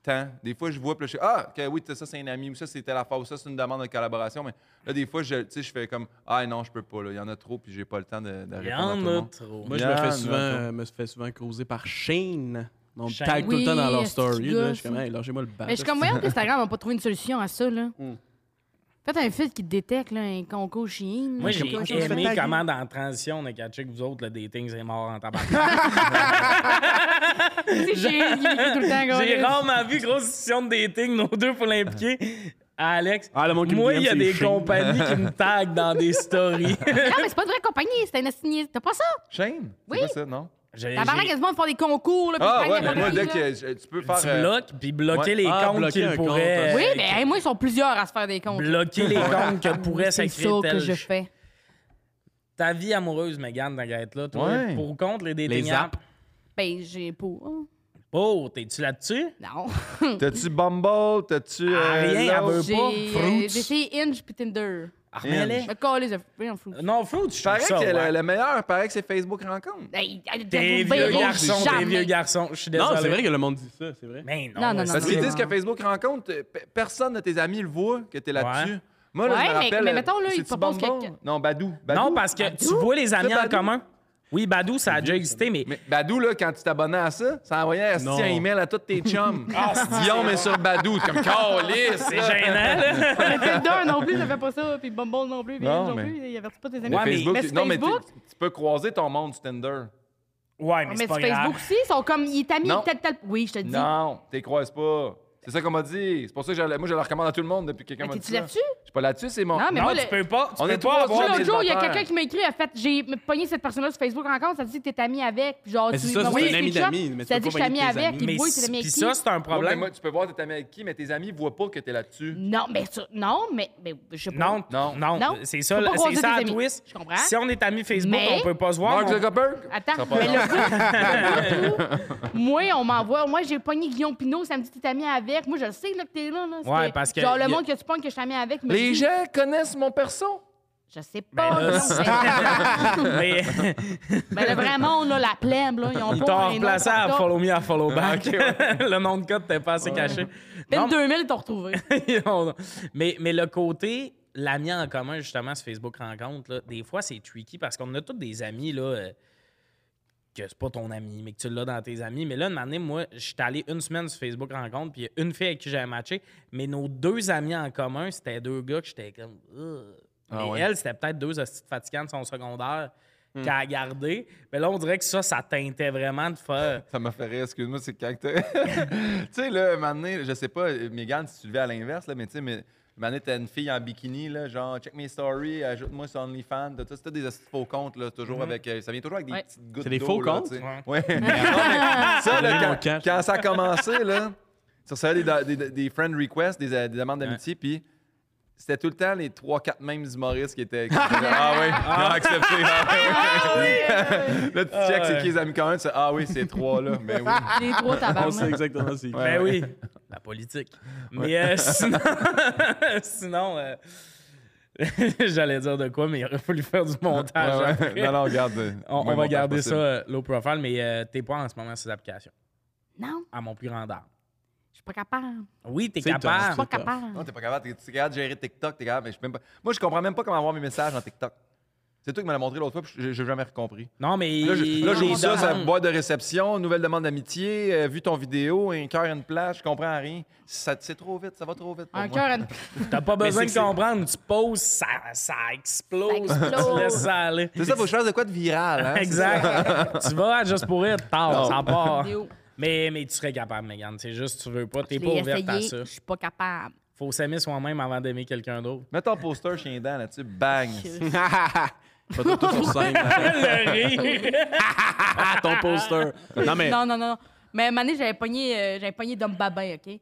Speaker 2: tant. Des fois, je vois, puis là, je sais, ah, ok, oui, t'as- ça, c'est un ami, ou ça, c'est telle affaire, ou ça, c'est une demande de collaboration. Mais là, des fois, je, tu sais, je fais comme, ah, non, je peux pas, là. Il y en a trop, puis j'ai pas le temps de, de
Speaker 1: Il y
Speaker 2: répondre. à tout
Speaker 1: en
Speaker 2: le
Speaker 1: a
Speaker 2: monde.
Speaker 1: trop.
Speaker 4: Moi, je me
Speaker 2: Non,
Speaker 4: fais
Speaker 2: non,
Speaker 4: souvent,
Speaker 2: non.
Speaker 4: euh, me fais souvent croiser par Shane. On me
Speaker 1: Shane.
Speaker 4: tag tout le temps dans
Speaker 3: Oui,
Speaker 4: leur
Speaker 3: est-ce que
Speaker 4: story.
Speaker 3: tu
Speaker 4: là.
Speaker 3: gosses,
Speaker 4: Je suis comme,
Speaker 3: hein?
Speaker 4: hey, lâchez-moi le bat.
Speaker 3: Mais je suis comme, voyons que Instagram n'a pas trouvé une solution à
Speaker 2: [laughs]
Speaker 3: ça, là.
Speaker 2: Hmm.
Speaker 4: Mm.
Speaker 3: Faites un fil qui te détecte, là, un concours chien.
Speaker 1: Moi, j'ai
Speaker 4: Quand on se fait
Speaker 1: aimé
Speaker 4: taguer.
Speaker 1: comment, dans la transition, on a catché que vous autres, le dating, c'est mort en
Speaker 3: [laughs]
Speaker 1: tabac.
Speaker 3: C'est chien qui m'écrit tout le temps, gars.
Speaker 1: J'ai rarement vu grosse discussion de dating, nos deux, faut
Speaker 4: [laughs]
Speaker 1: l'impliquer. À Alex,
Speaker 4: Ah, le monde qui me
Speaker 1: moi,
Speaker 4: DM,
Speaker 1: il y a
Speaker 4: c'est
Speaker 1: des
Speaker 4: Shane.
Speaker 1: compagnies qui
Speaker 4: [laughs]
Speaker 1: me taguent dans des stories.
Speaker 3: Non, mais c'est pas de vraie compagnie, c'est un assigné. T'as pas ça?
Speaker 2: Shane? C'est
Speaker 3: Oui.
Speaker 2: quoi ça, non?
Speaker 1: J'ai-
Speaker 3: La barre
Speaker 1: j'ai-
Speaker 3: quasiment de faire des concours, là, puis
Speaker 2: Ah
Speaker 3: ils
Speaker 2: ouais,
Speaker 3: prennent
Speaker 2: mais moi,
Speaker 3: n'importe
Speaker 2: dès
Speaker 3: qui, là.
Speaker 2: que je- tu peux faire.
Speaker 1: tu
Speaker 2: euh,
Speaker 1: bloques, puis bloquer
Speaker 2: ouais.
Speaker 1: les
Speaker 4: Ah,
Speaker 1: comptes
Speaker 4: bloquer
Speaker 1: qu'ils
Speaker 4: un compte,
Speaker 1: pourraient...
Speaker 4: hein.
Speaker 3: Oui,
Speaker 1: euh,
Speaker 3: mais hey, moi, ils sont plusieurs à se faire des comptes.
Speaker 1: Bloquer les comptes que pourrait
Speaker 3: C'est ça
Speaker 1: s'écrire
Speaker 3: que
Speaker 1: tel...
Speaker 3: je fais.
Speaker 1: Ta vie amoureuse, Mégane, dans Gareth, là, toi,
Speaker 2: Ouais.
Speaker 1: pour ou contre les dating
Speaker 4: Les
Speaker 1: apps.
Speaker 3: Ben, j'ai pas. hein.
Speaker 1: Oh, t'es-tu là-dessus?
Speaker 3: Non.
Speaker 2: T'as-tu Bumble? T'as-tu.
Speaker 1: Ah,
Speaker 2: euh,
Speaker 1: rien, elle
Speaker 2: Love?
Speaker 1: veut-
Speaker 3: J'ai
Speaker 1: pas
Speaker 3: euh,
Speaker 1: Fruits.
Speaker 3: j'ai essayé Inge puis Tinder.
Speaker 1: Ah, remets-les.
Speaker 3: Je me calais de rien fou.
Speaker 1: Non, Fruit, je trouve
Speaker 2: Paraît
Speaker 1: ça,
Speaker 2: que le-
Speaker 1: ouais.
Speaker 2: le meilleur, paraît que c'est Facebook Rencontre.
Speaker 3: Hey, elle-
Speaker 1: T'es
Speaker 3: elle- elle-
Speaker 1: vieux
Speaker 3: elle-
Speaker 1: garçon, t'es
Speaker 3: jamais.
Speaker 1: vieux garçon. Je suis
Speaker 4: Non,
Speaker 1: désolé.
Speaker 4: c'est vrai que le monde dit ça, c'est vrai.
Speaker 1: Mais non,
Speaker 3: Non, non,
Speaker 1: est-ce
Speaker 2: Parce
Speaker 3: non,
Speaker 1: que-
Speaker 2: qu'ils
Speaker 3: non,
Speaker 2: disent
Speaker 3: non.
Speaker 2: que Facebook Rencontre, euh, pe- personne de tes amis le voit que t'es là-dessus.
Speaker 1: Ouais.
Speaker 2: Moi, là,
Speaker 3: Ouais,
Speaker 2: je me
Speaker 3: mais-
Speaker 2: rappelle.
Speaker 3: mais mettons, là, ils
Speaker 2: c'est-tu
Speaker 3: proposent
Speaker 2: Bumble?
Speaker 3: quelqu'un.
Speaker 2: Non, Badou. Badou.
Speaker 1: Non, parce que tu vois les amis
Speaker 2: C'est
Speaker 1: en
Speaker 2: Badou.
Speaker 1: commun. Oui, Badou, ça a déjà existé, mais.
Speaker 2: Mais Badou, là, quand tu t'abonnais à ça, ça envoyait asti,
Speaker 4: Non.
Speaker 2: un email à tous
Speaker 1: [laughs]
Speaker 2: tes chums. Guillaume est sur Badou. T'es comme, calisse!
Speaker 1: Ah, C'est
Speaker 2: là.
Speaker 1: gênant,
Speaker 3: [laughs]
Speaker 1: là.
Speaker 3: Mais Tinder non plus, ça fait pas ça. Puis Bumble non plus. Puis
Speaker 2: Non,
Speaker 3: Inge non
Speaker 2: mais-
Speaker 3: plus. Il avertit pas tes amis.
Speaker 2: Mais
Speaker 1: Ouais, mais-
Speaker 2: Facebook,
Speaker 3: mais
Speaker 2: tu-
Speaker 3: sur
Speaker 2: non, mais tu
Speaker 3: Facebook-
Speaker 2: tu peux croiser ton monde sur Tinder.
Speaker 1: Ouais, mais
Speaker 3: Mais
Speaker 1: c'est
Speaker 3: sur
Speaker 1: pas
Speaker 3: Facebook
Speaker 1: grave.
Speaker 3: aussi, ils sont comme. Il est ami,
Speaker 2: Non.
Speaker 3: tel, tel. Oui, je te le dis.
Speaker 2: Non, t'es croises pas. C'est ça qu'on m'a dit. C'est pour ça que j'allais- moi, je le recommande à tout le monde depuis que quelqu'un
Speaker 3: Mais
Speaker 2: m'a dit.
Speaker 3: t'es-tu
Speaker 2: ça.
Speaker 3: là-dessus?
Speaker 2: Je suis pas là-dessus, c'est mon.
Speaker 3: Non, mais
Speaker 1: Non,
Speaker 3: moi,
Speaker 1: tu
Speaker 3: le-
Speaker 1: peux pas. Tu
Speaker 2: On
Speaker 1: peux
Speaker 2: est
Speaker 1: pas
Speaker 2: trois
Speaker 1: avoir.
Speaker 2: sur
Speaker 3: Moi,
Speaker 1: des-
Speaker 3: l'autre jour, il y a
Speaker 2: bâtards.
Speaker 3: quelqu'un qui m'a écrit, en fait, j'ai pogné cette personne-là sur Facebook rencontre, ça dit que t'es ami avec, puis genre,
Speaker 4: Mais c'est
Speaker 3: tu
Speaker 4: ça,
Speaker 3: m'envoies
Speaker 4: c'est
Speaker 3: des
Speaker 4: un ami
Speaker 3: screenshots,
Speaker 4: d'amis, mais tu
Speaker 3: ça
Speaker 4: peux
Speaker 3: dit que je suis
Speaker 4: pas
Speaker 3: ami
Speaker 4: pogner tes
Speaker 3: avec,
Speaker 4: amis.
Speaker 3: il
Speaker 1: Mais
Speaker 3: me voit, t'es ami
Speaker 1: c-
Speaker 3: avec
Speaker 1: Puis
Speaker 3: qui?
Speaker 1: ça, c'est un
Speaker 2: Ouais, mais
Speaker 1: problème.
Speaker 2: moi, tu peux voir t'es ami avec qui, mais tes amis ne voient pas que t'es là-dessus.
Speaker 3: Non, mais ça, non, mais, mais je sais pas.
Speaker 1: Non, non,
Speaker 2: Non.
Speaker 3: Non.
Speaker 1: c'est ça,
Speaker 3: Faut pas
Speaker 1: c'est
Speaker 3: croiser
Speaker 1: ça
Speaker 3: tes
Speaker 1: la
Speaker 3: amis.
Speaker 1: twist.
Speaker 3: Je comprends.
Speaker 1: Si on est amis Facebook,
Speaker 3: Mais-
Speaker 1: on peut pas se voir.
Speaker 2: Mark
Speaker 1: on-
Speaker 2: Zuckerberg? Ça
Speaker 3: Attends,
Speaker 2: pas
Speaker 3: mais
Speaker 2: long.
Speaker 3: le gars,
Speaker 4: [laughs]
Speaker 3: moi, on m'envoie, moi, j'ai pogné Guillaume Pinot, ça me dit que t'es ami avec, moi, je le sais, là, que t'es là, là.
Speaker 1: Ouais,
Speaker 3: C'était-
Speaker 1: parce que
Speaker 3: Genre,
Speaker 1: y a-
Speaker 3: le monde que tu pognes que je suis ami avec, me
Speaker 2: Les
Speaker 3: dit,
Speaker 2: gens connaissent mon perso.
Speaker 3: Je sais
Speaker 1: Ben
Speaker 3: pas,
Speaker 1: là,
Speaker 3: Ah, non,
Speaker 1: c'est- [laughs] Mais
Speaker 3: mais, mais le vrai monde, là, la plèbe, là, ils ont
Speaker 1: ils
Speaker 3: pas
Speaker 1: t'ont
Speaker 3: un nom
Speaker 1: remplacé
Speaker 3: par
Speaker 1: à
Speaker 3: ça.
Speaker 1: follow me, à follow back. [laughs] Le nom de code, t'es pas assez caché. Non,
Speaker 3: Peine 2000, ils t'ont retrouvé.
Speaker 1: [laughs] On- mais, mais le côté, l'ami en commun, justement, sur Facebook rencontre, là, des fois, c'est tricky parce qu'on a tous des amis, là, euh, que c'est pas ton ami, mais que tu l'as dans tes amis. Mais là, une année, moi, je suis allé une semaine sur Facebook rencontre, puis il y a une fille avec qui j'avais matché, mais nos deux amis en commun, c'était deux gars que j'étais comme. Ugh.
Speaker 2: Ah
Speaker 1: mais
Speaker 2: ouais. Hmm.
Speaker 1: elle, c'était peut-être deux hosties de fatigants de son secondaire qu'elle a gardé. Mais là, on dirait que ça, ça teintait vraiment de faire.
Speaker 2: Ça m'a fait rire, excuse-moi, c'est quand que t'as- [laughs] tu sais, là, un moment donné, je sais pas, euh, Mégane, si tu le fais à l'inverse, là, mais tu sais, mais. un moment donné, t'as une fille en bikini, là, genre, check mes stories, ajoute-moi sur OnlyFans. T'as t'as des astuces faux comptes, là, toujours avec. euh, Ça vient toujours avec des
Speaker 3: Ouais.
Speaker 2: petites gouttes
Speaker 4: C'est des
Speaker 2: d'eau,
Speaker 4: faux
Speaker 2: là,
Speaker 4: comptes?
Speaker 2: tu sais.
Speaker 1: Ouais.
Speaker 2: Ouais. [laughs] Non, mais ça, là,
Speaker 4: J'ai mon
Speaker 2: quand,
Speaker 4: cash.
Speaker 2: quand ça a commencé, là, tu recevais des, des, des friend requests, des, des demandes d'amitié, puis c'était tout le temps les 3-4 mêmes humoristes qui étaient. [laughs] qui disaient, ah oui, ils ont accepté. Ah, oui. hein. [laughs] Là, tu checks c'est qui les amis communs, tu sais, ah oui,
Speaker 1: [laughs]
Speaker 2: ces trois-là. Mais oui.
Speaker 3: [laughs] Les trois
Speaker 4: On sait
Speaker 3: tabarnak.
Speaker 4: exactement c'est qui. [laughs]
Speaker 1: Ben
Speaker 2: Ouais,
Speaker 1: oui, [laughs] la politique. Mais
Speaker 2: [laughs]
Speaker 1: euh, sinon, [laughs] sinon euh, [laughs] j'allais dire de quoi, mais il aurait fallu faire du montage.
Speaker 2: Ouais, ouais.
Speaker 1: après.
Speaker 2: Non, non, regarde. euh,
Speaker 1: On, on
Speaker 2: moins
Speaker 1: va
Speaker 2: montage
Speaker 1: garder
Speaker 2: possible.
Speaker 1: ça euh, low profile, mais euh, t'es pas en ce moment sur ces applications,
Speaker 3: Non,
Speaker 1: à mon plus grand âme.
Speaker 3: Je suis pas capable.
Speaker 1: Oui, t'es
Speaker 4: C'est
Speaker 3: Je
Speaker 1: capable.
Speaker 3: suis pas
Speaker 4: tough.
Speaker 2: Non,
Speaker 3: capable.
Speaker 2: t'es pas capable. T'es t'es capable de gérer TikTok. T'es capable. Mais je suis même pas... Moi, je comprends même pas comment avoir mes messages dans TikTok. C'est toi qui me l'as montré l'autre fois, puis je- j'ai jamais compris.
Speaker 1: Non, mais.
Speaker 2: Là, je- là,
Speaker 1: il-
Speaker 2: j'ouvre
Speaker 1: il
Speaker 2: ça, ça
Speaker 1: demande.
Speaker 2: boîte de réception, nouvelle demande d'amitié, euh, vu ton vidéo, un cœur, une plage, je comprends rien. Ça, c'est trop vite, ça va trop vite pour
Speaker 3: Un
Speaker 2: moi.
Speaker 3: cœur
Speaker 2: [laughs]
Speaker 3: à une...
Speaker 1: T'as pas besoin
Speaker 4: Mais
Speaker 1: de
Speaker 4: c'est que c'est-
Speaker 1: comprendre. Tu poses, ça, ça explose.
Speaker 3: Ça explose.
Speaker 1: Tu laisses ça aller.
Speaker 2: C'est ça, faut que je fasse de quoi de viral, hein?
Speaker 1: [laughs] Exact. [laughs] tu vas à Just pour être tard, ça
Speaker 2: Ah,
Speaker 1: part.
Speaker 3: vidéo.
Speaker 1: Mais, mais tu serais capable, Megan. C'est juste, tu veux pas. T'es
Speaker 3: Je
Speaker 1: pas
Speaker 3: l'ai
Speaker 1: ouverte à ça.
Speaker 3: essayé, je suis
Speaker 2: [laughs]
Speaker 3: pas capable.
Speaker 1: Faut s'aimer soi-même avant d'aimer quelqu'un d'autre.
Speaker 2: Mets ton poster chez les dents là-dessus, bang.
Speaker 4: Pas toi, tout sur scène. là.
Speaker 2: Ben,
Speaker 1: Le rire.
Speaker 4: [laughs] Ah, ton poster. Non, mais.
Speaker 3: Non, non, non. non. Mais Mané, j'avais pogné, euh, j'avais pogné Dom Babin, OK? Tu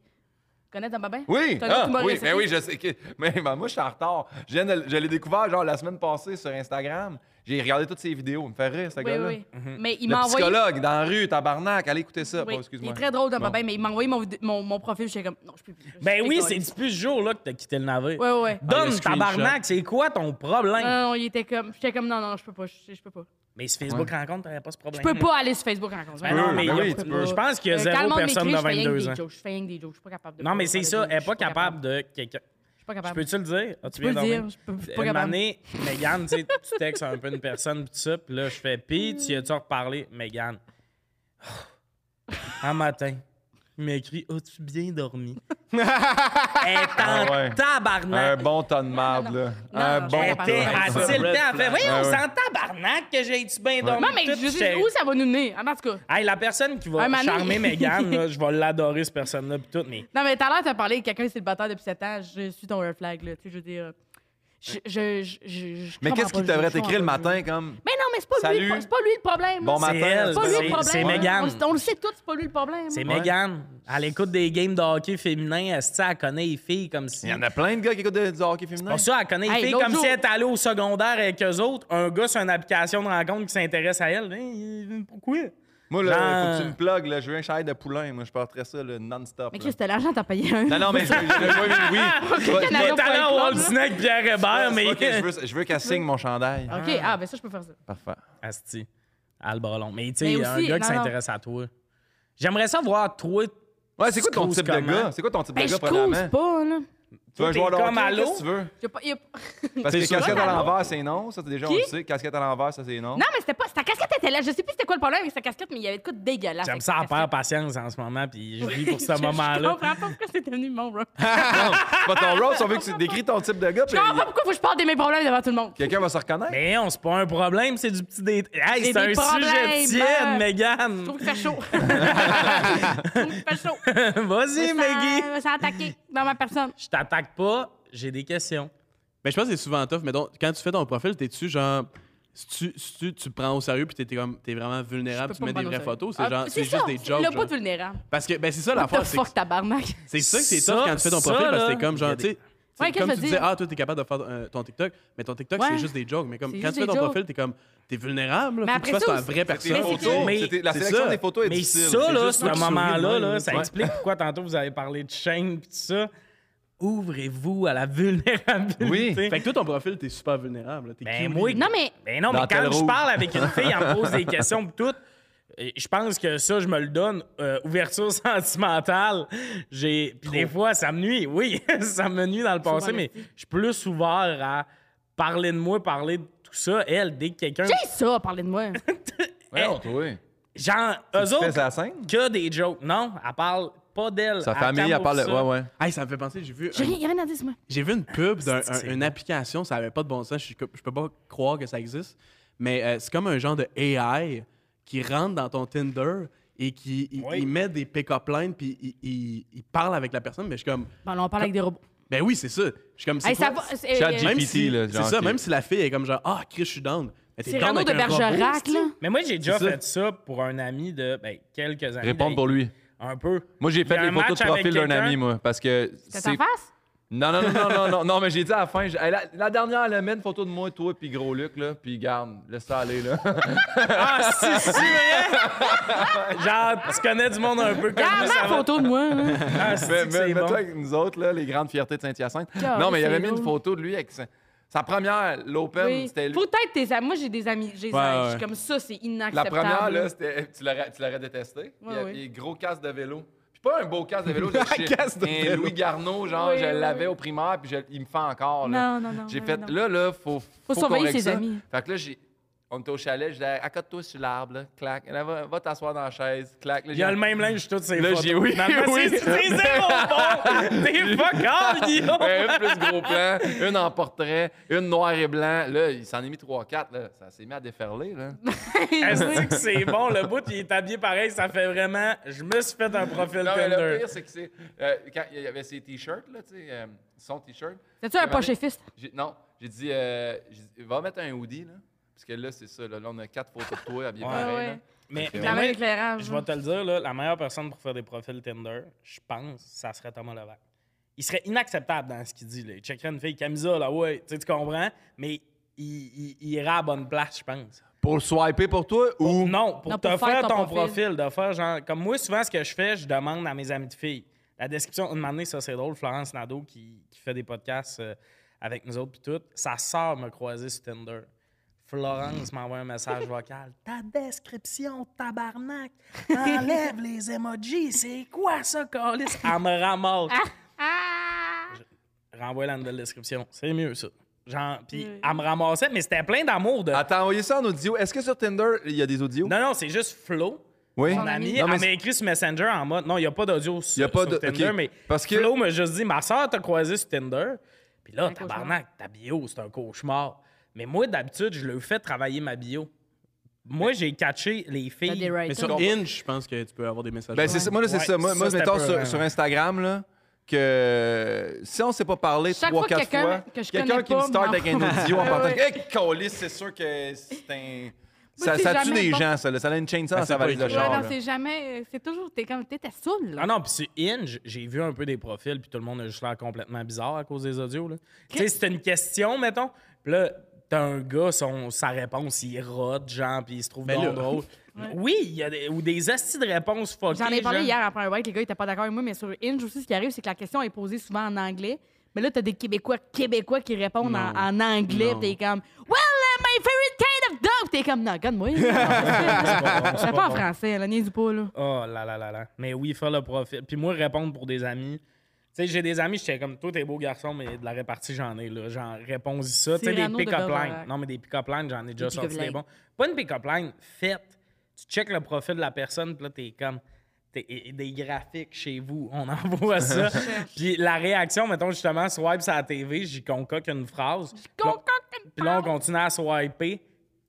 Speaker 3: connais Dom Babin?
Speaker 2: Oui,
Speaker 3: C'est un autre
Speaker 2: ah, oui,
Speaker 3: humoriste,
Speaker 2: mais
Speaker 3: ok?
Speaker 2: oui, je sais que. [laughs] Mais ben, moi, je suis en retard. Je, viens de- je l'ai découvert genre la semaine passée sur Instagram. J'ai regardé toutes ses vidéos. Il me fait rire, ce
Speaker 3: Oui,
Speaker 2: gars-là. Mhm.
Speaker 3: oui, oui. Mais il
Speaker 2: Le
Speaker 3: m'a envoyé.
Speaker 2: psychologue dans la rue, tabarnak, allez écouter ça.
Speaker 3: Oui,
Speaker 2: Bon, excuse-moi.
Speaker 3: Il est très drôle, Dom
Speaker 2: Bon.
Speaker 3: Babin, mais il m'a envoyé mon, vid- mon, mon profil. J'étais comme, non, je peux plus.
Speaker 1: [laughs] ben oui, c'est
Speaker 3: J'étais
Speaker 1: depuis ce jour-là que t'as quitté le navire.
Speaker 3: Ouais, Euh, ouais, ouais.
Speaker 4: Ah, le
Speaker 1: Donne,
Speaker 4: screenshot.
Speaker 2: hein.
Speaker 1: tabarnak, c'est quoi ton problème?
Speaker 3: Non, non, non, il était comme, j'étais comme, non, non, je peux pas, je, je peux pas.
Speaker 1: Mais si Facebook rencontre, t'aurais pas ce problème.
Speaker 3: Je peux pas aller sur Facebook en
Speaker 1: Ben non, mais
Speaker 2: Ben
Speaker 1: il y a-
Speaker 2: oui, tu peux.
Speaker 1: je pense qu'il y a zéro personne de 22 ans.
Speaker 3: Je fais rien que des jokes, je suis pas capable de.
Speaker 1: Non, mais c'est ça, elle est pas capable
Speaker 3: de.
Speaker 1: de quelqu'un.
Speaker 3: Je suis pas
Speaker 1: Je
Speaker 3: capable.
Speaker 1: peux-tu le dire? Ah,
Speaker 3: Tu peux le dire, je peux- je suis pas
Speaker 1: Une
Speaker 3: capable.
Speaker 1: année, Mégane, Euh, tu sais, tu textes un peu une personne, pis tout ça, pis là, je fais, pis tu y as-tu reparlé? Mégane. Un matin, il m'écrit, as-tu bien dormi?
Speaker 2: [laughs]
Speaker 1: Elle est en
Speaker 2: Ah ouais. Un
Speaker 1: tabarnak.
Speaker 2: bon ton de marde, là. Un
Speaker 3: non,
Speaker 2: bon
Speaker 1: Elle
Speaker 2: ton
Speaker 1: était à
Speaker 2: de
Speaker 4: bon-
Speaker 1: tilté,
Speaker 4: Red
Speaker 1: elle fait,
Speaker 4: flag.
Speaker 1: voyons,
Speaker 2: Ah ouais.
Speaker 1: c'est en tabarnak que j'ai-tu bien dormi?
Speaker 3: Non, mais
Speaker 1: Tout,
Speaker 3: je sais
Speaker 1: j'étais-
Speaker 3: où ça va nous mener. En tout cas.
Speaker 1: Hey, la personne qui va
Speaker 3: Un mané.
Speaker 1: charmer Mégane,
Speaker 3: [laughs]
Speaker 1: là, je vais l'adorer, cette personne-là, pis tout, mais
Speaker 3: Non, mais tout à l'heure, t'as parlé de quelqu'un qui est célibataire depuis 7 ans. Je suis ton red flag, là. Tu sais, je veux dire. Je, je, je, je, je
Speaker 2: Mais
Speaker 3: comprends
Speaker 2: qu'est-ce qu'il
Speaker 3: pas, je-
Speaker 2: devrait
Speaker 3: je comprends
Speaker 2: t'écrire le
Speaker 3: pas, je-
Speaker 2: matin, comme.
Speaker 3: Mais non, mais c'est pas, lui,
Speaker 2: Salut.
Speaker 3: le- c'est pas lui le problème.
Speaker 2: Bon
Speaker 3: là.
Speaker 1: c'est
Speaker 2: matin.
Speaker 1: elle,
Speaker 3: c'est pas lui le
Speaker 1: c'est-
Speaker 3: problème.
Speaker 1: c'est
Speaker 3: là.
Speaker 1: Mégane.
Speaker 3: On, le- on le sait tous, c'est pas lui le problème.
Speaker 1: C'est
Speaker 3: là.
Speaker 1: Megan. Elle écoute des games de hockey féminin. Elle, se dit, elle connaît les filles comme si.
Speaker 2: Il y en a plein de gars qui écoutent de- du hockey féminin.
Speaker 1: Pour ça, elle connaît les
Speaker 3: Hey,
Speaker 1: filles
Speaker 3: l'autre
Speaker 1: comme
Speaker 3: jour-
Speaker 1: si elle était allée au secondaire avec eux autres. Un gars sur une application de rencontre qui s'intéresse à elle. Hein, pourquoi?
Speaker 2: Moi, là,
Speaker 1: Genre-
Speaker 2: faut que tu me plugues, là. Je veux un chalet de poulain. Moi, je porterais ça, là, non-stop.
Speaker 3: Mais
Speaker 2: là.
Speaker 3: Chris, t'as l'argent, t'as payé un.
Speaker 2: Non, non, mais je, je-
Speaker 3: [laughs]
Speaker 2: je- oui,
Speaker 1: Il
Speaker 2: oui.
Speaker 1: est
Speaker 3: Canada
Speaker 1: allé
Speaker 3: Point
Speaker 1: au Walt
Speaker 3: Club, là.
Speaker 1: Disney avec Pierre
Speaker 2: Ah,
Speaker 1: Hébert,
Speaker 2: c'est
Speaker 1: mais.
Speaker 2: pas que je veux, je veux qu'elle signe mon chandail.
Speaker 3: OK, ah, ben ça, je peux faire ça.
Speaker 2: Parfait.
Speaker 1: Asti. Ah, le ballon. Mais tu sais,
Speaker 3: Mais
Speaker 1: il y a un
Speaker 3: aussi,
Speaker 1: gars qui
Speaker 3: non, non.
Speaker 1: s'intéresse à toi. J'aimerais ça voir toi.
Speaker 2: Ouais, c'est quoi ton
Speaker 1: Scrooge
Speaker 2: type de
Speaker 1: comment?
Speaker 2: gars? C'est quoi ton type
Speaker 3: Ben,
Speaker 2: de
Speaker 3: je
Speaker 2: gars,
Speaker 3: cruise
Speaker 2: premièrement?
Speaker 3: pas, là.
Speaker 2: hein? Tu veux un
Speaker 1: T'es
Speaker 2: joueur de
Speaker 1: comme à
Speaker 2: hockey, qu'est-ce
Speaker 1: l'eau?
Speaker 2: que tu veux?
Speaker 3: J'ai pas- [laughs] y a-
Speaker 2: Parce
Speaker 4: C'est
Speaker 2: que
Speaker 4: sûr.
Speaker 2: casquette
Speaker 4: Ouais,
Speaker 2: à
Speaker 4: à l'eau.
Speaker 2: l'envers, c'est non. Ça, c'est déjà, on
Speaker 3: Qui?
Speaker 2: le sait. Casquette à l'envers, ça, c'est non.
Speaker 3: Non, mais c'était pas. Sa casquette était là. Je sais plus c'était quoi le problème avec sa casquette, mais il y avait de quoi de dégueulasse.
Speaker 1: J'aime
Speaker 3: avec
Speaker 1: ça
Speaker 3: sa
Speaker 1: à perdre
Speaker 3: casquette.
Speaker 1: patience en ce moment, puis je vis pour
Speaker 3: [laughs]
Speaker 1: ce
Speaker 3: Je- Je
Speaker 1: moment-là.
Speaker 3: comprends pas pourquoi c'est devenu
Speaker 1: [laughs]
Speaker 3: mon bro.
Speaker 2: Non, c'est pas ton rôle. Si on veut que tu décris ton type de gars, puis
Speaker 3: Je comprends pas pourquoi faut que je parle de mes problèmes devant tout le monde.
Speaker 2: quelqu'un va se reconnaître.
Speaker 1: Mais on, c'est pas un problème, c'est du petit dé... Hey,
Speaker 3: C'est
Speaker 1: c'est un
Speaker 3: des
Speaker 1: sujet
Speaker 3: problèmes.
Speaker 1: tiède,
Speaker 3: Je
Speaker 1: Megan. [laughs]
Speaker 3: trouve qu'il fait chaud. je trouve qu'il fait chaud.
Speaker 1: Vas-y, Maggie.
Speaker 3: Ça, ça a attaqué dans ma personne.
Speaker 1: Je t'attaque pas, j'ai des questions.
Speaker 4: Mais je pense que c'est souvent tough. Mais donc, quand tu fais ton profil, t'es-tu genre. Si tu, si tu, tu prends au sérieux puis t'es, t'es comme, t'es vraiment vulnérable,
Speaker 3: Je
Speaker 4: tu
Speaker 3: peux
Speaker 4: mets
Speaker 3: pas
Speaker 4: des
Speaker 3: me
Speaker 4: vraies
Speaker 3: prendre au
Speaker 4: photos, c'est,
Speaker 3: sérieux.
Speaker 4: genre,
Speaker 3: Ah,
Speaker 4: c'est, juste
Speaker 3: ça,
Speaker 4: des
Speaker 3: Le
Speaker 4: jokes.
Speaker 3: pas
Speaker 4: genre.
Speaker 3: de vulnérable.
Speaker 4: Parce que, ben c'est ça
Speaker 3: What
Speaker 4: l'affaire.
Speaker 3: the
Speaker 4: C'est,
Speaker 3: fuck, tabarnak.
Speaker 4: c'est ça que c'est
Speaker 1: Ça,
Speaker 4: tough quand tu fais ton
Speaker 1: ça,
Speaker 4: profil parce
Speaker 1: là.
Speaker 4: que t'es comme genre, tu sais.
Speaker 3: Ouais,
Speaker 4: c'est
Speaker 3: qu'est-ce que je
Speaker 4: comme tu
Speaker 3: veux
Speaker 4: disais,
Speaker 3: dire?
Speaker 4: ah, toi, t'es capable de faire euh, ton TikTok, mais ton TikTok,
Speaker 3: Ouais.
Speaker 4: c'est juste des jokes. Mais comme,
Speaker 3: C'est
Speaker 4: quand
Speaker 3: juste
Speaker 4: tu fais ton
Speaker 3: des jokes.
Speaker 4: profil, t'es comme, t'es vulnérable.
Speaker 3: Mais
Speaker 4: là, faut que tu
Speaker 3: après
Speaker 4: fasses
Speaker 3: ça
Speaker 4: ta
Speaker 3: aussi-
Speaker 4: vraie
Speaker 2: Tes
Speaker 4: personne.
Speaker 3: Mais c'est
Speaker 2: photos,
Speaker 1: Mais-
Speaker 2: c'était- la
Speaker 4: c'est
Speaker 2: sélection
Speaker 4: ça.
Speaker 2: des photos est
Speaker 1: Mais
Speaker 2: difficile.
Speaker 1: ça,
Speaker 2: C'est
Speaker 1: là,
Speaker 2: juste
Speaker 1: ce
Speaker 4: moi qui souris de
Speaker 1: moment-là,
Speaker 4: même,
Speaker 1: là,
Speaker 4: là,
Speaker 1: ça
Speaker 4: tu vois.
Speaker 1: explique pourquoi tantôt vous avez parlé de chaîne pis tout ça. Ouvrez-vous à la vulnérabilité.
Speaker 2: Oui.
Speaker 4: Fait que toi, ton profil, t'es super vulnérable. là, T'es
Speaker 1: Ben,
Speaker 4: qui,
Speaker 1: moi,
Speaker 4: lui?
Speaker 3: Non, mais.
Speaker 1: Ben non, mais
Speaker 2: Dentelle
Speaker 1: quand je
Speaker 2: rouge.
Speaker 1: parle avec une fille, elle me pose
Speaker 2: [laughs]
Speaker 1: des questions pis tout. et Je pense que ça, je me le donne. euh, ouverture [laughs] sentimentale, j'ai. Puis des fois, ça me nuit. Oui, [laughs] ça me nuit dans le passé,
Speaker 3: Souvent,
Speaker 1: mais je suis plus ouvert à parler de moi, parler de tout ça. Elle, dès que quelqu'un.
Speaker 3: J'ai ça, parler de moi.
Speaker 2: Voyons, toi.
Speaker 1: Genre, eux
Speaker 2: Tu fais la
Speaker 1: autres,
Speaker 2: scène?
Speaker 1: que des jokes. Non, elle parle pas d'elle.
Speaker 2: Sa famille, elle
Speaker 1: camoufle
Speaker 2: parle de.
Speaker 1: ça.
Speaker 2: Ouais, ouais.
Speaker 4: Hey, ça me fait penser, j'ai vu.
Speaker 3: J'ai
Speaker 4: un-
Speaker 3: rien, y a rien à dire sur moi.
Speaker 4: J'ai vu une pub d'une
Speaker 1: c'est
Speaker 4: une application, ça avait pas de bon sens, je, suis comme- je peux pas croire que ça existe, mais euh, c'est comme un genre de AI qui rentre dans ton Tinder et qui il,
Speaker 1: Oui.
Speaker 4: il met des pick-up lines puis il, il- il parle avec la personne, mais je suis comme,
Speaker 3: Bon, là, on parle avec des robots.
Speaker 4: ben oui, c'est ça. Je suis comme, c'est
Speaker 3: Hey, ça
Speaker 4: quoi-
Speaker 3: va. c'est-
Speaker 2: Chat
Speaker 3: euh,
Speaker 2: GPT,
Speaker 4: Même si,
Speaker 2: là,
Speaker 4: c'est
Speaker 2: genre,
Speaker 4: ça,
Speaker 2: qui-
Speaker 4: même si la fille est comme genre, ah, Chris, je suis down. Mais t'es down
Speaker 3: Cyrano
Speaker 4: avec
Speaker 3: de
Speaker 4: un robot,
Speaker 3: Bergerac,
Speaker 4: c'est-tu?
Speaker 3: là.
Speaker 1: Mais moi, j'ai déjà
Speaker 4: C'est ça.
Speaker 1: fait ça pour un ami de ben, quelques années.
Speaker 2: Répondre pour lui.
Speaker 1: Un peu.
Speaker 2: Moi, j'ai
Speaker 1: Il y
Speaker 2: fait
Speaker 1: a
Speaker 2: les
Speaker 1: un
Speaker 2: photos de
Speaker 1: match avec
Speaker 2: profil d'un
Speaker 1: quelqu'un.
Speaker 2: ami, moi. Parce que.
Speaker 3: T'as
Speaker 2: c'est-
Speaker 3: ta face?
Speaker 2: Non, non, non, non, non, non, non, mais j'ai dit à la fin, j'ai- Hey, la, la dernière, elle a mis une photo de moi, toi, puis gros Luc, là, puis garde, laisse ça aller, là.
Speaker 1: Ah, si, si,
Speaker 2: [laughs]
Speaker 1: vrai! Genre, tu connais du monde un peu comme
Speaker 3: Ah,
Speaker 1: ça.
Speaker 3: ma photo de moi. hein.
Speaker 1: Ah, si,
Speaker 2: mais
Speaker 1: que
Speaker 2: mais
Speaker 1: c'est
Speaker 2: mets-toi
Speaker 1: bon.
Speaker 2: avec nous autres, là, les grandes fiertés de Saint-Hyacinthe.
Speaker 3: Ah,
Speaker 2: non, mais il
Speaker 3: c'est
Speaker 2: avait mis une
Speaker 3: drôle.
Speaker 2: photo de lui avec sa, sa première, l'open,
Speaker 3: Oui.
Speaker 2: c'était lui.
Speaker 3: Faut peut-être tes amis. Moi, j'ai des amis. J'ai des
Speaker 4: Ouais,
Speaker 3: amis.
Speaker 4: ouais.
Speaker 3: Je suis comme ça, c'est
Speaker 2: La
Speaker 3: inacceptable.
Speaker 2: première, là, c'était- tu l'aurais tu l'aurais détesté.
Speaker 3: Ouais,
Speaker 2: il y a
Speaker 3: ouais.
Speaker 2: il y a gros casse de vélo. Puis pas un beau casque de vélo.
Speaker 3: [laughs]
Speaker 2: j'ai acheté
Speaker 5: casque de
Speaker 2: un
Speaker 5: vélo.
Speaker 2: Louis Garneau, genre,
Speaker 3: Oui,
Speaker 2: je
Speaker 3: oui,
Speaker 2: l'avais
Speaker 3: oui.
Speaker 2: au primaire, puis je- il me fait encore. Là.
Speaker 3: Non, non, non.
Speaker 2: J'ai
Speaker 3: non,
Speaker 2: fait,
Speaker 3: non.
Speaker 2: là, là, faut. Faut,
Speaker 3: surveiller
Speaker 2: corriger
Speaker 3: ses
Speaker 2: ça.
Speaker 3: amis.
Speaker 2: Fait que là, j'ai. On était au chalet, je disais, accote-toi sur l'arbre, là. clac. Là, va, va t'asseoir dans la chaise, clac. Là,
Speaker 1: Il y a
Speaker 2: j'ai-
Speaker 1: le même linge sur toutes ces
Speaker 2: Là,
Speaker 1: photos.
Speaker 2: j'ai- oui,
Speaker 1: Finalement,
Speaker 2: [laughs] oui.
Speaker 1: C'est c'est zéro bon!
Speaker 2: [laughs]
Speaker 1: T'es fuck all, Guillaume!
Speaker 2: Ouais, un Ben, plus gros plan, une en portrait, une noir et blanc. Là, il s'en est mis 3-4, là. Ça s'est mis à déferler, là.
Speaker 1: [laughs] Est-ce que c'est bon? Le bout, il est habillé pareil, ça fait vraiment... Je me suis fait un profil
Speaker 2: Non, mais le
Speaker 1: Tinder.
Speaker 2: pire, c'est que c'est. euh, quand il y avait ses t-shirts, là, tu sais, euh, son t-shirt,
Speaker 3: C'est-tu un poché-fist?
Speaker 2: j'ai- non, j'ai dit, euh, j'ai dit, va mettre un hoodie, là. Parce que là, c'est ça, là, Là, on a quatre photos de toi, habillé
Speaker 1: Ouais.
Speaker 2: pareil.
Speaker 3: Ouais,
Speaker 2: là.
Speaker 3: ouais.
Speaker 1: Mais, mais
Speaker 3: La
Speaker 1: moi,
Speaker 3: même éclairage.
Speaker 1: je vais te le dire, là, la meilleure personne pour faire des profils Tinder, je pense, ça serait Thomas Levac. Il serait inacceptable dans ce qu'il dit. Là. Il checkerait une fille camisole, ah ouais, tu sais, tu comprends, mais il, il- il irait à la bonne place, je pense.
Speaker 5: Pour le swiper pour toi
Speaker 4: Oh,
Speaker 5: ou.
Speaker 1: Non, pour
Speaker 3: Non,
Speaker 1: te
Speaker 3: pour
Speaker 1: faire,
Speaker 3: faire
Speaker 1: ton
Speaker 3: ton
Speaker 1: profil. de faire genre. Comme moi, souvent, ce que je fais, je demande à mes amis de filles. La description, une année, ça c'est drôle, Florence Nadeau qui, qui fait des podcasts euh, avec nous autres puis tout, sa sœur me croisait sur Tinder. Florence m'envoie un [laughs] message vocal. Ta description, tabarnak, enlève les emojis, c'est quoi ça, Carlis? Elle me ramasse.
Speaker 3: Ah!
Speaker 1: Renvoie la nouvelle description, c'est mieux ça. Genre, puis
Speaker 3: Oui.
Speaker 1: elle me ramassait, mais c'était plein d'amour de.
Speaker 5: Attends, envoyez ça en audio. Est-ce que sur Tinder, il y a des audios?
Speaker 1: Non, non, c'est juste Flo.
Speaker 5: Oui.
Speaker 1: Mon ami,
Speaker 5: Non, mais
Speaker 1: elle m'a écrit sur Messenger en mode non, il n'y a pas d'audio sur,
Speaker 5: Y a pas
Speaker 1: sur
Speaker 5: de-
Speaker 1: Tinder,
Speaker 5: ok.
Speaker 1: mais
Speaker 5: Parce que-
Speaker 1: Flo m'a juste dit ma soeur t'a croisé sur Tinder. Puis là,
Speaker 3: Un cauchemar.
Speaker 1: tabarnak, ta bio, c'est un cauchemar. Mais moi, d'habitude, je le fais travailler ma bio. Moi, j'ai catché les
Speaker 3: T'as des
Speaker 1: filles.
Speaker 4: Mais
Speaker 3: writers.
Speaker 4: sur Inch, je pense que tu peux avoir des messages.
Speaker 5: Ben, c'est ça. Moi, là, c'est
Speaker 1: Ouais,
Speaker 5: ça. Moi,
Speaker 1: ça,
Speaker 5: moi,
Speaker 1: c'était
Speaker 5: mettons
Speaker 1: pas
Speaker 5: sur,
Speaker 1: vrai.
Speaker 5: sur Instagram, là, que si on s'est pas parlé
Speaker 3: Chaque
Speaker 5: trois,
Speaker 3: fois que
Speaker 5: quatre
Speaker 3: quelqu'un
Speaker 5: fois,
Speaker 3: que je
Speaker 5: quelqu'un
Speaker 3: connais
Speaker 5: qui me
Speaker 3: pas
Speaker 5: start avec un
Speaker 3: m'envoie-
Speaker 5: audio en
Speaker 3: [laughs] Ouais,
Speaker 5: partant.
Speaker 3: ouais.
Speaker 2: Hey, Colis, c'est sûr que c'est un.
Speaker 5: Ça,
Speaker 3: c'est
Speaker 5: ça tue
Speaker 3: jamais
Speaker 5: des
Speaker 3: bon.
Speaker 5: gens, ça. là. Ça a une chaîne
Speaker 4: Ben,
Speaker 5: ça,
Speaker 4: c'est
Speaker 5: ça valise
Speaker 4: pas
Speaker 5: le
Speaker 4: écrit.
Speaker 5: char.
Speaker 3: Ouais,
Speaker 5: là.
Speaker 3: non, c'est jamais. C'est toujours. T'es comme. T'es ta saoule, là.
Speaker 1: Ah non, puis sur Inge, j'ai vu un peu des profils, puis tout le monde a juste l'air complètement bizarre à cause des audios. là. Tu sais, c'est une question, mettons. Puis là, t'as un gars, son, sa réponse, il rote, genre, puis il se trouve
Speaker 4: Ben
Speaker 1: donc
Speaker 4: là.
Speaker 3: [laughs]
Speaker 1: drôle. Oui, il y a des, ou des astis de réponses fuckées.
Speaker 3: J'en ai parlé
Speaker 1: genre.
Speaker 3: hier après un break, les gars, ils étaient pas d'accord avec moi, mais sur Inge aussi, ce qui arrive, c'est que la question est posée souvent en anglais. Mais là, t'as des Québécois, Québécois qui répondent en,
Speaker 4: Non.
Speaker 3: en anglais,
Speaker 4: Non.
Speaker 3: pis t'es comme Well, uh, my favorite kind of dog! Pis t'es comme, non, regarde-moi. C'est pas en français, là, niaise du pas, là.
Speaker 1: Oh là là là là. Mais oui, faire le profil. Puis moi, répondre pour des amis. Tu sais, j'ai des amis, j'étais comme, toi, t'es beau garçon, mais de la répartie, j'en ai, là. Genre, réponds-y ça. Tu sais, des
Speaker 3: Cyrano de
Speaker 1: pick-up
Speaker 3: Bergerac.
Speaker 1: lines. Non, mais des pick-up lines, j'en ai déjà
Speaker 3: Des pick-up
Speaker 1: sorti des
Speaker 3: lines.
Speaker 1: bons. Pas une pick-up line, faite. Tu checkes le profil de la personne, puis là, t'es comme, t'es- et- et des graphiques chez vous, on [laughs] envoie ça. puis la réaction, mettons, justement, swipe sur la TV, j'y concocte une phrase. Puis là- puis là, on continue à swiper.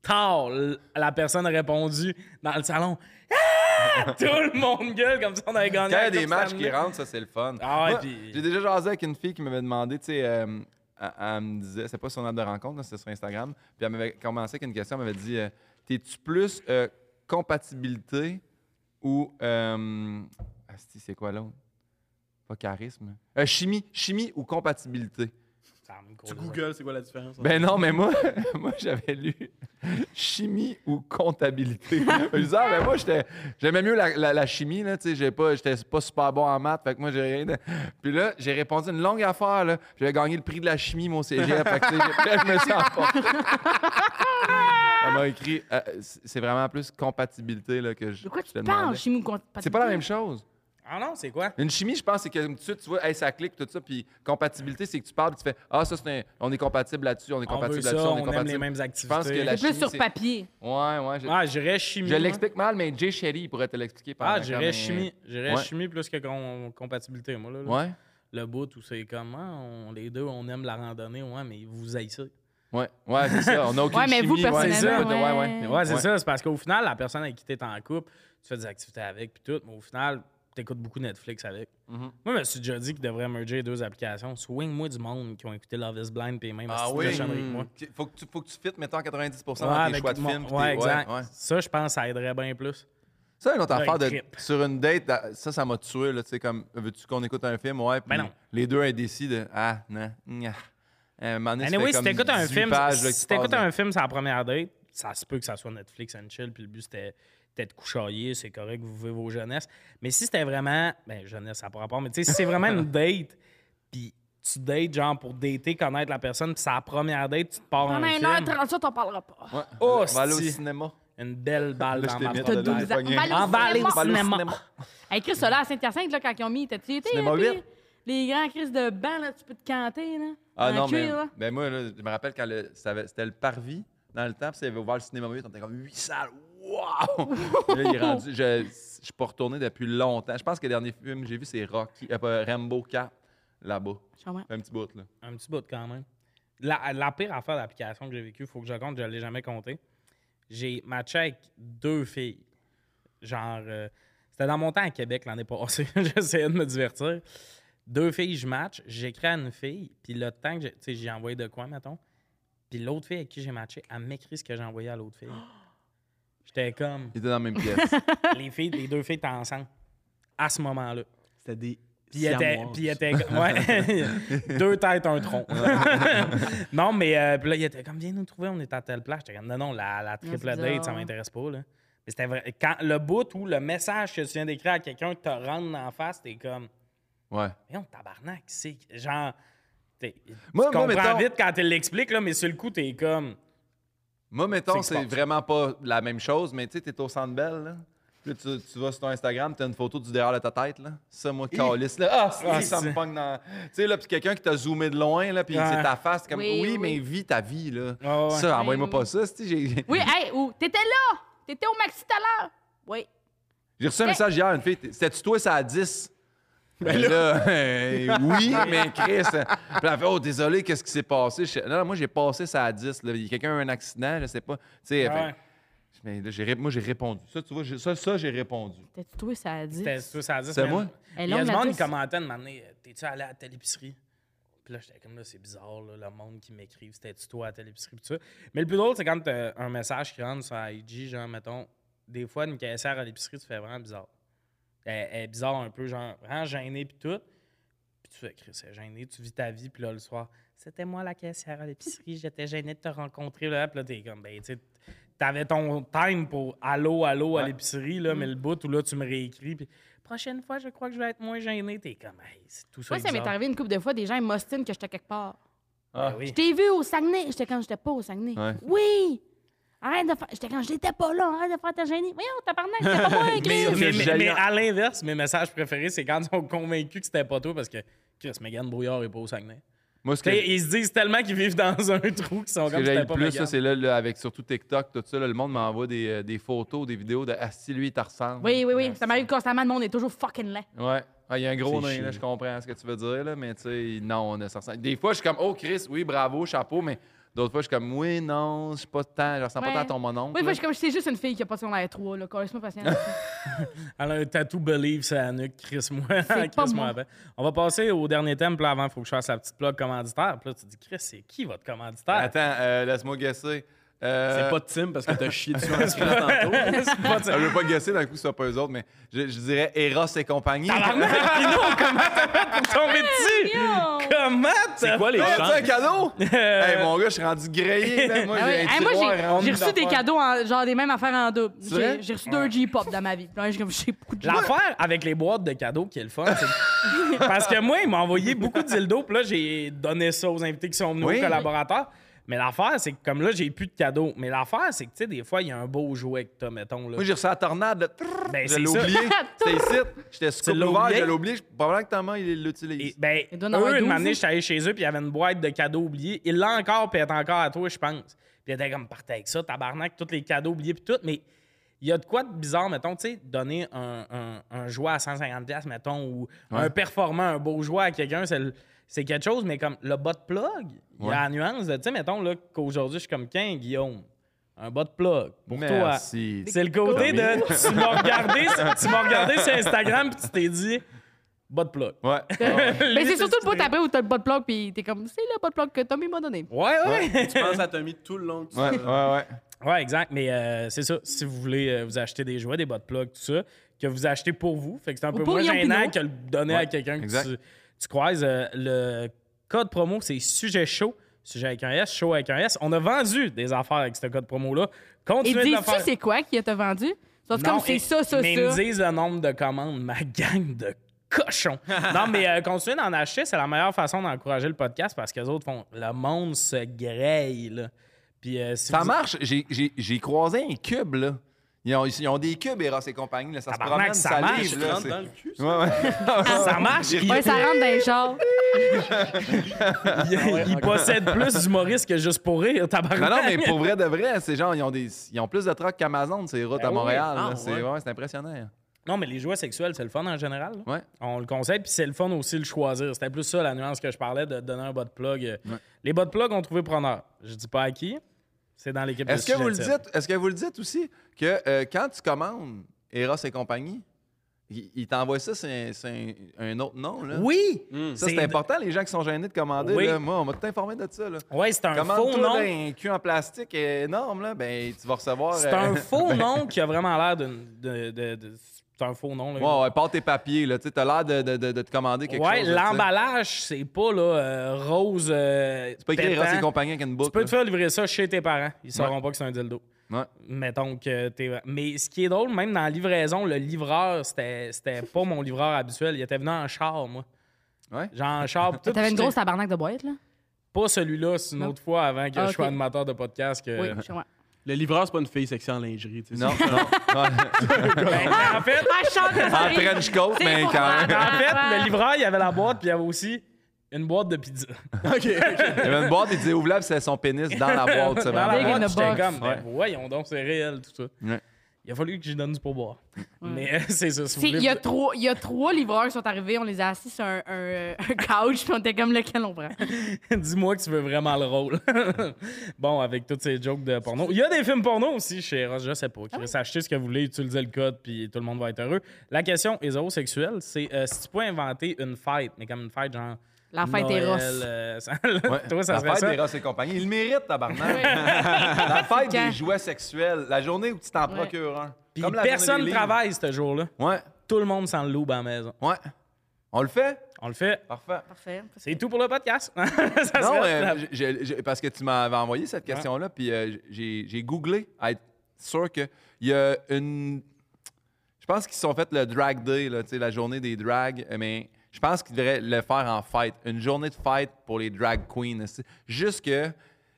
Speaker 1: Tard, l- la personne a répondu dans le salon. Ah! Tout le monde gueule comme si on avait gagné.
Speaker 2: Quand il y a
Speaker 1: la
Speaker 2: des
Speaker 1: Coupe
Speaker 2: matchs
Speaker 1: Stanley.
Speaker 2: qui rentrent, ça, c'est le fun.
Speaker 1: Ah ouais,
Speaker 2: Moi,
Speaker 1: puis-
Speaker 2: J'ai déjà jasé avec une fille qui m'avait demandé, tu sais, euh, elle, elle me disait, c'est pas son app de rencontre, là, c'était sur Instagram, puis elle m'avait commencé avec une question, elle m'avait dit, euh, t'es-tu plus euh, compatibilité ou... Euh, asti, c'est quoi l'autre? Pas charisme. Euh, chimie, chimie ou compatibilité?
Speaker 1: Ça me cause-
Speaker 4: Tu Google, c'est quoi la différence?
Speaker 2: Ben non, mais moi, [laughs] moi j'avais lu chimie ou comptabilité.
Speaker 3: [laughs]
Speaker 2: Je disais, ah, ben moi, j'étais- j'aimais mieux la, la- la chimie, là, tu sais, j'ai pas- j'étais pas super bon en maths, fait que moi, j'ai rien. de- [laughs] Puis là, j'ai répondu une longue affaire, là. J'avais gagné le prix de la chimie, mon cégep, fait que, tu sais, j'ai- [laughs] là, je me sens pas. Elle m'a écrit, euh, c'est c'est vraiment plus compatibilité, là, que je.
Speaker 3: De quoi
Speaker 2: je
Speaker 3: tu
Speaker 2: te
Speaker 3: parles,
Speaker 2: demandais.
Speaker 3: chimie ou compatibilité?
Speaker 2: C'est pas la même chose.
Speaker 1: Ah non, c'est quoi?
Speaker 2: Une chimie, je pense, c'est que tout de suite, tu vois, hey, ça clique, tout ça. Puis compatibilité, c'est que tu parles, puis tu fais Ah, ça, c'est un- on est compatible là-dessus, on est
Speaker 1: On veut
Speaker 2: compatible
Speaker 1: ça,
Speaker 2: là-dessus, on,
Speaker 1: on,
Speaker 2: est
Speaker 1: aime
Speaker 2: compatible.
Speaker 1: les mêmes activités.
Speaker 2: pense que la-
Speaker 3: C'est plus
Speaker 2: chimie,
Speaker 3: sur
Speaker 2: c'est-
Speaker 3: papier.
Speaker 2: Ouais, ouais. Je,
Speaker 1: Ah, j'irais chimie.
Speaker 2: je
Speaker 1: moi.
Speaker 2: l'explique mal, mais Jay Sherry il pourrait te l'expliquer par
Speaker 1: Ah,
Speaker 2: la
Speaker 1: j'irais
Speaker 2: caméra.
Speaker 1: chimie. J'irais
Speaker 2: euh, Ouais.
Speaker 1: chimie plus que com- compatibilité, moi. Là, là.
Speaker 2: Ouais.
Speaker 1: Le bout où c'est comment? on, les deux, on aime la randonnée, ouais, mais vous haïssez ça.
Speaker 2: Ouais, ouais, c'est ça. On a aucune
Speaker 3: Ouais, mais vous,
Speaker 2: chimie, ouais, c'est
Speaker 1: personnellement,
Speaker 2: ça, ouais, ouais.
Speaker 1: Mais
Speaker 3: ouais.
Speaker 1: ouais, c'est
Speaker 2: Ouais.
Speaker 1: ça. C'est parce qu'au final, la personne avec qui t'es en couple, tu fais des activités avec, puis tout, mais au final, t'écoutes beaucoup Netflix avec.
Speaker 2: Mm-hmm.
Speaker 1: Moi, je me suis déjà dit qu'il devrait merger les deux applications. Swing-moi du monde qui ont écouté Love is Blind, puis même
Speaker 2: Ah oui.
Speaker 1: moi.
Speaker 2: Faut que tu, faut que tu fites, mettons, 90
Speaker 1: Ouais,
Speaker 2: dans tes
Speaker 1: avec
Speaker 2: choix de
Speaker 1: mon-
Speaker 2: films. puis
Speaker 1: ouais,
Speaker 2: tes-
Speaker 1: exact.
Speaker 2: ouais.
Speaker 1: Ça, je pense, ça aiderait bien plus.
Speaker 2: Ça, une autre
Speaker 1: Ouais,
Speaker 2: affaire de,
Speaker 1: trip.
Speaker 2: sur une date, là, ça, ça m'a tué. Là, tu sais, comme, veux-tu qu'on écoute un film? Ouais, puis
Speaker 1: Ben non.
Speaker 2: les deux indécis de Ah, non, gna. Euh, un moment donné, ça
Speaker 1: Anyway,
Speaker 2: fait
Speaker 1: si
Speaker 2: comme
Speaker 1: t'écoutes un
Speaker 2: 18
Speaker 1: film,
Speaker 2: pages, là, qui
Speaker 1: si
Speaker 2: se
Speaker 1: t'écoutes
Speaker 2: passent.
Speaker 1: un film, c'est la première date, ça se peut que ça soit Netflix and chill, puis le but c'était c'était de couchailler, c'est correct, vous vivez vos jeunesses. Mais si c'était vraiment, ben jeunesse, ça n'a pas rapport, mais tu sais, si c'est vraiment
Speaker 2: [laughs]
Speaker 1: une date, puis tu dates genre pour dater, connaître la personne, puis c'est la première date, tu te pars un
Speaker 3: Pendant
Speaker 1: film.
Speaker 3: 1h38, on parlera pas.
Speaker 2: Ouais.
Speaker 1: Oh,
Speaker 2: on va aller au
Speaker 1: si.
Speaker 2: cinéma.
Speaker 1: une belle balle
Speaker 2: Là,
Speaker 1: dans
Speaker 2: j'étais
Speaker 1: ma
Speaker 2: mis
Speaker 1: porte
Speaker 3: T'as
Speaker 2: de
Speaker 1: d'air.
Speaker 3: 12 ans.
Speaker 2: poignée.
Speaker 3: Va
Speaker 1: En
Speaker 3: aller
Speaker 1: balai
Speaker 3: au
Speaker 1: au
Speaker 3: cinéma.
Speaker 1: cinéma.
Speaker 3: Hey, Chris, là, à Sainte-Hyacinthe, là, quand ils ont mis, t'as-tu été?
Speaker 2: Cinéma
Speaker 3: là,
Speaker 2: huit?
Speaker 3: puis Les grands Chris de banc, là, tu peux te canter, là.
Speaker 2: Ah
Speaker 3: en
Speaker 2: non, mais,
Speaker 3: cuir, là.
Speaker 2: mais moi, là, je me rappelle quand le- ça avait- c'était le Parvis dans le temps, puis ça avait ouvert le cinéma 8, on était comme 8 salles. [laughs] Wow! Puis là, il est rendu. Je ne suis pas retourné depuis longtemps. Je pense que le dernier film que j'ai vu, c'est Rocky, euh, pas, Rambo 4, là-bas.
Speaker 3: Je comprends.
Speaker 2: Fait un petit bout, là.
Speaker 1: Un petit bout quand même. La, la pire affaire d'application que j'ai vécue, faut que je compte, je ne l'ai jamais compté. J'ai matché avec deux filles. Genre, euh, c'était dans mon temps à Québec l'année passée. [laughs] J'essayais de me divertir. Deux filles, je match, j'écris à une fille, puis le temps que j'ai- tu sais, j'ai envoyé de quoi, mettons. Puis l'autre fille avec qui j'ai matché, elle m'écrit ce que j'ai envoyé à l'autre fille. J'étais comme,
Speaker 2: [gasps] Il était dans la même pièce.
Speaker 1: les filles, les deux filles étaient ensemble à ce moment-là.
Speaker 4: C'était des.
Speaker 1: Puis il était,
Speaker 4: siamois,
Speaker 1: puis il
Speaker 4: ça.
Speaker 1: était comme- ouais, [laughs] deux têtes, un
Speaker 2: [laughs]
Speaker 1: tronc. non, mais euh, puis là, il était comme, viens nous trouver, on est à telle place. J'étais comme, non, non, la, la triple
Speaker 3: c'est
Speaker 1: date,
Speaker 3: bizarre,
Speaker 1: ça
Speaker 3: ouais.
Speaker 1: m'intéresse pas. Là. Mais c'était vrai. Quand le bout où le message que tu viens d'écrire à quelqu'un te rentre en face, t'es comme,
Speaker 2: Ouais.
Speaker 1: voyons, tabarnak, c'est. Genre, t'es-
Speaker 2: Moi-
Speaker 1: tu comprends
Speaker 2: moi, mettons-
Speaker 1: vite quand il l'explique, là, mais sur le coup, t'es comme,
Speaker 2: Moi,
Speaker 1: C'est
Speaker 2: mettons,
Speaker 1: que
Speaker 2: c'est
Speaker 1: sport.
Speaker 2: vraiment pas la même chose, mais tu sais, t'es au centre belle, là. Puis là, tu, tu vas sur ton Instagram, t'as une photo du derrière de ta tête, là. Ça, moi, calisse, là. Ah, ça,
Speaker 1: Ah,
Speaker 2: ça
Speaker 1: c'est-
Speaker 2: me pogne dans. Tu sais, là, puis quelqu'un qui t'a zoomé de loin, là, puis
Speaker 1: Ouais.
Speaker 2: c'est ta face, c'est comme,
Speaker 3: Oui,
Speaker 2: oui,
Speaker 3: oui.
Speaker 2: mais vis ta vie, là.
Speaker 1: Ah, ouais.
Speaker 2: Ça, envoie-moi
Speaker 3: Oui,
Speaker 2: pas ça. c'est-tu, J'ai
Speaker 3: Oui, hey, ou t'étais là! T'étais au maxi tout à l'heure! Oui.
Speaker 2: j'ai reçu un message hier, une fille. t- C'était-tu toi, ça à 10? Ben là, [laughs] euh, oui, mais Chris. euh, Puis elle fait, oh, désolé, qu'est-ce qui s'est passé? Je- Non, non, moi, j'ai passé ça à 10. Là. Il y a quelqu'un a eu un accident, je sais pas. Tu sais, elle fait,
Speaker 1: ouais,
Speaker 2: Mais là, j'ai ré- moi, j'ai répondu. Ça, tu vois, j'ai- ça, ça j'ai répondu.
Speaker 3: T'as-tu trouvé ça à dire?
Speaker 1: c'était ça, ça dit.
Speaker 2: C'est moi?
Speaker 1: Il y
Speaker 3: Elle,
Speaker 1: a
Speaker 3: on
Speaker 1: du
Speaker 3: l'a
Speaker 1: monde
Speaker 3: dit.
Speaker 1: qui commentait de m'amener, euh, t'es-tu allé à telle épicerie? Puis là, j'étais comme là, c'est bizarre, là, le monde qui m'écrit, c'était-tu toi à telle épicerie? Puis tout ça. Mais le plus drôle, c'est quand t'as un message qui rentre sur IG, genre, mettons, des fois, une caissière à l'épicerie, tu fais vraiment bizarre. Elle, elle est bizarre un peu, genre, vraiment gênée, puis tout. Puis tu fais, Chris, elle est gênée, tu vis ta vie, puis là, le soir, c'était moi la caissière à l'épicerie, j'étais gênée de te rencontrer, là. Puis là, t'es comme, ben, tu sais, t'avais ton time pour allô, allô à l'épicerie, là,
Speaker 2: Mm.
Speaker 1: mais le bout où là, tu me réécris, puis prochaine fois, je crois que je vais être moins gêné. T'es comme, hey, c'est tout ça.
Speaker 3: Moi, ça m'est
Speaker 1: bizarre.
Speaker 3: arrivé une couple de fois, des gens ils m'ostinent que j'étais quelque part.
Speaker 1: Ah, oui.
Speaker 3: Je t'ai vu au Saguenay. J'étais quand j'étais pas au Saguenay.
Speaker 2: Ouais.
Speaker 3: Oui! Arrête de faire. J'étais quand j'étais pas là. Arrête de faire ta gênée. Voyons, tabarnak, c'était
Speaker 2: [laughs]
Speaker 3: pas moi,
Speaker 1: Mais,
Speaker 3: Chris!
Speaker 1: mais-
Speaker 2: que
Speaker 1: mais-
Speaker 2: j'aille
Speaker 1: mais
Speaker 2: en-
Speaker 1: à l'inverse, mes messages préférés, c'est quand ils sont convaincus que c'était pas toi parce que Chris Megan Brouillard est pas au Saguenay.
Speaker 2: Moi, ce que,
Speaker 1: Tu sais, Ils se disent tellement qu'ils vivent dans un trou qu'ils sont
Speaker 2: ce que
Speaker 1: comme
Speaker 2: j'ai
Speaker 1: c'était
Speaker 2: le
Speaker 1: pas
Speaker 2: plus,
Speaker 1: Megan.
Speaker 2: ça, c'est là, là, avec surtout TikTok, tout ça, là, le monde m'envoie des, euh, des photos, des vidéos de Ah, si lui, il te ressemble.
Speaker 3: Oui, oui, oui. Ça m'arrive constamment. Le monde est toujours fucking laid.
Speaker 2: Ouais. Ah, il y a un gros
Speaker 4: C'est
Speaker 2: nez,
Speaker 4: chiant.
Speaker 2: là, je comprends ce que tu veux dire, là, mais tu sais, non, on a ça ressemble. Des fois, je suis comme, oh, Chris, oui, bravo, chapeau, mais d'autres fois, je suis comme, oui, non, je suis pas tant, je ressemble
Speaker 3: Ouais.
Speaker 2: pas tant à ton mononcle.
Speaker 3: Oui, moi,
Speaker 2: là.
Speaker 3: je suis comme c'est juste une fille qui a pas son air 3, là. Correspond patient.
Speaker 1: Elle a un tatou believe sur la nuque, Chris moi. [laughs]
Speaker 3: C'est pas
Speaker 1: Chris
Speaker 3: moi.
Speaker 1: moi avant. On va passer au dernier thème, puis là, avant, il faut que je fasse la petite plug commanditaire. Puis là, tu te dis, Chris, c'est qui votre commanditaire?
Speaker 2: Attends, euh, laisse-moi guesser. Euh,
Speaker 4: C'est pas Tim parce que t'as chié dessus en express tantôt.
Speaker 1: C'est pas
Speaker 2: [laughs] Je veux pas guesser d'un coup, ce soit pas eux autres, mais je, je dirais Eros et
Speaker 1: [laughs]
Speaker 2: compagnie.
Speaker 1: Tabarnak, Pino, comment t'as fait pour tomber dessus? Comment t'as
Speaker 4: C'est quoi
Speaker 2: [laughs]
Speaker 4: les
Speaker 2: Ah,
Speaker 4: chances?
Speaker 2: c'est un cadeau? [laughs] Hey, mon gars, je suis rendu
Speaker 1: [laughs]
Speaker 2: grillé. là. Moi,
Speaker 3: Ah
Speaker 2: j'ai
Speaker 3: ouais.
Speaker 2: un
Speaker 3: Hey, moi,
Speaker 2: tiroir
Speaker 3: j'ai-
Speaker 2: rempli
Speaker 3: j'ai reçu des
Speaker 2: d'affaires.
Speaker 3: cadeaux, en- genre des mêmes affaires en double.
Speaker 2: vrai?
Speaker 3: J'ai j'ai reçu deux G-pop dans ma vie. Puis là, j'ai comme, j'ai beaucoup de G-pop.
Speaker 1: L'affaire avec les boîtes de cadeaux qui est le fun, c'est que-
Speaker 3: [laughs]
Speaker 1: parce que moi, ils m'ont envoyé beaucoup de dildos, puis là, j'ai donné ça aux invités qui sont venus,
Speaker 2: Oui.
Speaker 1: aux collaborateurs. Mais l'affaire, c'est que comme là, j'ai plus de cadeaux. Mais l'affaire, c'est que, tu sais, des fois, il y a un beau jouet que t'as, mettons. Là.
Speaker 2: Moi, j'ai reçu la tornade. là. Trrr,
Speaker 1: Ben,
Speaker 2: je
Speaker 1: c'est
Speaker 2: l'ai
Speaker 1: ça.
Speaker 3: [laughs]
Speaker 2: oublié. C'était ici. J'étais sur
Speaker 1: l'as
Speaker 2: l'ouvert,
Speaker 1: oublié?
Speaker 2: je l'ai oublié. Je- Probablement que ta main, il
Speaker 1: Et,
Speaker 2: l'utilise.
Speaker 1: ben,
Speaker 3: Il
Speaker 1: eux,
Speaker 3: doit en avoir
Speaker 1: une
Speaker 3: 12,
Speaker 1: année,
Speaker 3: hein.
Speaker 1: j'étais allé chez eux, puis il y avait une boîte de cadeaux oubliés. Il l'a encore, puis elle est encore à toi, je pense. Puis il était comme, partait avec ça, tabarnak, tous les cadeaux oubliés, puis tout. Mais il y a de quoi de bizarre, mettons, tu sais, donner un, un, un jouet à 150$, mettons, ou un performant, un beau jouet à quelqu'un, c'est le- c'est quelque chose, mais comme le bas de plug, il y a la nuance de, tu sais, mettons, là, qu'aujourd'hui, je suis comme, qu'un Guillaume, un bas de plug pour toi.
Speaker 2: Merci.
Speaker 1: C'est le côté de, tu m'as regardé, tu m'as regardé sur Instagram, puis tu t'es dit, bas de plug.
Speaker 2: Ah Ouais.
Speaker 3: Mais c'est surtout le bout après où t'as le bas de plug, puis t'es comme, c'est le bas de plug que Tommy m'a donné.
Speaker 1: Ouais, ouais.
Speaker 4: Tu penses à Tommy tout le long que tu
Speaker 2: Ouais, ouais,
Speaker 1: [laughs]
Speaker 2: ouais.
Speaker 1: Ouais, exact. Mais euh, c'est ça. Si vous voulez euh, vous acheter des jouets, des bottes plugs, tout ça, que vous achetez pour vous, fait que c'est un peu
Speaker 3: pour
Speaker 1: moins
Speaker 3: Guillaume
Speaker 1: gênant
Speaker 3: Pinot.
Speaker 1: que le donner à quelqu'un que
Speaker 2: exact.
Speaker 1: tu, tu croises. Euh, le code promo, c'est sujet chaud. Sujet avec un S, chaud avec un S. On a vendu des affaires avec ce code promo-là.
Speaker 3: Et
Speaker 1: Continuez de le
Speaker 3: dis-tu,
Speaker 1: faire.
Speaker 3: c'est quoi qui t'a vendu? Ils sont
Speaker 1: Non,
Speaker 3: comme, c'est
Speaker 1: et-
Speaker 3: ça, ça, ça.
Speaker 1: Mais ils me disent le nombre de commandes, ma gang de
Speaker 2: [laughs]
Speaker 1: cochons. non, mais euh, continuez d'en acheter, c'est la meilleure façon d'encourager le podcast parce que les autres font le monde se grêle. Puis, euh, si
Speaker 2: Ça
Speaker 1: vous-
Speaker 2: marche. J'ai- J'ai j'ai croisé un cube, là. Ils ont, ils ont des cubes, Eros et compagnie. Là. Ça se
Speaker 1: Tabarnak,
Speaker 2: promène,
Speaker 1: ça
Speaker 2: ça,
Speaker 1: marche.
Speaker 2: livre.
Speaker 4: Tu
Speaker 2: Là,
Speaker 4: rentres
Speaker 2: c'est-
Speaker 4: dans le cul, ça?
Speaker 2: Ouais, [laughs] ouais. hein?
Speaker 1: Ça marche. Il,
Speaker 3: Ouais, ça rentre dans les chars.
Speaker 2: [laughs]
Speaker 1: il- il possède plus d'humoristes que juste pour rire, tabarnak.
Speaker 2: Non, non, mais pour vrai de vrai, c'est genre, ils ont, des, ils ont plus de trucks qu'Amazon, ces routes
Speaker 1: Ben
Speaker 2: à
Speaker 1: oui.
Speaker 2: Montréal.
Speaker 4: Ah,
Speaker 2: là. c'est
Speaker 4: ouais.
Speaker 2: ouais, c'est impressionnant.
Speaker 1: Non, mais les jouets sexuels, c'est le fun en général. là.
Speaker 2: Ouais.
Speaker 1: On le conseille, puis c'est le fun aussi le choisir. C'était plus ça la nuance que je parlais de donner un bas de plug. Euh, Les bas de plug ont trouvé preneur. Je dis pas à qui. C'est dans l'équipe de
Speaker 2: Est-ce que, vous le
Speaker 1: Sujet Tilt.
Speaker 2: dites- est-ce que vous le dites aussi que euh, quand tu commandes Eros et compagnie, ils ils t'envoient ça, c'est un, c'est un- un autre nom. Là.
Speaker 1: Oui!
Speaker 2: Hmm. Ça, c'est important, les gens qui sont gênés de commander.
Speaker 1: Oui.
Speaker 2: là. moi, on m'a tout informé de ça. Là.
Speaker 1: Ouais, c'est un faux
Speaker 2: Commande-toi
Speaker 1: nom.
Speaker 2: là, un cul en plastique énorme, là, ben, tu vas recevoir.
Speaker 1: C'est
Speaker 2: euh, [laughs]
Speaker 1: un faux nom qui a vraiment l'air d'une- de. de- de- c'est un faux nom. là.
Speaker 2: Ouais, ouais, pars tes papiers, là. Tu as l'air de, de- de- de te commander quelque
Speaker 1: Ouais,
Speaker 2: chose. là, tu sais.
Speaker 1: l'emballage, c'est pas là, euh, rose. euh,
Speaker 2: Tu peux écrire
Speaker 1: pétant.
Speaker 2: Ross et compagnie avec une
Speaker 1: Tu
Speaker 2: boucle.
Speaker 1: peux te
Speaker 2: là.
Speaker 1: faire livrer ça chez tes parents. Ils sauront pas que c'est un dildo.
Speaker 2: Ouais.
Speaker 1: Mettons que t'es. Mais ce qui est drôle, même dans la livraison, le livreur, c'était c'était pas mon livreur habituel. Il était venu en char, moi.
Speaker 2: Ouais.
Speaker 1: Genre en char. pis tout,
Speaker 3: T'avais une
Speaker 1: j'étais-
Speaker 3: grosse tabarnak de boîte, là?
Speaker 1: Pas celui-là, c'est une
Speaker 3: Non.
Speaker 1: autre fois avant que
Speaker 3: Ah,
Speaker 1: je sois
Speaker 3: ok.
Speaker 1: animateur de podcast. Que...
Speaker 3: Oui, je comprends.
Speaker 4: Le livreur, c'est pas une fille sexy en lingerie. tu sais.
Speaker 1: [laughs]
Speaker 2: Non, non. Ouais.
Speaker 3: [laughs]
Speaker 1: Ben, en fait,
Speaker 3: Ah, je chante la
Speaker 2: En
Speaker 3: soirée.
Speaker 2: French coat,
Speaker 3: C'est
Speaker 2: mais
Speaker 3: pour
Speaker 2: quand
Speaker 3: moi.
Speaker 2: même.
Speaker 1: en fait, le livreur, il avait la boîte, puis il y avait aussi une boîte de pizza.
Speaker 4: [laughs] OK, OK.
Speaker 2: Il y avait une boîte, il disait ouvre-la, puis c'est son pénis dans la boîte. C'est
Speaker 1: Dans
Speaker 2: vraiment.
Speaker 1: la
Speaker 3: Big in
Speaker 1: boîte,
Speaker 3: the
Speaker 1: j'étais
Speaker 3: box.
Speaker 1: comme, ben,
Speaker 2: Ouais.
Speaker 1: voyons donc, c'est réel, tout ça.
Speaker 2: Ouais.
Speaker 1: Il a fallu que j'y donne du pourboire. Mais euh, c'est ça, si vous
Speaker 3: Tu sais, Il y, a
Speaker 1: voulez-
Speaker 3: trois- il y a trois livreurs qui sont arrivés, on les a assis sur un, un, euh, un couch, puis on était comme lequel on prend.
Speaker 1: [laughs]
Speaker 2: [laughs]
Speaker 1: Dis-moi que tu veux vraiment le rôle. [laughs] bon, avec toutes ces jokes de porno. Il y a des films porno aussi chez Ross, je sais pas.
Speaker 3: Ah
Speaker 1: Chris, achetez ce que vous voulez, utilisez le code, puis tout le monde va être heureux. La question les sexuelle, c'est euh, si tu peux inventer une fête, mais comme une fête genre.
Speaker 3: La fête
Speaker 1: Noël,
Speaker 3: est rosse.
Speaker 1: euh, [laughs] ça-
Speaker 2: Ouais.
Speaker 1: Toi, ça
Speaker 2: la
Speaker 1: serait
Speaker 2: fête
Speaker 1: ça.
Speaker 2: des Ross et compagnie. Il le mérite, tabarnak.
Speaker 3: Ouais.
Speaker 2: la fête
Speaker 3: Quand?
Speaker 2: des jouets sexuels. La journée où tu t'en
Speaker 3: Ouais.
Speaker 2: procures un.
Speaker 1: Puis
Speaker 2: Comme la
Speaker 1: personne
Speaker 2: journée des livres.
Speaker 1: travaille ce jour-là.
Speaker 2: Ouais,
Speaker 1: Tout le monde s'en loupe à la maison.
Speaker 2: ouais. On le fait?
Speaker 1: On le fait.
Speaker 2: Parfait.
Speaker 3: Parfait.
Speaker 1: C'est tout pour le podcast. [laughs] Ça
Speaker 2: Non,
Speaker 1: serait
Speaker 2: euh,
Speaker 1: la-
Speaker 2: j'ai- j'ai- j'ai- parce que tu m'avais envoyé cette question-là, puis euh, j'ai j'ai googlé à être sûr qu'il y a une. Je pense qu'ils se sont fait le drag day, là, tu sais, la journée des drags, euh, mais je pense qu'ils devraient le faire en fête. Une journée de fête pour les drag queens. c'est- Juste que.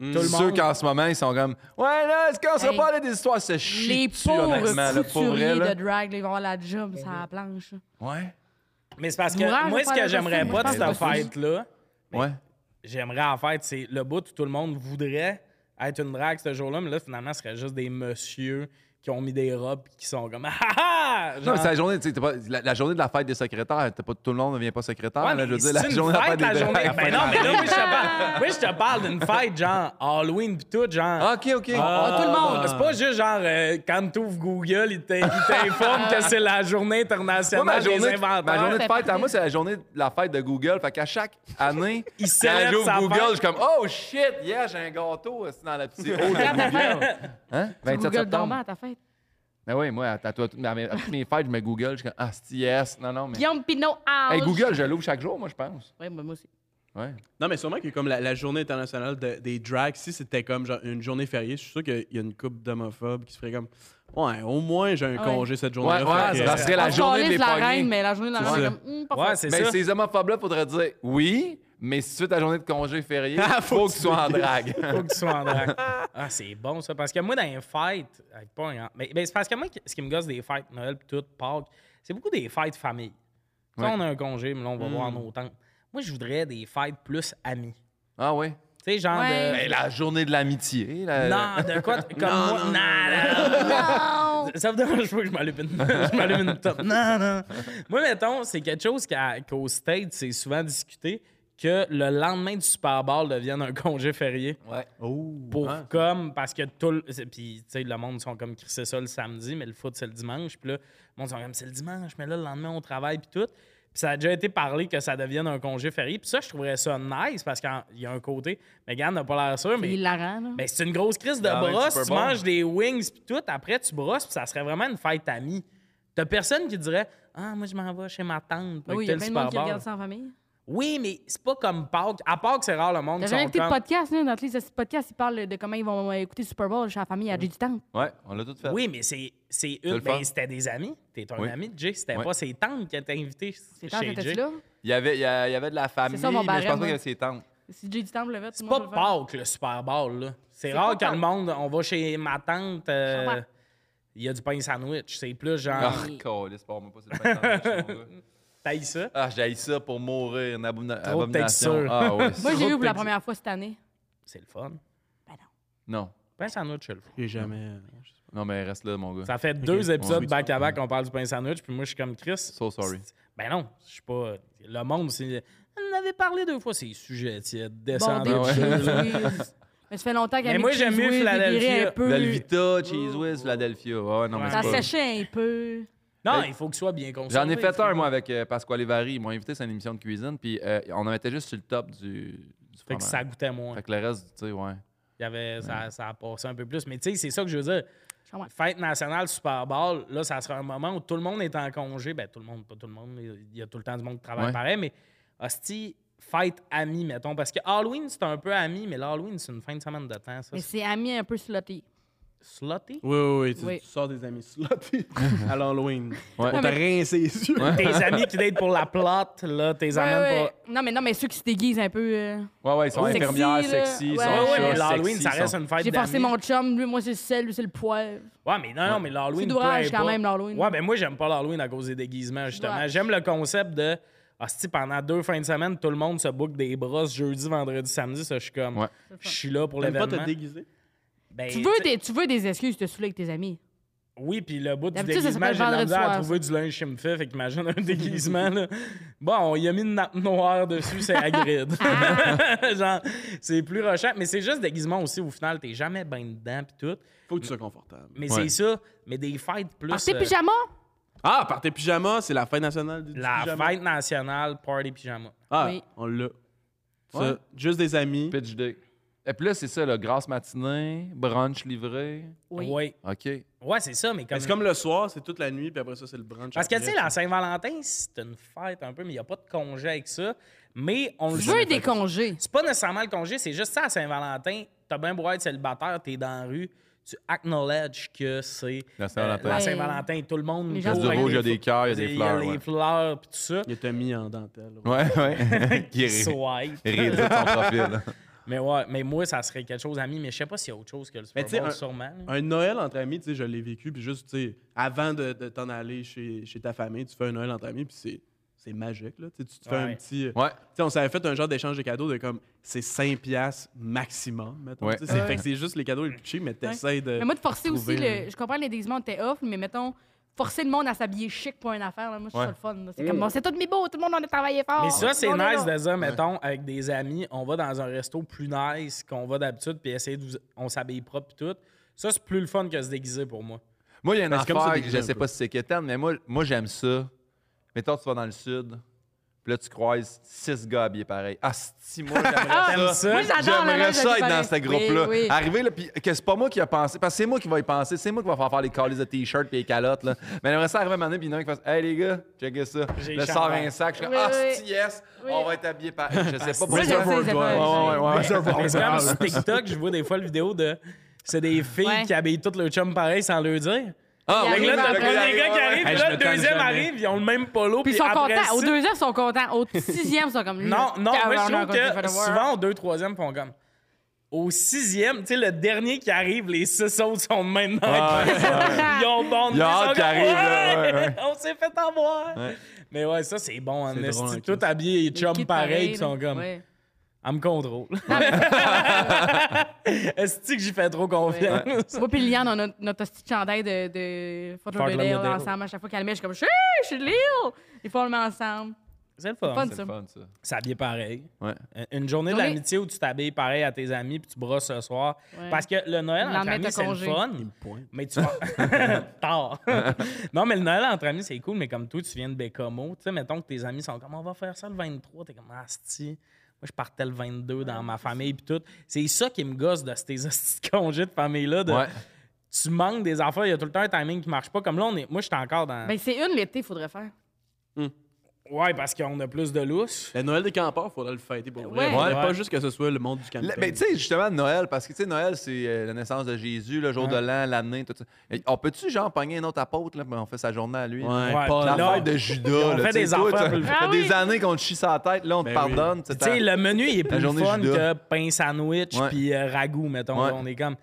Speaker 1: Mm. Tout le
Speaker 2: Ceux
Speaker 1: monde.
Speaker 2: qu'en ce moment, ils sont comme Ouais, là, est-ce qu'on se
Speaker 3: Hey.
Speaker 2: parle des histoires? Se
Speaker 3: Les
Speaker 2: chie dessus,
Speaker 3: pauvres
Speaker 2: honnêtement, là, pour vrai,
Speaker 3: couturiers
Speaker 2: là.
Speaker 3: de drag, là, ils vont avoir la job sur la planche.
Speaker 2: Ouais,
Speaker 1: Mais c'est parce que
Speaker 3: L'ouvrage,
Speaker 1: moi,
Speaker 3: je
Speaker 1: ce
Speaker 3: vais
Speaker 1: que
Speaker 3: faire
Speaker 1: j'aimerais
Speaker 3: le
Speaker 1: pas de
Speaker 2: costume,
Speaker 1: cette
Speaker 2: je pense que-
Speaker 1: fête-là,
Speaker 2: ouais.
Speaker 1: j'aimerais en fait, c'est le bout où tout le monde voudrait être une drague ce jour-là, mais là, finalement, ce serait juste des messieurs qui ont mis des robes pis qui sont comme [laughs] Ah ah ah!
Speaker 2: Non, mais c'est
Speaker 1: Genre,
Speaker 2: la journée, tu sais, t'es pas- la, la journée de la fête des secrétaires. t'es Pas, tout le monde ne devient pas secrétaire.
Speaker 1: Ouais,
Speaker 2: là, je
Speaker 1: mais
Speaker 2: veux dire,
Speaker 1: c'est
Speaker 2: la
Speaker 1: une
Speaker 2: journée de la
Speaker 1: fête,
Speaker 2: fête des
Speaker 1: la journée.
Speaker 2: drags.
Speaker 1: Ben non, mais là, oui, je te
Speaker 2: [laughs]
Speaker 1: parle, oui, je te parle d'une fête genre Halloween pis tout, genre.
Speaker 2: OK, OK.
Speaker 1: Ah,
Speaker 3: tout le monde.
Speaker 1: C'est pas juste genre euh, quand tu ouvres Google, il t'in- il t'informe que c'est la journée
Speaker 2: Moi,
Speaker 1: internationale
Speaker 2: ma, journée,
Speaker 1: des inventeurs.
Speaker 2: ma journée de
Speaker 3: C'est
Speaker 2: fête, à
Speaker 3: parfait.
Speaker 2: moi, c'est la journée de la fête de Google. Fait qu'à chaque année,
Speaker 1: Il
Speaker 2: quand
Speaker 1: célèbre
Speaker 2: j'ouvre
Speaker 1: sa
Speaker 2: Google,
Speaker 1: fête.
Speaker 2: je suis comme Oh shit, yeah, j'ai un gâteau euh, c'est dans la petite haut de
Speaker 3: ta
Speaker 2: Google. Hein? 27
Speaker 3: Google dormant
Speaker 2: septembre.
Speaker 3: à ta fête.
Speaker 2: Ben oui, moi, à, à toi- à mes- à toutes mes fêtes, je me Google. Je suis comme Ah, c'est yes. Non, non, mais.
Speaker 3: Guillaume Pinot House.
Speaker 2: Hey, Google, je l'ouvre chaque jour, moi, je pense.
Speaker 3: Ouais, ben, moi aussi.
Speaker 2: Ouais.
Speaker 4: Non, mais sûrement que comme la, la journée internationale de- des drags, si c'était comme genre une journée fériée, je suis sûr qu'il y a une couple d'homophobes qui se ferait comme Ouais, au moins j'ai un
Speaker 3: Ah Ouais.
Speaker 4: congé cette
Speaker 2: Ouais,
Speaker 4: journée-là.
Speaker 2: ouais,
Speaker 4: Fait que-
Speaker 2: ça serait la
Speaker 3: On se
Speaker 2: journée
Speaker 3: calisse
Speaker 2: des
Speaker 3: la reine,
Speaker 2: poignées.
Speaker 3: mais la journée de la
Speaker 4: C'est
Speaker 3: reine,
Speaker 4: ça.
Speaker 3: comme, hum, pas
Speaker 1: Ouais,
Speaker 3: fort.
Speaker 1: Ben, c'est
Speaker 2: Mais
Speaker 1: ça. [laughs]
Speaker 2: ces homophobes-là, faudrait dire oui, mais si tu es ta journée de congé férié, faut que tu sois en drague. [laughs]
Speaker 1: Faut que tu sois [laughs] en drague. Ah, c'est bon ça. Parce que moi, dans les fêtes, avec pas un grand- mais, mais c'est parce que moi, ce qui me gosse des fêtes, Noël, pis tout, Pâques, c'est beaucoup des fêtes famille. Tu sais,
Speaker 2: Ouais.
Speaker 1: on a un congé, mais là, on va voir nos tantes. Moi, je voudrais des fêtes plus amis.
Speaker 2: Ah oui?
Speaker 1: Tu sais, genre
Speaker 3: Ouais.
Speaker 1: de.
Speaker 2: Ben, la journée de l'amitié. la-
Speaker 1: Non, de quoi? [laughs] t- Comme moi. euh, Non, non,
Speaker 3: Non!
Speaker 1: Ça me dérange pas que je m'allume une, je m'allume une top. Non, non. Moi, mettons, c'est quelque chose qu'à- qu'au States, c'est souvent discuté que le lendemain du Super Bowl devienne un congé férié.
Speaker 2: Oh. Ouais.
Speaker 1: pour comme parce que tout le c'est- puis tu sais le monde sont comme crissé ça le samedi mais le foot c'est le dimanche puis là le monde sont comme c'est le dimanche mais là le lendemain on travaille puis tout puis ça a déjà été parlé que ça devienne un congé férié puis ça je trouverais ça nice parce qu'il y a un côté mais Gann n'a pas l'air sûr mais
Speaker 3: Il la rend, là.
Speaker 1: mais c'est une grosse crise de
Speaker 2: Ah ouais,
Speaker 1: brosse
Speaker 2: Super
Speaker 1: tu
Speaker 2: Bowl.
Speaker 1: manges des wings puis tout après tu brosses puis ça serait vraiment une fête amie t'as personne qui dirait ah moi je m'en vais chez ma tante pour
Speaker 3: Ben oui, il y
Speaker 1: écouter
Speaker 3: a
Speaker 1: le
Speaker 3: plein
Speaker 1: Super
Speaker 3: de monde qui
Speaker 1: Bowl.
Speaker 3: regarde ça en famille.
Speaker 1: oui mais c'est pas comme Pâques à Pâques c'est rare le monde
Speaker 3: T'as
Speaker 1: qui
Speaker 3: jamais
Speaker 1: sont
Speaker 3: écouté de
Speaker 1: comme
Speaker 3: podcast, là? Notre liste de podcast, ils parlent de comment ils vont euh, écouter Super Bowl chez la famille à J du temps.
Speaker 2: Ouais, on l'a tout fait.
Speaker 1: Oui, mais c'est, c'est
Speaker 2: le
Speaker 1: une.
Speaker 2: fun.
Speaker 1: Ben, c'était des amis. T'es un
Speaker 2: Oui.
Speaker 1: ami de Jay. C'était
Speaker 2: Oui.
Speaker 1: pas ses tantes qui étaient invitées
Speaker 3: C'est
Speaker 1: chez
Speaker 3: t'étais-tu
Speaker 1: Jay.
Speaker 3: là?
Speaker 2: Il y avait, il y a- il y avait de la famille,
Speaker 3: ça, mon
Speaker 2: mais je
Speaker 3: barème,
Speaker 2: pense pas qu'il y
Speaker 3: hein.
Speaker 2: avait ses tantes.
Speaker 3: Si j'ai du temps pour le faire, tout
Speaker 1: C'est
Speaker 3: le
Speaker 1: pas
Speaker 3: monde va le faire.
Speaker 1: Pâques, le Super Bowl. là. C'est
Speaker 3: C'est
Speaker 1: rare que
Speaker 3: pas
Speaker 1: le
Speaker 3: Pâques.
Speaker 1: monde. On va chez ma tante, euh,
Speaker 3: Je comprends.
Speaker 1: il y a du pain sandwich. C'est plus
Speaker 2: Ah,
Speaker 1: genre,
Speaker 2: calisse, parle-moi pas, c'est le pain sandwich, mon gars.
Speaker 1: taille ça.
Speaker 2: [laughs] Ah, j'ai ça pour mourir, une abomina-
Speaker 1: Trop de
Speaker 2: abomination.
Speaker 1: texture.
Speaker 2: Ah, ouais. trop
Speaker 3: Moi, j'ai eu
Speaker 2: de
Speaker 3: pour la
Speaker 2: texture.
Speaker 3: première fois cette année.
Speaker 1: C'est le fun.
Speaker 3: Ben non.
Speaker 2: Non,
Speaker 1: Pain sandwich, c'est le fun.
Speaker 4: J'ai jamais.
Speaker 2: non, mais reste là, mon gars.
Speaker 1: Ça fait deux épisodes
Speaker 2: Ouais.
Speaker 1: back-à-back qu'on parle du pain sandwich, puis moi, je suis comme Chris.
Speaker 2: So sorry.
Speaker 1: Ben non, je suis pas. Le monde, c'est. On en avait parlé deux fois, c'est sujet tiède, descendant.
Speaker 3: Bordé de
Speaker 2: ouais. [laughs]
Speaker 3: cheese whiz. [laughs] Mais ça fait longtemps qu'elle
Speaker 1: Mais moi, j'aime mieux Philadelphia.
Speaker 3: un peu.
Speaker 2: Dalvita, Cheese Whiz, Philadelphia. Ouais, non, mais
Speaker 3: Ça
Speaker 2: c'est pas...
Speaker 3: séchait un peu.
Speaker 1: Non,
Speaker 2: Hey.
Speaker 1: il faut que ce soit bien consommé.
Speaker 2: J'en ai fait un, moi, avec euh, Pasquale Vary. Ils m'ont invité sur une émission de cuisine, puis euh, on en était juste sur le top du, du
Speaker 1: Fait que
Speaker 2: fromage.
Speaker 1: ça goûtait moins.
Speaker 2: Fait que le reste, tu sais, ouais.
Speaker 1: Il y avait, ça, ça a passé un peu plus. Mais tu sais, c'est ça que je veux dire.
Speaker 3: Je comprends.
Speaker 1: Fête nationale, Super Bowl, là, ça sera un moment où tout le monde est en congé. Ben, tout le monde, pas tout le monde, mais il y a tout le temps du monde qui travaille
Speaker 2: Ouais.
Speaker 1: pareil, mais hostie, fête amie, mettons. Parce que Halloween, c'est un peu ami, mais l'Halloween, c'est une fin de semaine de temps, ça.
Speaker 3: Mais c'est ami un peu slotté.
Speaker 1: Slotty?
Speaker 4: Oui, oui, oui. Tu,
Speaker 3: Oui.
Speaker 4: tu sors des amis slotés [laughs] à l'Halloween.
Speaker 2: Ouais.
Speaker 4: On t'a rincé les yeux.
Speaker 1: [laughs] Tes amis qui datent pour la plotte, là, tes
Speaker 3: Ouais,
Speaker 1: amènes
Speaker 3: ouais.
Speaker 1: pour.
Speaker 3: Non, mais non, mais ceux qui se déguisent un peu. euh,
Speaker 2: Ouais, ouais, ils sont
Speaker 3: Oh.
Speaker 2: infirmières,
Speaker 3: Sexy, là.
Speaker 2: sexy, ils
Speaker 3: Ouais,
Speaker 2: sont
Speaker 1: Ouais, ouais,
Speaker 2: chats,
Speaker 1: mais l'Halloween,
Speaker 2: sexy,
Speaker 1: ça
Speaker 2: ils
Speaker 1: reste
Speaker 2: sont-
Speaker 1: une fête
Speaker 3: J'ai forcé
Speaker 1: d'amis.
Speaker 3: mon chum, lui, moi, c'est le sel, lui, c'est le poivre.
Speaker 1: Ouais, mais non, non, mais l'Halloween.
Speaker 3: C'est
Speaker 1: peu
Speaker 3: d'ouvrage, quand
Speaker 1: importe.
Speaker 3: même, l'Halloween.
Speaker 1: Ouais, ben moi, j'aime pas l'Halloween à cause des déguisements, justement.
Speaker 3: Ouais.
Speaker 1: J'aime le concept de. Hostie, pendant deux fins de semaine, tout le monde se book des brosses jeudi, vendredi, samedi. Ça, je suis comme.
Speaker 2: Ouais.
Speaker 1: Je suis là pour
Speaker 4: T'aimes pas te
Speaker 1: l'événement.
Speaker 4: déguiser?
Speaker 1: Ben,
Speaker 3: Tu veux,
Speaker 1: tu sais,
Speaker 3: des, tu veux des excuses, te saouler avec tes amis.
Speaker 1: Oui, puis le bout du
Speaker 3: D'habitude, ça
Speaker 1: déguisement, j'ai
Speaker 3: s'appelle
Speaker 1: de la
Speaker 3: vendredi
Speaker 1: misère à
Speaker 3: soir,
Speaker 1: trouver du linge chez me fait. Fait qu'imagine un [laughs] déguisement, là. Bon, on y a mis une nappe noire dessus, c'est
Speaker 3: [laughs]
Speaker 1: Hagrid. [laughs] Genre, c'est plus rochant. Mais c'est juste déguisement aussi, au final. T'es jamais bien dedans, puis tout.
Speaker 4: Faut que tu sois confortable.
Speaker 1: Mais
Speaker 2: Ouais.
Speaker 1: c'est ça. Mais des fêtes plus.
Speaker 3: Partez
Speaker 1: euh,
Speaker 3: pyjama?
Speaker 4: Ah, par tes pyjamas, c'est la fête nationale du du
Speaker 1: La
Speaker 4: pyjama.
Speaker 1: fête nationale, party pyjama.
Speaker 4: Ah,
Speaker 3: Oui.
Speaker 4: on l'a. Ça,
Speaker 2: Ouais.
Speaker 4: Juste des amis.
Speaker 2: Pitch day. Et puis là, c'est ça, le grasse matinée, brunch livré.
Speaker 3: Oui.
Speaker 1: Ouais,
Speaker 2: OK.
Speaker 1: Ouais, c'est ça, mais comme.
Speaker 4: Mais C'est comme le soir, c'est toute la nuit, puis après ça, c'est le brunch.
Speaker 1: Parce que, tu
Speaker 4: après.
Speaker 1: sais, la Saint-Valentin, c'est une fête un peu, mais il n'y a pas de congé avec ça. Mais on le
Speaker 3: Tu
Speaker 1: sait-
Speaker 3: veux des congés.
Speaker 1: C'est pas nécessairement le congé, c'est juste ça, à Saint-Valentin. T'as bien beau être célibataire, t'es dans la rue, tu acknowledges que c'est euh,
Speaker 2: La Saint-Valentin.
Speaker 1: la
Speaker 3: Ouais.
Speaker 1: Saint-Valentin. Tout le monde.
Speaker 3: Les
Speaker 1: nous
Speaker 3: gens
Speaker 2: Il y a
Speaker 3: sont
Speaker 2: du
Speaker 3: Ouais,
Speaker 2: rouge, il y a
Speaker 1: les
Speaker 2: des cœurs, il y a
Speaker 1: fleurs,
Speaker 2: des
Speaker 1: Il
Speaker 2: fleurs.
Speaker 1: y a
Speaker 2: ouais.
Speaker 1: les fleurs, puis tout ça.
Speaker 4: Il t'a mis en dentelle. ouais.
Speaker 2: Ouais, ouais. [laughs] Qui rit.
Speaker 1: Swipe.
Speaker 2: Rit de son profil.
Speaker 1: mais ouais, mais moi, ça serait quelque chose, ami, mais je sais pas s'il y a autre chose que le Super
Speaker 4: Mais tu sais,
Speaker 1: Bowl,
Speaker 4: un-
Speaker 1: sûrement. là.
Speaker 4: Un Noël entre amis, tu sais, je l'ai vécu, puis juste, tu sais, avant de, de t'en aller chez, chez ta famille, tu fais un Noël entre amis, puis c'est. C'est magique, là. Tu sais, tu te fais
Speaker 1: Ouais.
Speaker 4: un petit. euh,
Speaker 2: Ouais.
Speaker 4: Tu sais, on s'avait fait un genre d'échange de cadeaux de comme c'est 5$ piastres maximum, mettons.
Speaker 2: Ouais.
Speaker 4: Tu sais, c'est- Fait que c'est juste les cadeaux les plus cheap, mais t'essayes de.
Speaker 3: Mais moi, de forcer aussi,
Speaker 4: trouver un-
Speaker 3: le, je comprends que les déguisements étaient off, mais mettons, forcer le monde à s'habiller chic pour une affaire, là, moi, je trouve
Speaker 2: Ouais.
Speaker 3: ça le fun. là. C'est comme, bon, c'est tous mes beaux, tout le monde en a travaillé fort.
Speaker 1: Mm. Mais ça, c'est
Speaker 3: On est
Speaker 1: nice
Speaker 3: là.
Speaker 1: de dire, mettons, avec des amis, on va dans un resto plus nice qu'on va d'habitude, puis essayer de vous- on s'habille propre et tout. Ça, c'est plus le fun que se déguiser pour moi.
Speaker 2: Moi, il y a une
Speaker 4: Mais c'est comme ça
Speaker 2: affaire que
Speaker 4: déguisé
Speaker 2: je
Speaker 4: un
Speaker 2: sais
Speaker 4: peu.
Speaker 2: pas si c'est quétaine, mais moi, moi j'aime ça. Mettons, tu vas dans le sud, puis là, tu croises six gars habillés pareil. Ah, si, moi,
Speaker 1: T'aimes
Speaker 3: [laughs]
Speaker 2: j'aimerais ça.
Speaker 1: ça?
Speaker 3: Ah, Moi, j'adore le
Speaker 2: J'aimerais
Speaker 3: linge
Speaker 2: ça être
Speaker 3: habillé
Speaker 2: dans ce
Speaker 3: pareil.
Speaker 2: groupe-là. Ah.
Speaker 3: Oui, oui.
Speaker 2: Arriver, là, puis que c'est pas moi qui a pensé, parce que c'est moi qui va y penser, c'est moi qui va faire faire les calls de t-shirts puis les calottes, là. Mais j'aimerais ça arriver à un moment donné, puis il y en a un qui fasse Hey, les gars, checkez ça.
Speaker 1: J'ai
Speaker 2: Là,
Speaker 1: le
Speaker 2: sort
Speaker 1: chandail.
Speaker 2: un sac, je suis comme,
Speaker 3: Oui,
Speaker 2: Ah,
Speaker 3: oui.
Speaker 2: si, yes, on va être habillés pareil. Je sais pas
Speaker 1: Moi,
Speaker 2: pourquoi.
Speaker 3: j'aime ça, les affaires.
Speaker 2: Ouais, ouais, ouais. [laughs]
Speaker 1: Mais c'est comme sur TikTok, je vois des fois la vidéo de. C'est des filles
Speaker 3: Ouais.
Speaker 1: qui habillent toutes leurs chum pareil sans le dire.
Speaker 2: Ah,
Speaker 1: Fait que
Speaker 3: Il
Speaker 2: oui,
Speaker 1: là,
Speaker 3: arrive
Speaker 1: t'as
Speaker 3: en
Speaker 1: le premier
Speaker 3: premier.
Speaker 1: gars qui arrive,
Speaker 2: ouais, ouais.
Speaker 1: puis
Speaker 4: Hey,
Speaker 1: là, le
Speaker 4: je me tanne
Speaker 1: deuxième
Speaker 4: jamais.
Speaker 1: arrive, ils ont le même polo.
Speaker 3: Puis ils
Speaker 1: Puis
Speaker 3: sont
Speaker 1: après
Speaker 3: contents. Aux
Speaker 1: ça-
Speaker 3: deuxièmes, ils sont contents. Aux sixièmes, ils sont comme.
Speaker 1: Non, non, moi, je trouve
Speaker 3: Tabarnak,
Speaker 1: que
Speaker 3: on va
Speaker 1: souvent, au deux, troisième, font comme. Au sixième, tu sais, le dernier qui arrive, les six autres sont de même dans
Speaker 2: Ah,
Speaker 1: la pièce. [laughs] Ils ont bon
Speaker 2: Il y a hâte qu'il arrive, là, ouais, ouais.
Speaker 1: On s'est fait avoir. Mais ouais, ça, c'est bon. en
Speaker 4: C'est drôle,
Speaker 1: esti.
Speaker 4: hein,
Speaker 1: tout
Speaker 4: Chris.
Speaker 1: habillé et
Speaker 3: Les
Speaker 1: chum
Speaker 3: kids
Speaker 1: pareil, ils
Speaker 3: là.
Speaker 1: sont comme.
Speaker 3: Ouais.
Speaker 1: Elle me
Speaker 3: [laughs]
Speaker 1: contrôle. [laughs] Est-ce que j'y fais trop confiance?
Speaker 3: Moi, puis Liane, on a notre hostie de chandail de, de Fort
Speaker 1: Fort
Speaker 3: Lauderdale
Speaker 1: Lauderdale.
Speaker 3: ensemble. À chaque fois qu'elle le met, je suis comme, Hey, je suis de l'île. Des fois, on le met ensemble.
Speaker 1: C'est le fun.
Speaker 3: Fun,
Speaker 2: Ah, C'est
Speaker 3: ça.
Speaker 2: le fun, ça.
Speaker 1: S'habiller pareil.
Speaker 2: Ouais.
Speaker 1: Un- Euh, Une journée
Speaker 3: Journée-
Speaker 1: d'amitié où tu t'habilles pareil à tes amis puis tu brosses ce soir.
Speaker 3: Ouais.
Speaker 1: Parce que le Noël
Speaker 3: Le
Speaker 1: entre
Speaker 3: lendemain,
Speaker 1: amis,
Speaker 3: t'as
Speaker 1: c'est le
Speaker 3: congé.
Speaker 1: fun.
Speaker 4: Il me pointe.
Speaker 1: Mais tu vas. [laughs] Tard. non, mais le Noël entre amis, c'est cool, mais comme toi, tu viens de Bécamo. Tu sais, mettons que tes amis sont comme, on va faire ça le 23. T'es comme, asti. Moi, je partais le 22 dans ma famille, puis tout. C'est ça qui me gosse de ces [laughs] hosties de congés de famille-là. de-
Speaker 2: Ouais.
Speaker 1: Tu manques des
Speaker 2: hein.
Speaker 1: affaires, il y a tout le temps un timing qui marche pas. Comme là, on est... moi, je suis encore dans.
Speaker 2: [laughs]
Speaker 3: Ben, c'est une l'été, il faudrait faire.
Speaker 1: Ouais, parce qu'on a plus de lousse.
Speaker 4: Le Noël des campeurs, faudrait le fêter pour vrai.
Speaker 3: Ouais.
Speaker 4: Faudrait
Speaker 1: Ouais.
Speaker 4: Pas juste que ce soit le monde du camping.
Speaker 2: Mais tu sais, justement, Noël, parce que tu sais, Noël, c'est euh, la naissance de Jésus, le jour
Speaker 1: Ouais.
Speaker 2: de l'an, l'année, tout ça. Et on peut-tu, genre, pogner un autre apôtre, là, puis on fait sa journée à lui?
Speaker 4: Ouais,
Speaker 2: là?
Speaker 1: Ouais,
Speaker 4: pas
Speaker 1: puis là,
Speaker 2: L'affaire de Judas,
Speaker 1: On
Speaker 2: là,
Speaker 1: fait
Speaker 2: tu sais,
Speaker 1: des
Speaker 2: toi,
Speaker 1: affaires
Speaker 2: t'as-
Speaker 1: pour le-
Speaker 2: Ça fait
Speaker 3: Ah
Speaker 2: des
Speaker 3: oui.
Speaker 2: années qu'on te chie sa tête, là, on te
Speaker 4: Ben oui.
Speaker 2: pardonne.
Speaker 1: Tu sais, le menu, il est plus
Speaker 2: journée
Speaker 1: fun que
Speaker 2: Judas.
Speaker 1: pain sandwich
Speaker 2: Ouais.
Speaker 1: puis euh, ragoût, mettons.
Speaker 2: Ouais.
Speaker 1: là. on est comme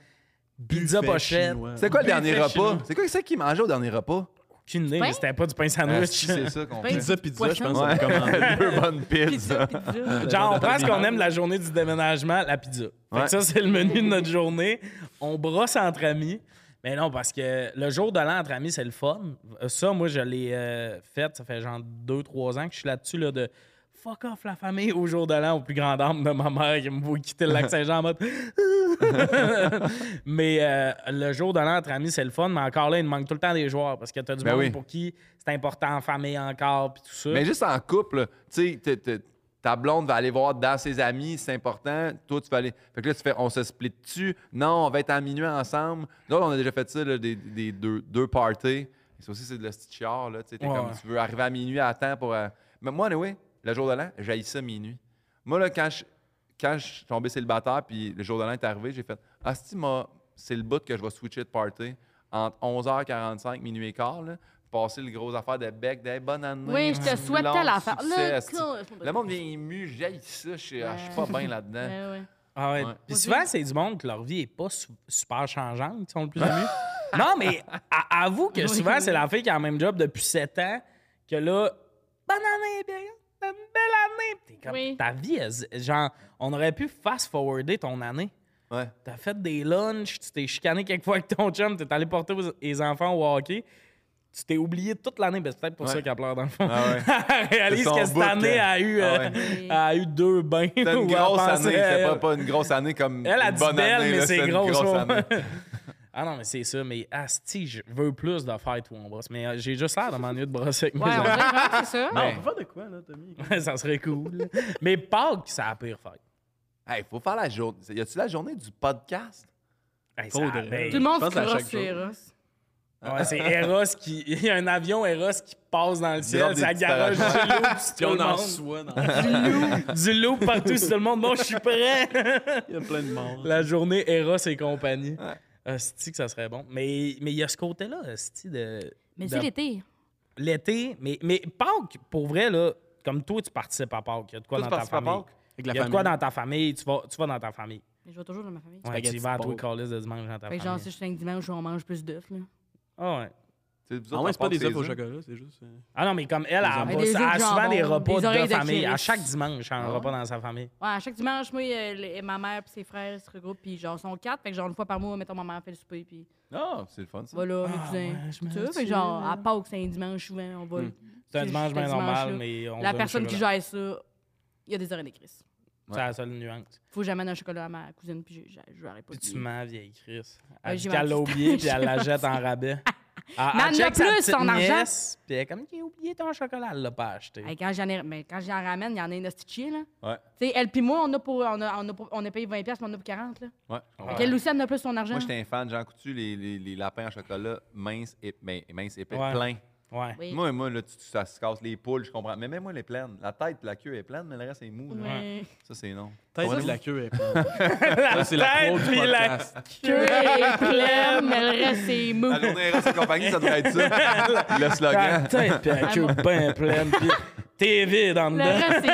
Speaker 1: pizza
Speaker 4: Buffet
Speaker 1: pochette.
Speaker 4: chinois.
Speaker 2: C'est quoi le
Speaker 6: Buffet
Speaker 2: dernier repas?
Speaker 6: chinois.
Speaker 2: C'est quoi c'est qui mangeait au dernier repas?
Speaker 1: Aucune idée,
Speaker 3: Pain?
Speaker 1: mais c'était pas du pain
Speaker 6: Ah,
Speaker 1: sandwich.
Speaker 6: si, c'est ça qu'on fait.
Speaker 4: Pizza, pizza, je pense.
Speaker 2: Ouais.
Speaker 4: que ça me
Speaker 2: [laughs]
Speaker 4: commande.
Speaker 2: Deux bonnes pizzas.
Speaker 3: Pizza,
Speaker 1: [laughs]
Speaker 3: pizza.
Speaker 1: Genre, on prend ce qu'on aime la journée du déménagement, la pizza. Fait que
Speaker 2: Ouais.
Speaker 1: ça, c'est le menu de notre journée. On brosse entre amis. Mais non, parce que le jour de l'an entre amis, c'est le fun. Euh, Ça, moi, je l'ai euh, fait. Ça fait genre deux, trois ans que je suis là-dessus, là, de fuck off la famille au jour de l'an, au plus grand âme de ma mère qui me voit quitter le lac
Speaker 2: [laughs]
Speaker 1: Saint-Jean en mode. [laughs] mais euh, le jour de l'an entre amis, c'est le fun. Mais encore là, il nous manque tout le temps des joueurs parce que t'as du
Speaker 2: Ben
Speaker 1: monde
Speaker 2: oui.
Speaker 1: pour qui c'est important en famille encore, puis tout ça.
Speaker 2: Mais juste en couple, tu sais, t'es- t'es- ta blonde va aller voir dans ses amis, c'est important. Toi, tu vas aller. Fait que là, tu fais, on se split dessus. Non, on va être à minuit ensemble. Là, on a déjà fait ça, là, des, des deux, deux parties. Et ça aussi, c'est de la petite chiard, là. Tu sais, t'es
Speaker 1: Ouais,
Speaker 2: comme,
Speaker 1: ouais.
Speaker 2: tu veux arriver à minuit à temps pour. euh, Mais moi, anyway, le jour de l'an, j'haïs ça minuit. Moi, là, quand je, quand je suis tombé célibataire, puis le jour de l'an est arrivé, j'ai fait, Asti, moi, c'est le bout que je vais switcher de party entre 11h45, minuit et quart, là, passer le gros affaire de bec, des bonne année.
Speaker 3: Oui, je te
Speaker 2: Petit
Speaker 3: souhaite
Speaker 2: long
Speaker 3: telle affaire.
Speaker 2: succès,
Speaker 3: Le
Speaker 2: asti.
Speaker 3: con-
Speaker 2: Le monde vient ému, j'ai ça, je suis ah, je suis pas bien là-dedans.
Speaker 3: Ouais, ouais.
Speaker 1: Ah ouais.
Speaker 2: Ouais.
Speaker 1: Puis
Speaker 3: Moi,
Speaker 1: souvent,
Speaker 3: j'ai-
Speaker 1: c'est du monde que leur vie est pas su- super changeante, qui sont le plus émus. non, mais a- avoue que
Speaker 3: [laughs] Oui,
Speaker 1: souvent,
Speaker 3: oui.
Speaker 1: c'est la fille qui a le même job depuis 7 ans, que là, bonne année, bien, t'as une belle année. Puis T'es comme,
Speaker 3: Oui.
Speaker 1: ta vie, elle s- genre, on aurait pu fast-forwarder ton année.
Speaker 2: Ouais.
Speaker 1: T'as fait des lunchs, tu t'es chicané quelquefois avec ton chum, t'es allé porter aux- les enfants au hockey. Tu t'es oublié toute l'année, Ben, c'est peut-être pour
Speaker 2: Ouais.
Speaker 1: ça qu'elle pleure dans le fond.
Speaker 2: Ah ouais.
Speaker 1: [laughs] elle réalise
Speaker 2: C'est son
Speaker 1: que cette
Speaker 2: bout,
Speaker 1: année, elle
Speaker 2: hein.
Speaker 1: a eu, euh,
Speaker 2: Ah ouais.
Speaker 3: Oui.
Speaker 1: elle a eu deux bains. [laughs]
Speaker 2: C'était
Speaker 1: où
Speaker 2: une
Speaker 1: elle
Speaker 2: grosse
Speaker 1: pensait
Speaker 2: année,
Speaker 1: à
Speaker 2: c'était pas,
Speaker 1: elle.
Speaker 2: pas une grosse année comme
Speaker 1: Elle a
Speaker 2: une
Speaker 1: dit
Speaker 2: bonne
Speaker 1: belle,
Speaker 2: année,
Speaker 1: mais
Speaker 2: là,
Speaker 1: c'est
Speaker 2: c'était une
Speaker 1: gros.
Speaker 2: grosse
Speaker 1: ça. [laughs]
Speaker 2: année.
Speaker 1: ah non, mais c'est ça. Mais asti, je veux plus de fêtes où on brosse. Mais euh, j'ai juste l'air de m'ennuyer de brosser avec mes
Speaker 3: Ouais, on dirait
Speaker 1: enfants.
Speaker 3: vraiment que c'est ça.
Speaker 2: [laughs]
Speaker 4: Non, on peut faire de quoi, là,
Speaker 1: [laughs]
Speaker 4: Tommy?
Speaker 1: Ça serait cool. mais Pâques, c'est la pire fête.
Speaker 2: Hey, faut faire la journée. Y a-tu la journée du podcast?
Speaker 1: Hey,
Speaker 4: Faut
Speaker 1: ça-
Speaker 4: de-
Speaker 1: hey,
Speaker 3: Tout le monde
Speaker 4: Je
Speaker 3: se
Speaker 4: pense à chaque
Speaker 3: crosse
Speaker 4: jour.
Speaker 3: sur Ross.
Speaker 1: ouais, c'est Eros qui. [laughs] Il y a un avion Eros qui passe dans le ciel,
Speaker 2: Drop des
Speaker 1: ça
Speaker 2: petits
Speaker 1: garage du
Speaker 2: parachutes.
Speaker 1: loup sur
Speaker 4: Puis
Speaker 1: tout
Speaker 4: on
Speaker 1: le
Speaker 4: en
Speaker 1: monde.
Speaker 4: reçoit.
Speaker 1: [laughs]
Speaker 4: dans-
Speaker 1: Du loup partout sur tout le monde. Bon, je suis prêt. [laughs]
Speaker 4: [laughs] Il y a plein de monde.
Speaker 1: La journée Eros et compagnie. Asti, que ça serait bon. Mais mais il y a ce côté-là, Asti, de.
Speaker 3: Mais
Speaker 1: de
Speaker 3: c'est l'été.
Speaker 1: L'été, mais, mais Pâques, pour vrai, là, comme toi, tu participes à Pâques. Il y a de quoi
Speaker 2: Toi,
Speaker 1: dans
Speaker 2: tu
Speaker 1: ta
Speaker 2: participes à
Speaker 1: famille.
Speaker 2: Pâques?
Speaker 4: Avec
Speaker 1: Il
Speaker 4: la
Speaker 1: y a de quoi
Speaker 4: famille. Ah
Speaker 1: dans ta famille. Tu vas, tu vas dans ta famille.
Speaker 3: Mais je vais toujours dans ma famille.
Speaker 1: Ouais, tu y
Speaker 4: Spaghetti
Speaker 1: vas à tous les
Speaker 4: Pâques.
Speaker 1: calices de dimanche dans ta
Speaker 3: Fait que genre, si
Speaker 1: famille.
Speaker 3: je suis un dimanche où on mange plus d'œufs, là.
Speaker 1: Ah ouais.
Speaker 2: C'est
Speaker 4: Ah ouais, c'est pas des œufs au chocolat, c'est juste. euh,
Speaker 1: Ah non, mais comme elle, elle, a-
Speaker 3: oreilles. Des
Speaker 1: elle a
Speaker 3: œufs de
Speaker 1: souvent des
Speaker 3: jambon,
Speaker 1: repas
Speaker 3: des
Speaker 1: de
Speaker 3: oreilles de
Speaker 1: famille.
Speaker 3: Kyrus.
Speaker 1: À chaque dimanche, elle a un repas dans sa famille.
Speaker 3: Ouais, à chaque dimanche, moi, euh, le- et ma mère puis ses frères, ils se regroupent, puis genre, sont quatre. Fait que genre, une fois par mois, mettons, ma mère fait le souper, puis
Speaker 2: Ah, c'est le fun, ça.
Speaker 3: voilà, mes
Speaker 1: Ah, ouais, je
Speaker 3: cousins.
Speaker 1: me
Speaker 3: tout ça. Fait que genre, à Pâques, c'est un dimanche souvent, on va.
Speaker 1: Hmm. C'est un dimanche
Speaker 3: juste
Speaker 1: bien
Speaker 3: un dimanche,
Speaker 1: normal,
Speaker 3: là.
Speaker 1: mais on
Speaker 3: La
Speaker 1: donne
Speaker 3: personne
Speaker 1: au
Speaker 3: qui
Speaker 1: chocolat.
Speaker 3: gère ça, il y a des oreilles d'écris.
Speaker 1: C'est la seule nuance.
Speaker 3: Faut que j'amène un chocolat à ma cousine, puis je, je, je l'arrête pas.
Speaker 1: Puis
Speaker 3: de
Speaker 1: tu
Speaker 3: dire.
Speaker 1: mens, vieille Chris. Elle
Speaker 3: Ouais,
Speaker 1: dit
Speaker 3: j'ai
Speaker 1: qu'elle l'a
Speaker 3: menti.
Speaker 1: oublié, puis
Speaker 3: [laughs]
Speaker 1: elle la
Speaker 3: J'ai
Speaker 1: jette en
Speaker 3: menti.
Speaker 1: rabais. Elle-
Speaker 3: Mais
Speaker 1: Elle check
Speaker 3: elle en a
Speaker 1: sa
Speaker 3: plus,
Speaker 1: petite
Speaker 3: son argent.
Speaker 1: nièce, Puis elle est comme, j'ai oublié ton chocolat, elle l'a pas acheté.
Speaker 3: Hey, quand j'en ai- mais quand j'en ramène, il y en a une hostie de chier, là.
Speaker 2: Ouais.
Speaker 3: Tu sais, elle puis moi, on a pour, on a, on a, pour- on a payé 20 pièces, mais on a pour 40 là.
Speaker 2: Ouais.
Speaker 1: Ouais.
Speaker 3: Fait qu'elle aussi elle en a plus son argent.
Speaker 2: Moi, j'étais un fan. Jean Coutu, les, les, les lapins en chocolat minces et ben, minces épais,
Speaker 1: Ouais.
Speaker 2: pleins.
Speaker 1: Ouais.
Speaker 3: Oui.
Speaker 2: Moi, moi là, tu, tu- ça se casse. Les poules, je comprends. Mais même moi, les pleines. La tête et la queue est pleine, mais le reste est mou. là.
Speaker 3: Ouais.
Speaker 2: Ça, c'est non.
Speaker 4: Tête
Speaker 2: Ouais.
Speaker 4: de la queue est [laughs] pleine. Ça, c'est la
Speaker 1: tête
Speaker 4: fraude du
Speaker 1: puis la-
Speaker 4: podcast.
Speaker 3: Queue est pleine, mais le reste c'est
Speaker 2: [laughs]
Speaker 3: mou.
Speaker 2: La journée Eros et compagnie, ça devrait être ça. Le
Speaker 1: Ta
Speaker 2: slogan.
Speaker 1: tête, puis [laughs] la queue bien pleine, puis t'es vide en
Speaker 3: Le
Speaker 1: dedans.
Speaker 3: reste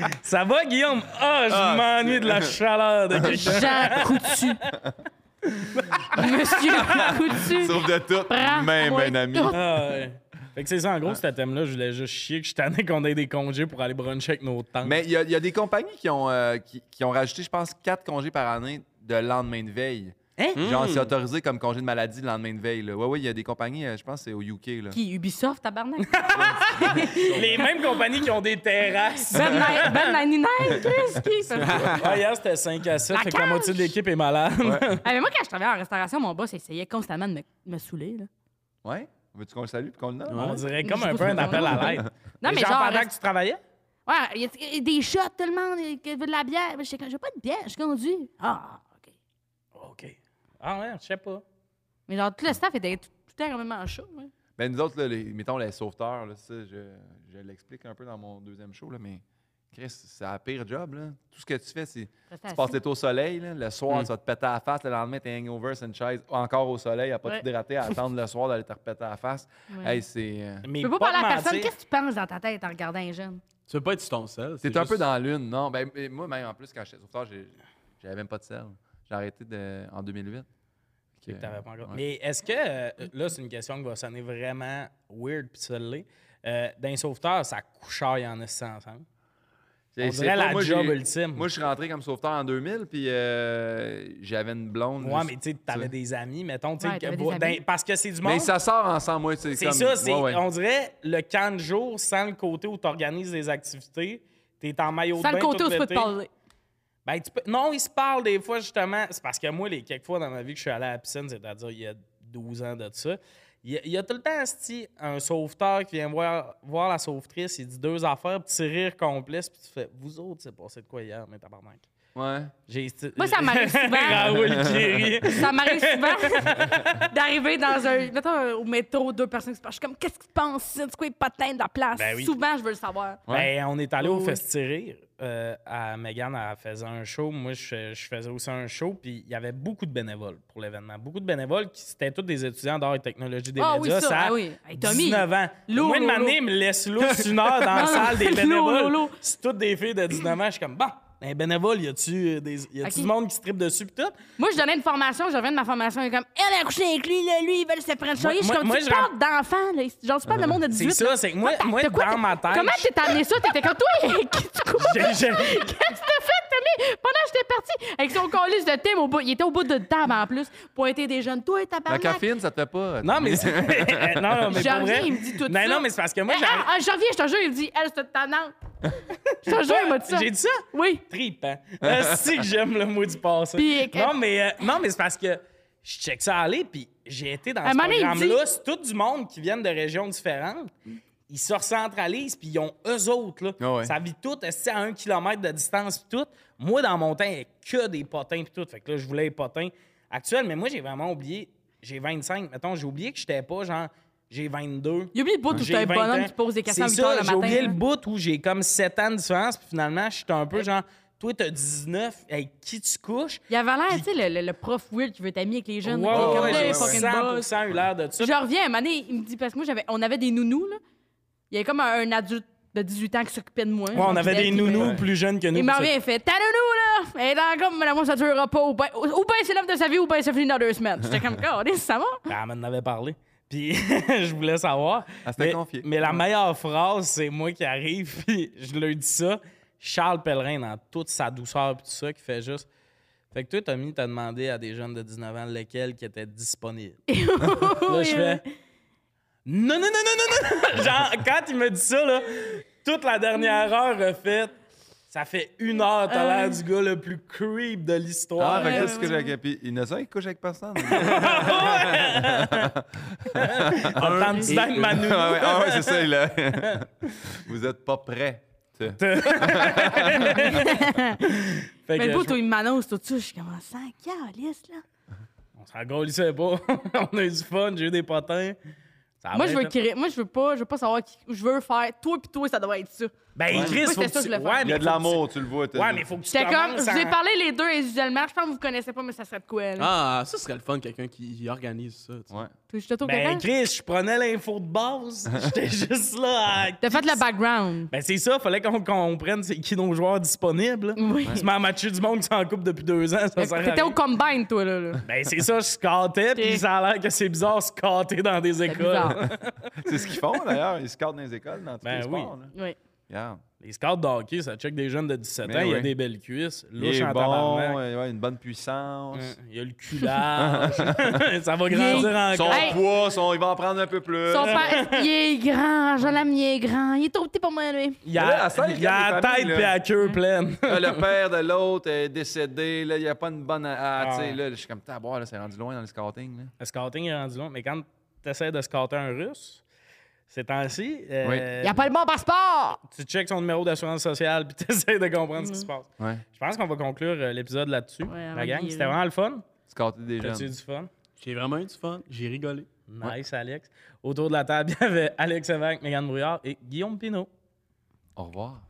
Speaker 3: c'est mou.
Speaker 1: Ça va, Guillaume? Ah, je
Speaker 2: Ah,
Speaker 1: m'ennuie de la chaleur [laughs] de quelqu'un.
Speaker 3: Jean Coutu. Monsieur Coutu.
Speaker 2: Sauf de
Speaker 3: Prends
Speaker 2: tout, même
Speaker 3: moi
Speaker 2: un ami.
Speaker 3: tout.
Speaker 1: Ah, ouais. Fait que c'est ça, en gros, ce thème-là, je voulais juste chier que je suis tanné qu'on ait des congés pour aller bruncher avec nos tantes.
Speaker 2: Mais il y, a- il y a des compagnies qui ont, euh, qui, qui ont rajouté, je pense, quatre congés par année de lendemain de veille.
Speaker 1: Hein?
Speaker 2: Genre,
Speaker 4: Hmm.
Speaker 2: c'est autorisé comme congé de maladie le lendemain de veille. Là. Ouais, ouais, il y a des compagnies, euh, je pense, que c'est au UK. Là.
Speaker 3: Qui Ubisoft tabarnak.
Speaker 1: Les mêmes compagnies qui ont des terrasses.
Speaker 3: Ben Ni- Ben 99 Chris qui fait ça?
Speaker 1: [laughs] Ah, hier, c'était 5 à 7,
Speaker 3: La
Speaker 1: fait que la moitié de
Speaker 3: cage!
Speaker 1: l'équipe est malade.
Speaker 3: Ah, mais moi quand je travaillais en restauration, mon boss essayait constamment de me, me saouler là.
Speaker 2: Ouais? Veux-tu qu'on le salue puis qu'on le nomme?
Speaker 1: [laughs] On dirait
Speaker 3: Je
Speaker 1: comme
Speaker 3: sais
Speaker 1: un
Speaker 3: pas
Speaker 1: peu un
Speaker 3: si
Speaker 1: appel
Speaker 3: on-
Speaker 1: à l'aide.
Speaker 3: Non
Speaker 1: Les
Speaker 3: mais
Speaker 1: gens,
Speaker 3: genre
Speaker 1: pendant que tu travaillais?
Speaker 3: Ouais, il y a- il y a des shots, tout le monde euh, qui veut de la bière. Mais J'étais comme, j'ai pas de bière, je conduis. Ah, OK.
Speaker 1: OK. Ah ouais, je sais pas.
Speaker 3: Mais genre, tout le staff était tout, tout le temps complètement chaud. Ouais.
Speaker 2: Ben, nous autres, là, les- mettons les sauveteurs, là, ça, je, je l'explique un peu dans mon deuxième show, là, mais Chris, c'est la pire job. Là. Tout ce que tu fais, c'est
Speaker 3: Rester
Speaker 2: tu
Speaker 3: assis.
Speaker 2: passes l'été au soleil, là, le soir,
Speaker 1: Mm.
Speaker 2: ça te pète à la face, le lendemain, t'es hangover sur une chaise, encore au soleil, à pas
Speaker 3: Ouais.
Speaker 2: te dérater, à attendre le soir d'aller te repéter à la face.
Speaker 3: Ouais.
Speaker 2: Hey, c'est. euh,
Speaker 1: Mais
Speaker 3: Tu peux pas parler à personne.
Speaker 1: mentir.
Speaker 3: Qu'est-ce que tu penses dans ta tête en regardant un jeune?
Speaker 4: Tu veux pas être sur ton sel.
Speaker 2: T'es
Speaker 4: c'est
Speaker 2: un
Speaker 4: juste-
Speaker 2: peu dans la lune, non? Ben, mais moi, même en plus, quand j'étais sauveteur, j'ai- j'avais même pas de sel. J'ai arrêté de- en 2008. Fait que,
Speaker 1: T'avais pas encore-
Speaker 2: Euh, ouais.
Speaker 1: Mais est-ce que, euh, là, c'est une question qui va sonner vraiment weird, puis ça l'est. Euh, D'un sauveteur, ça couchaille en essence ensemble.
Speaker 2: C'est-
Speaker 1: On
Speaker 2: c'est
Speaker 1: dirait la
Speaker 2: moi,
Speaker 1: job
Speaker 2: j'ai-
Speaker 1: ultime.
Speaker 2: Moi, je suis rentré comme sauveteur en 2000, puis euh, j'avais une blonde.
Speaker 1: Ouais,
Speaker 2: juste-
Speaker 1: mais tu sais, t'avais
Speaker 2: sais.
Speaker 1: des amis, mettons. tu sais,
Speaker 3: Ouais,
Speaker 1: que-
Speaker 3: t'avais des
Speaker 1: vo-
Speaker 3: amis.
Speaker 1: d'un- Parce que c'est du monde.
Speaker 2: Mais ça sort ensemble, moi. C'est
Speaker 1: C'est
Speaker 2: comme-
Speaker 1: ça, c'est,
Speaker 2: ouais, ouais.
Speaker 1: on dirait le camp de jour sans le côté où tu organises des activités. Tu es en maillot
Speaker 3: Sans
Speaker 1: de
Speaker 3: le
Speaker 1: bain
Speaker 3: côté
Speaker 1: tout
Speaker 3: où tu peux te
Speaker 1: l'été.
Speaker 3: parler.
Speaker 1: Ben, tu peux- Non, ils se parlent des fois, justement. C'est parce que moi, les quelques fois dans ma vie que je suis allé à la piscine, c'est-à-dire il y a 12 ans de ça, il y a, il y a tout le temps asti, un sauveteur qui vient voir, voir la sauvetrice, il dit deux affaires, petit rire complice, puis tu fais Vous autres, c'est passé de quoi hier, mais tabarnak.
Speaker 2: Ouais.
Speaker 1: J'ai...
Speaker 3: Moi, ça
Speaker 1: [laughs]
Speaker 3: m'arrive souvent.
Speaker 1: Raoul qui rit.
Speaker 3: Ça m'arrive souvent [laughs] d'arriver dans un. Mettons un- au métro, deux personnes qui se parlent. Je suis comme, qu'est-ce qu'ils pensent? C'est quoi, ils patinent de la place?
Speaker 1: Ben oui.
Speaker 3: Souvent, je veux le savoir.
Speaker 2: Ouais.
Speaker 1: Ben, on est allé au
Speaker 3: Oui.
Speaker 1: Festirir. Euh, à Megan, elle faisait un show. Moi, je, je faisais aussi un show. Puis il y avait beaucoup de bénévoles pour l'événement. Beaucoup de bénévoles qui c'était tous des étudiants d'art et technologie des
Speaker 3: Ah oui,
Speaker 1: médias.
Speaker 3: ça,
Speaker 1: a
Speaker 3: ah oui. Hey, Tommy,
Speaker 1: 19 ans.
Speaker 3: lourd,
Speaker 1: Moi, de
Speaker 3: lourd,
Speaker 1: m'amener,
Speaker 3: lourd.
Speaker 1: il me laisse lousse une heure dans la
Speaker 3: [laughs] Non, non,
Speaker 1: salle des
Speaker 3: lourd, lourd,
Speaker 1: bénévoles.
Speaker 3: lourd.
Speaker 1: C'est toutes des filles de 19 ans. Je suis comme, bon, un bénévole, y a-tu euh, des- y a-tu
Speaker 3: Ok.
Speaker 1: du monde qui se tripe dessus? Puis tout.
Speaker 3: Moi, je donnais une formation, je reviens de ma formation, il est comme, elle a couché avec lui, là, lui, ils veulent se prendre
Speaker 1: Moi-
Speaker 3: choyer. Je suis
Speaker 1: moi-
Speaker 3: comme,
Speaker 1: moi,
Speaker 3: tu
Speaker 1: je
Speaker 3: parles d'enfants, là. Genre, tu parles de monde de 18.
Speaker 1: C'est
Speaker 3: là.
Speaker 1: ça, c'est que moi, moi
Speaker 3: T'as quoi-
Speaker 1: dans ma tête.
Speaker 3: Comment t'es amené ça? T'étais comme toi, [laughs] qui tu cours?
Speaker 1: j'ai- j'ai-
Speaker 3: Qu'est-ce que t'as fait, Tommy? Pendant que j'étais parti avec son colis de Tim, au bout, il était au bout de table en plus, pointer des jeunes. Toi, t'as
Speaker 2: La caféine, ça te fait pas.
Speaker 1: Non, mais
Speaker 3: [laughs]
Speaker 1: c'est. [laughs] non, non, mais
Speaker 3: Je
Speaker 1: pour vrai.
Speaker 3: reviens, il me dit tout
Speaker 1: non,
Speaker 3: ça.
Speaker 1: non, mais c'est parce que moi,
Speaker 3: Eh,
Speaker 1: j'arrive-
Speaker 3: ah, ah, je reviens, je te jure, il me dit, elle, c'est tannante.
Speaker 1: [laughs]
Speaker 3: Je te jure, il m'a dit ça.
Speaker 1: J'ai dit ça?
Speaker 3: Oui.
Speaker 2: [laughs]
Speaker 1: tripant. si hein? que j'aime le mot du passé.
Speaker 3: Puis, que-
Speaker 1: non, mais, euh, non, mais c'est parce que je check ça aller, puis j'ai été dans
Speaker 3: un
Speaker 1: ce
Speaker 3: moment donné, il
Speaker 1: programme-là. C'est tout du monde qui viennent de régions différentes. Ils se recentralisent, puis ils ont eux autres. Là.
Speaker 2: Ah ouais.
Speaker 1: Ça vit tout esti, à un kilomètre de distance, puis tout. Moi, dans mon temps, il n'y a que des potins, puis tout. Fait que là, je voulais les potins actuels, mais moi, j'ai vraiment oublié. J'ai 25, mettons, j'ai oublié que je n'étais pas genre. J'ai 22.
Speaker 3: Il oublie le bout où
Speaker 1: J'ai
Speaker 3: t'es un
Speaker 1: 20
Speaker 3: bonhomme
Speaker 1: ans.
Speaker 3: qui pose des questions à
Speaker 1: C'est
Speaker 3: 8 heures
Speaker 1: ça, J'ai
Speaker 3: le matin.
Speaker 1: oublié
Speaker 3: là.
Speaker 1: le bout où j'ai comme 7 ans de différence, puis finalement, j'étais un peu genre, toi, t'as 19, avec qui tu couches?
Speaker 3: Il avait l'air, tu sais, le, le- le prof weird qui veut être ami avec les jeunes.
Speaker 1: Ouais,
Speaker 3: Il est
Speaker 1: ouais,
Speaker 3: comme,
Speaker 1: ouais,
Speaker 3: là,
Speaker 1: j'ai
Speaker 3: fucking boss.
Speaker 1: 100% eu l'air de ça.
Speaker 3: Je reviens, à un moment donné, il me dit, parce que moi, j'avais, on avait des nounous, là. Il y avait comme un, un adulte de 18 ans qui s'occupait de moi.
Speaker 1: Ouais, on avait des nounous plus jeunes que nous.
Speaker 3: Il m'a
Speaker 1: puis
Speaker 3: revient, il fait Ta nounou, là! Elle est dans comme, madame, ça durera pas. Ou bien ou ben, c'est l'homme de sa vie, ou bien c'est fini dans deux semaines.
Speaker 1: [laughs]
Speaker 3: J'étais comme, God, ça
Speaker 1: ça-
Speaker 3: va?
Speaker 1: Ben, elle m'en avait parlé. Puis [laughs] je voulais savoir.
Speaker 2: Elle s'était
Speaker 1: mais,
Speaker 2: confiée.
Speaker 1: mais la meilleure phrase, c'est moi qui arrive, [laughs] puis je lui dis ça. Charles Pellerin, dans toute sa douceur, puis tout ça, qui fait juste. Fait que toi, Tommy, t'as demandé à des jeunes de 19 ans lequel qui était disponible. Là, je fais. Non, non, non, non, non, [laughs] non! Genre, quand il me dit ça, là, toute la dernière heure refaite, ça fait une heure, t'as l'air du gars le plus creep de
Speaker 2: Ah,
Speaker 1: l'histoire.
Speaker 2: fait que
Speaker 3: Ouais,
Speaker 2: là, tu couches avec. Puis il y en a un qui couche
Speaker 1: [laughs]
Speaker 2: avec personne.
Speaker 1: En tandis d'être ma nounou.
Speaker 2: ah, [laughs] ouais, ah ouais, c'est ça,
Speaker 1: [laughs]
Speaker 2: il a- Vous êtes pas prêts. tu sais.
Speaker 1: Fait
Speaker 3: Mais
Speaker 1: que
Speaker 3: le bout
Speaker 1: je-
Speaker 3: où il m'annonce tout ça, je suis comme, Ah, ça, calisse, là.
Speaker 1: on s'en gaulissait pas. [laughs] on a eu du fun, j'ai eu des potins. Ça a
Speaker 3: Moi,
Speaker 1: bien
Speaker 3: je veux
Speaker 1: fait.
Speaker 3: créer, moi, je veux pas, je veux pas savoir qui, je veux faire, toi pis toi, ça doit être ça.
Speaker 1: Ben, Chris,
Speaker 3: Moi,
Speaker 1: faut
Speaker 3: c'était
Speaker 1: que
Speaker 3: ça
Speaker 1: tu...
Speaker 3: que je voulais faire.
Speaker 1: ouais,
Speaker 2: Il
Speaker 1: mais
Speaker 2: y a de
Speaker 1: faut que
Speaker 2: l'amour, tu le vois.
Speaker 1: tu-
Speaker 2: t'as
Speaker 1: Ouais,
Speaker 2: dit.
Speaker 1: mais faut que tu
Speaker 3: J'étais comme,
Speaker 1: commences
Speaker 3: je vous ai
Speaker 1: à-
Speaker 3: parlé les deux individuellement, je pense que vous vous connaissez pas, mais ça serait de quoi, là?
Speaker 4: Ah, ça serait le fun, quelqu'un qui organise ça. tu sais.
Speaker 2: Ouais.
Speaker 3: Toi, Je te trouve
Speaker 1: Ben,
Speaker 3: correct?
Speaker 1: Chris, je prenais l'info de base. [laughs] J'étais juste là à...
Speaker 3: T'as fait le background.
Speaker 1: Ben, c'est ça, fallait qu'on comprenne c'est qui nos joueurs disponibles. là.
Speaker 3: Oui. Ben,
Speaker 1: Tu m'as matché du monde qui s'en coupe depuis deux ans, ça sert à
Speaker 3: T'étais
Speaker 1: rien.
Speaker 3: au combine, toi, là. là.
Speaker 1: Ben, c'est ça, je scatais, puis
Speaker 3: T'es-
Speaker 1: ça a l'air que c'est bizarre scatter dans des
Speaker 3: C'est
Speaker 1: écoles.
Speaker 3: bizarre.
Speaker 2: C'est ce qu'ils font, d'ailleurs. Ils se cadrent dans les écoles, dans tous
Speaker 1: Ben
Speaker 2: les
Speaker 1: oui.
Speaker 2: sports. là.
Speaker 3: Oui.
Speaker 2: Regarde.
Speaker 1: Les scouts de hockey, ça check des jeunes de 17 ans,
Speaker 2: Mais
Speaker 1: il y a
Speaker 2: Ben oui.
Speaker 1: des belles cuisses,
Speaker 2: Il
Speaker 1: louche
Speaker 2: est
Speaker 1: en
Speaker 2: bon,
Speaker 1: tabarnak.
Speaker 2: ouais, ouais, une bonne puissance.
Speaker 1: Hein, Il y a le cul [laughs] large. ça va grandir
Speaker 2: Son
Speaker 1: encore.
Speaker 3: Hey.
Speaker 2: poids, son... il va en prendre un peu
Speaker 1: Euh.
Speaker 2: plus.
Speaker 3: Son père, il est grand, Jean-Lam, il est grand, il est trop petit pour moi, lui.
Speaker 1: Il y
Speaker 2: Là,
Speaker 1: a,
Speaker 2: à
Speaker 1: il
Speaker 2: cinq,
Speaker 1: y a
Speaker 2: il y a
Speaker 1: la Mm.
Speaker 2: des
Speaker 1: tête
Speaker 2: familles,
Speaker 1: et
Speaker 2: là.
Speaker 1: la queue pleine.
Speaker 2: Là, le père de l'autre est décédé, là, il n'y a pas une bonne. Ah,
Speaker 1: Ah.
Speaker 2: tu sais, là, je suis comme, t'as à boire, là, c'est rendu loin dans le scouting. Là.
Speaker 1: [laughs] Le scouting est rendu long, mais quand tu essaies de scotter un russe, ces temps-ci, euh,
Speaker 2: Oui.
Speaker 3: Il a pas le bon passeport!
Speaker 1: tu checkes son numéro d'assurance sociale puis [laughs] tu essaies de comprendre ce qui se passe.
Speaker 2: Ouais.
Speaker 1: Je pense qu'on va conclure euh, l'épisode là-dessus.
Speaker 3: Ouais,
Speaker 1: la gang,
Speaker 3: oui,
Speaker 1: c'était
Speaker 3: oui.
Speaker 1: vraiment le fun.
Speaker 2: Scotter des
Speaker 1: T'as-tu eu
Speaker 2: jeunes.
Speaker 1: du fun?
Speaker 4: J'ai vraiment eu du fun. J'ai rigolé.
Speaker 1: Nice, [laughs] Alex. Autour de la table, il y avait Alex Evac, Mégane Brouillard et Guillaume Pinault.
Speaker 5: Au revoir.